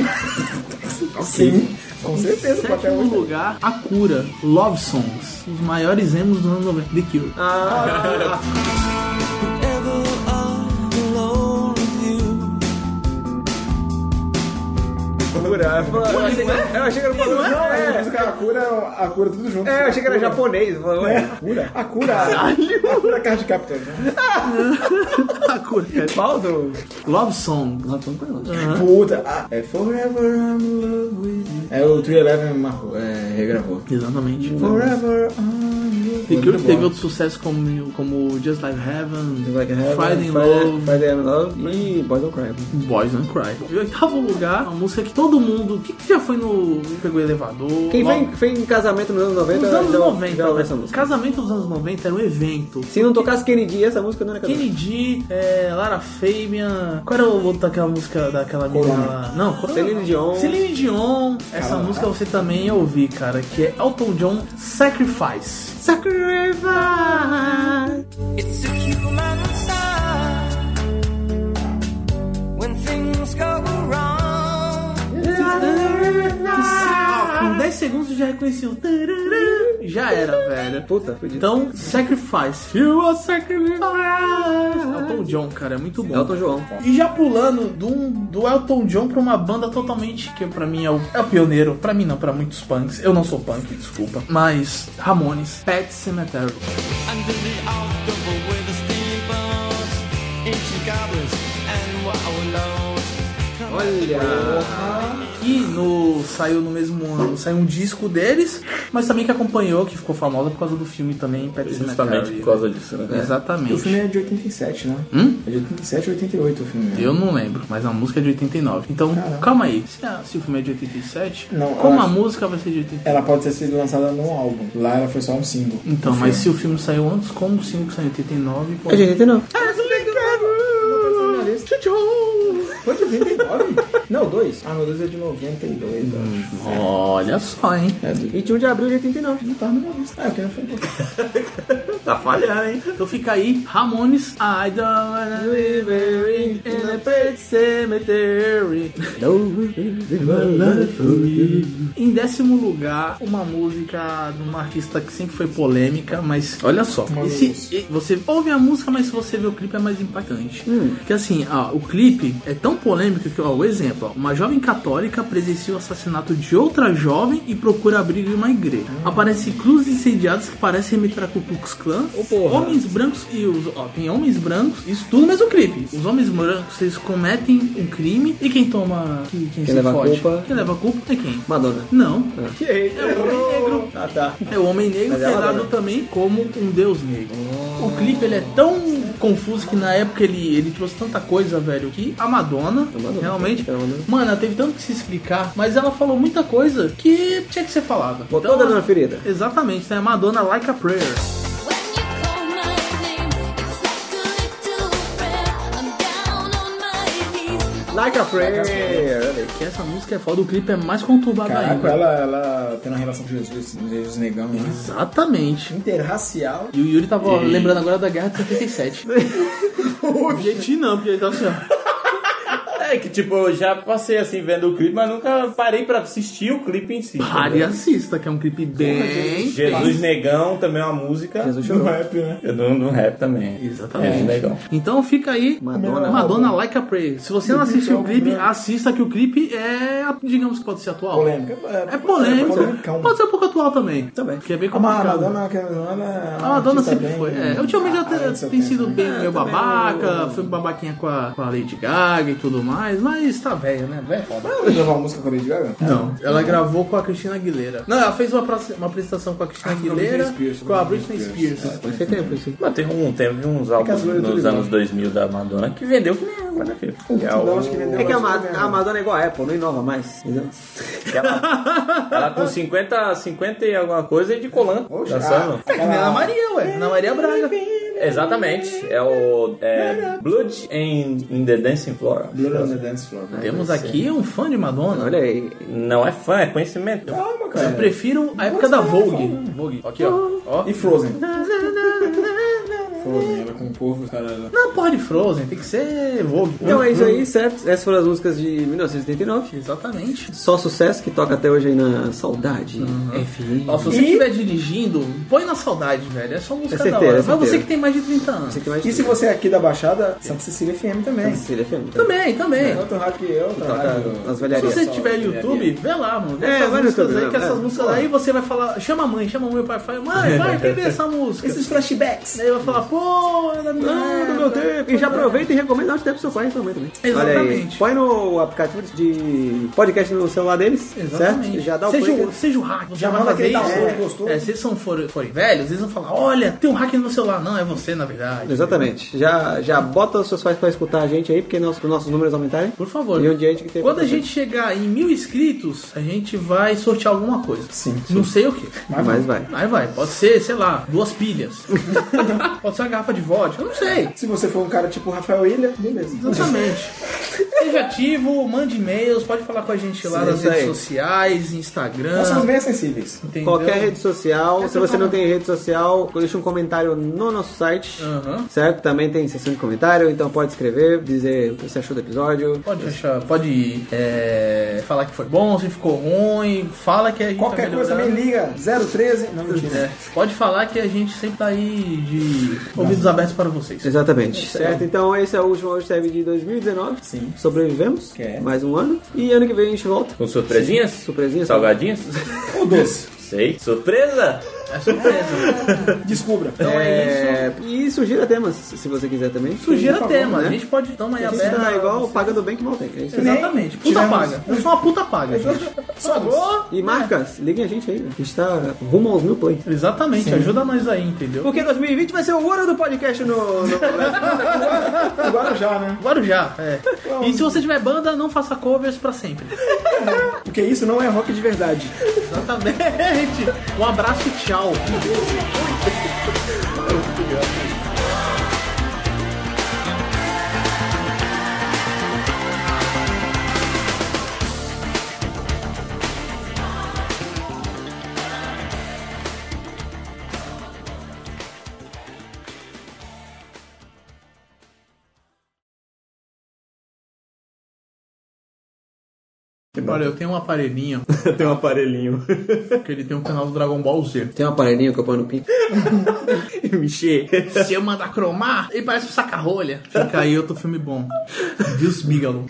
Speaker 8: Sim, com certeza. com até
Speaker 4: Sétimo
Speaker 8: hoje.
Speaker 4: lugar, A Cura, Love Songs, os maiores emos do ano 90, The Cure.
Speaker 1: Ah, Cura. Eu achei que eu achei que era japonês. Não,
Speaker 8: Mas
Speaker 1: é.
Speaker 8: a cura, a cura tudo junto.
Speaker 1: É, eu achei que era japonês. Eu falei, ué, Cura?
Speaker 8: A É cura, a cura card captor. né?
Speaker 4: A Cura, cara.
Speaker 1: Pau do.
Speaker 4: Love Songs.
Speaker 8: Puta, a- é Forever I'm in love with you. É o 311 marcou, é, regravou.
Speaker 4: Exatamente.
Speaker 8: Forever I'm in love
Speaker 4: The Cure
Speaker 8: Muito
Speaker 4: teve
Speaker 8: bom.
Speaker 4: outros sucessos como, como Just Like Heaven,
Speaker 1: Like Heaven,
Speaker 4: Friday in
Speaker 1: Friday-
Speaker 4: Love,
Speaker 1: Friday in Love e Boys Don't Cry.
Speaker 4: Boys Don't Cry. Em oitavo lugar, uma música que todo mundo. O que, que já foi no. Pegou o elevador?
Speaker 1: Quem
Speaker 4: logo-
Speaker 1: foi, em- foi em casamento nos anos 90
Speaker 4: Nos anos
Speaker 1: já,
Speaker 4: 90.
Speaker 1: já ouviu
Speaker 4: né?
Speaker 1: essa música.
Speaker 4: Casamento dos anos 90 era um evento.
Speaker 1: Se não tocasse Kennedy, essa música não era casamento.
Speaker 4: Kennedy, é, Lara Fabian. Qual era o outro daquela música daquela menina lá? Não, qual era?
Speaker 1: Celine Dion.
Speaker 4: Celine Dion. Essa música você também ia ouvir, cara, que é Elton John Sacrifice. Sacrifice.
Speaker 12: It's a human sign when things go wrong.
Speaker 4: Com 10 segundos eu já reconheci o. tarará. Já era, velho.
Speaker 1: Puta, fudido.
Speaker 4: Então, Sacrifice. You are sacrifice. Elton John, cara, é muito bom.
Speaker 1: Elton João.
Speaker 4: E já pulando do, do Elton John pra uma banda totalmente que pra mim é o, é o pioneiro. Pra mim não, pra muitos punks. Eu não sou punk, desculpa. Mas Ramones, Pet Cemetery.
Speaker 13: Under the October with the steamboats, ancient goblins and wallows.
Speaker 1: Olha.
Speaker 4: Que no, saiu no mesmo ano, saiu um disco deles, mas também que acompanhou, que ficou famosa por causa do filme também, Pet
Speaker 3: Justamente
Speaker 4: Cemetery.
Speaker 3: por causa disso, né?
Speaker 4: Exatamente.
Speaker 8: O filme é de 87, né?
Speaker 4: Hum?
Speaker 8: É de 87 ou 88 o filme. né?
Speaker 4: Eu não lembro, mas a música é de 89. Então, calma aí. Se, a- se o filme é de 87,
Speaker 8: Não,
Speaker 4: como
Speaker 8: eu
Speaker 4: a
Speaker 8: acho-
Speaker 4: música vai ser de 87?
Speaker 8: Ela pode ter sido lançada num álbum. Lá ela foi só um single.
Speaker 4: Então,
Speaker 8: Um
Speaker 4: mas
Speaker 8: filme.
Speaker 4: se o filme saiu antes, como o single saiu em 89, pô,
Speaker 1: É de 89.
Speaker 8: Foi de 89? Não, dois. Ah, meu Deus, é de 92. Hum.
Speaker 4: Olha só, hein?
Speaker 1: 21 de abril de 89.
Speaker 8: Não tava na minha lista. Ah, eu quero falar.
Speaker 4: É.
Speaker 3: Tá falhando, hein?
Speaker 4: Então fica aí, Ramones, I don't wanna live in a pet cemetery. Em décimo lugar, uma música de uma artista que sempre foi polêmica, mas olha só, esse- e- você ouve a música, mas se você vê o clipe é mais impactante. Porque assim, ó, o clipe é tão polêmico que, ó, o exemplo, sexual. Uma jovem católica presencia o assassinato de outra jovem e procura abrigo em uma igreja. Aparecem cruzes incendiadas que parecem remeter a Ku Klux Klan. Homens brancos e os... Ó, tem homens brancos. Isso tudo no mesmo clipe. Os homens brancos, eles cometem um crime e quem toma... que- Quem, se
Speaker 1: leva a
Speaker 4: fode?
Speaker 1: culpa?
Speaker 4: Quem leva a culpa é quem?
Speaker 1: Madonna.
Speaker 4: Não.
Speaker 1: Ah.
Speaker 4: É o homem negro.
Speaker 8: Ah, tá.
Speaker 4: É o homem negro
Speaker 1: Mas ela
Speaker 4: pegado
Speaker 1: não.
Speaker 4: também como um deus negro.
Speaker 1: Ah.
Speaker 4: O clipe ele é tão confuso que na época ele, ele trouxe tanta coisa, velho, que a Madonna,
Speaker 1: Madonna,
Speaker 4: realmente,
Speaker 1: é a Madonna.
Speaker 4: mano, ela teve tanto que se explicar, mas ela falou muita coisa que tinha que ser falada.
Speaker 1: Botou
Speaker 4: Então,
Speaker 1: o dedo na ferida.
Speaker 4: Exatamente, tem a Madonna Like a Prayer.
Speaker 1: Like a prayer. olha aí.
Speaker 4: Que essa música é foda, o clipe é mais conturbado
Speaker 8: Caraca,
Speaker 4: ainda.
Speaker 8: ela, ela tem uma relação com Jesus, Jesus negão, né?
Speaker 4: Uhum. Exatamente.
Speaker 8: Interracial.
Speaker 4: E o Yuri tava ó, lembrando agora da Guerra de 77. Gente, não, porque ele tava assim, ó.
Speaker 3: É que tipo, eu já passei assim vendo o clipe, mas nunca parei pra assistir o clipe em si.
Speaker 4: Pare e assista, que é um clipe bem.
Speaker 3: Jesus Negão também é uma música. Jesus
Speaker 8: No rap, né?
Speaker 3: do, do rap também.
Speaker 4: Exatamente.
Speaker 3: É, legal.
Speaker 4: Então fica aí Madonna, Madonna Like a Prayer. Se você não
Speaker 8: é
Speaker 4: assistiu
Speaker 8: um
Speaker 4: o clipe, assista que o clipe é, digamos que pode ser atual.
Speaker 8: Polêmica.
Speaker 4: É polêmico. Pode ser um pouco atual também.
Speaker 8: Tá
Speaker 1: Também.
Speaker 4: Porque é bem
Speaker 8: Ah, A Ma-
Speaker 4: complicado.
Speaker 8: Madonna, que- Madonna,
Speaker 4: A Madonna
Speaker 8: artista
Speaker 4: sempre
Speaker 8: bem-
Speaker 4: foi. É, ultimamente ela
Speaker 8: Ah,
Speaker 4: tem,
Speaker 8: seu
Speaker 4: tem
Speaker 8: tempo,
Speaker 4: sido
Speaker 8: né?
Speaker 4: bem meio
Speaker 8: também
Speaker 4: babaca, foi babaquinha com a, com a Lady Gaga e tudo mais, mas tá velha, né? Velha é foda.
Speaker 8: Ela não gravou uma música com a Lady Gaga?
Speaker 4: Não, ela gravou com a Cristina Aguilera. Não, ela fez uma, praça- uma apresentação com a Cristina Aguilera,
Speaker 8: Britney Spears,
Speaker 4: com a Britney Spears.
Speaker 1: Pode ser tempo, isso.
Speaker 3: Mas teve, um, teve uns
Speaker 8: que as
Speaker 3: álbuns
Speaker 8: loiras
Speaker 3: nos
Speaker 8: tudo
Speaker 3: anos 2000 da Madonna que vendeu que nem água, né, filho? Que é
Speaker 8: Não,
Speaker 3: o-
Speaker 8: acho que vendeu
Speaker 1: É que a,
Speaker 8: mais
Speaker 1: Ma-
Speaker 8: do
Speaker 1: a Madonna é igual a Apple, não inova mais. entendeu?
Speaker 3: que ela, ela com 50, 50 e alguma coisa e de colando.
Speaker 8: ah,
Speaker 3: dançando.
Speaker 4: É que nem a Ana Maria, ué. Ana Maria Braga.
Speaker 3: Exatamente. É o é, Blood in, in the Dancing Floor.
Speaker 8: Blood on the Dance Floor. né?
Speaker 4: Temos aqui um fã de Madonna.
Speaker 1: Olha aí.
Speaker 3: Não é fã, é conhecimento.
Speaker 8: Calma,
Speaker 4: Eu
Speaker 8: cara.
Speaker 4: prefiro a época da Vogue. Vogue. Aqui, ó. ó.
Speaker 8: E Frozen. Frozen,
Speaker 1: é
Speaker 8: ela com
Speaker 1: um
Speaker 8: o povo, cara. ela-
Speaker 4: Não, porra de Frozen, tem que ser Vogue.
Speaker 1: Então é isso aí, certo? Essas foram as músicas de 1989.
Speaker 4: Exatamente.
Speaker 1: Só sucesso que toca até hoje aí na Saudade. FM.
Speaker 4: Ó, se você estiver dirigindo, põe na saudade, velho. É só música
Speaker 1: É certeza,
Speaker 4: da hora.
Speaker 1: é
Speaker 4: Mas você
Speaker 1: certeza.
Speaker 4: que tem mais de 30 anos.
Speaker 1: Você que mais
Speaker 8: E se você é aqui da Baixada, Santa Cecília FM também.
Speaker 1: Cecília FM.
Speaker 4: Também, também.
Speaker 1: É.
Speaker 8: Tanto rádio que eu, tá? outra rádio.
Speaker 1: Toca as
Speaker 4: Se
Speaker 1: velharias.
Speaker 4: você tiver YouTube, vê lá, mano. Vê
Speaker 1: É,
Speaker 4: essas
Speaker 1: vai no
Speaker 4: músicas
Speaker 1: YouTube,
Speaker 4: aí, que
Speaker 1: é,
Speaker 4: essas
Speaker 1: é.
Speaker 4: músicas aí você vai falar, chama a mãe, chama o meu pai, fala, mãe, vai, vem ver essa música. Esses Ah, flashbacks. Aí vai falar, pô, era minha
Speaker 1: Não, do
Speaker 4: época.
Speaker 1: meu tempo. E já aproveita e recomenda onde tempo pro seu pai e sua mãe também.
Speaker 4: Exatamente.
Speaker 1: Olha aí. Põe no aplicativo de podcast no celular deles,
Speaker 4: Exatamente.
Speaker 1: certo? Já dá o
Speaker 4: seja, um.
Speaker 1: play.
Speaker 4: o, seja o hack, você
Speaker 8: Já
Speaker 4: vai
Speaker 8: manda
Speaker 4: fazer
Speaker 8: aquele
Speaker 4: isso.
Speaker 8: download gostoso.
Speaker 4: É, se eles são forem, forem velhos, eles vão falar, olha, tem um hack no meu celular. Não, é você, na verdade.
Speaker 1: Exatamente. Já, já bota os seus pais pra escutar a gente aí, porque nossos, nossos números aumentarem.
Speaker 4: Por favor.
Speaker 1: E onde a gente que tem
Speaker 4: Quando a gente chegar em mil inscritos, a gente vai sortear alguma coisa.
Speaker 8: Sim,
Speaker 4: Não sei o que.
Speaker 1: Mas vai.
Speaker 4: Aí vai, pode ser, sei lá, duas pilhas. pode ser uma garrafa de vodka, eu não sei.
Speaker 8: Se você for um cara tipo Rafael Ilha, beleza.
Speaker 4: Exatamente. Seja ativo, mande e-mails, pode falar com a gente lá
Speaker 1: Sim,
Speaker 4: nas
Speaker 1: isso
Speaker 4: redes
Speaker 1: aí.
Speaker 4: sociais, Instagram.
Speaker 8: Nós somos bem acessíveis.
Speaker 4: entendeu?
Speaker 1: Qualquer rede social, se
Speaker 4: eu
Speaker 1: você
Speaker 4: falo.
Speaker 1: não tem rede social, deixa um comentário no nosso site,
Speaker 4: Aham.
Speaker 1: certo? Também tem seção de comentário, então pode escrever, dizer o que você achou do episódio.
Speaker 4: Pode achar, pode é, falar que foi bom, se ficou ruim, fala que a gente
Speaker 8: Qualquer
Speaker 4: tá
Speaker 8: coisa é também
Speaker 4: melhorando.
Speaker 8: liga 013. Não, mentira.
Speaker 4: É, pode falar que a gente sempre tá aí de ouvidos abertos para vocês.
Speaker 1: Exatamente. certo? Então esse é o último hashtag de 2019.
Speaker 8: Sim.
Speaker 1: Sobrevivemos.
Speaker 8: Que é.
Speaker 1: Mais um ano. E ano que vem a gente volta.
Speaker 3: Com surpresinhas?
Speaker 1: Surpresinhas.
Speaker 3: Salgadinhas?
Speaker 8: Ou doce.
Speaker 3: Sei. Surpresa?
Speaker 4: É surpresa.
Speaker 8: Descubra.
Speaker 4: Então é, isso.
Speaker 1: É, e sugira temas, se você quiser também.
Speaker 4: Sugira
Speaker 1: Por favor,
Speaker 4: tema,
Speaker 1: né?
Speaker 4: a gente pode dar uma
Speaker 1: A gente
Speaker 4: aberta.
Speaker 1: tá igual pagando bem que mal tem. É isso aí.
Speaker 4: Exatamente, puta
Speaker 8: Tivemos-
Speaker 4: paga. Eu sou uma puta paga, gente. Pagou?
Speaker 1: E marcas, liguem a gente aí. né? A gente tá rumo aos mil play.
Speaker 4: Exatamente, ajuda nós aí, entendeu?
Speaker 1: Porque 2020 vai ser o ano do podcast no, no
Speaker 8: Agora já, né?
Speaker 4: Guarujá, é. E se você tiver banda, não faça covers pra sempre.
Speaker 8: Porque isso não é rock de verdade.
Speaker 4: Exatamente. Um abraço e tchau. Olha, eu tenho um aparelhinho
Speaker 3: Tem um aparelhinho.
Speaker 4: que ele tem um canal do Dragon Ball Z.
Speaker 1: Tem uma aparelhinho que eu ponho no pinto.
Speaker 3: Mexer.
Speaker 4: Se eu mandar cromar, ele parece um saca-rolha. Fica aí outro filme bom. Deus Bigelow.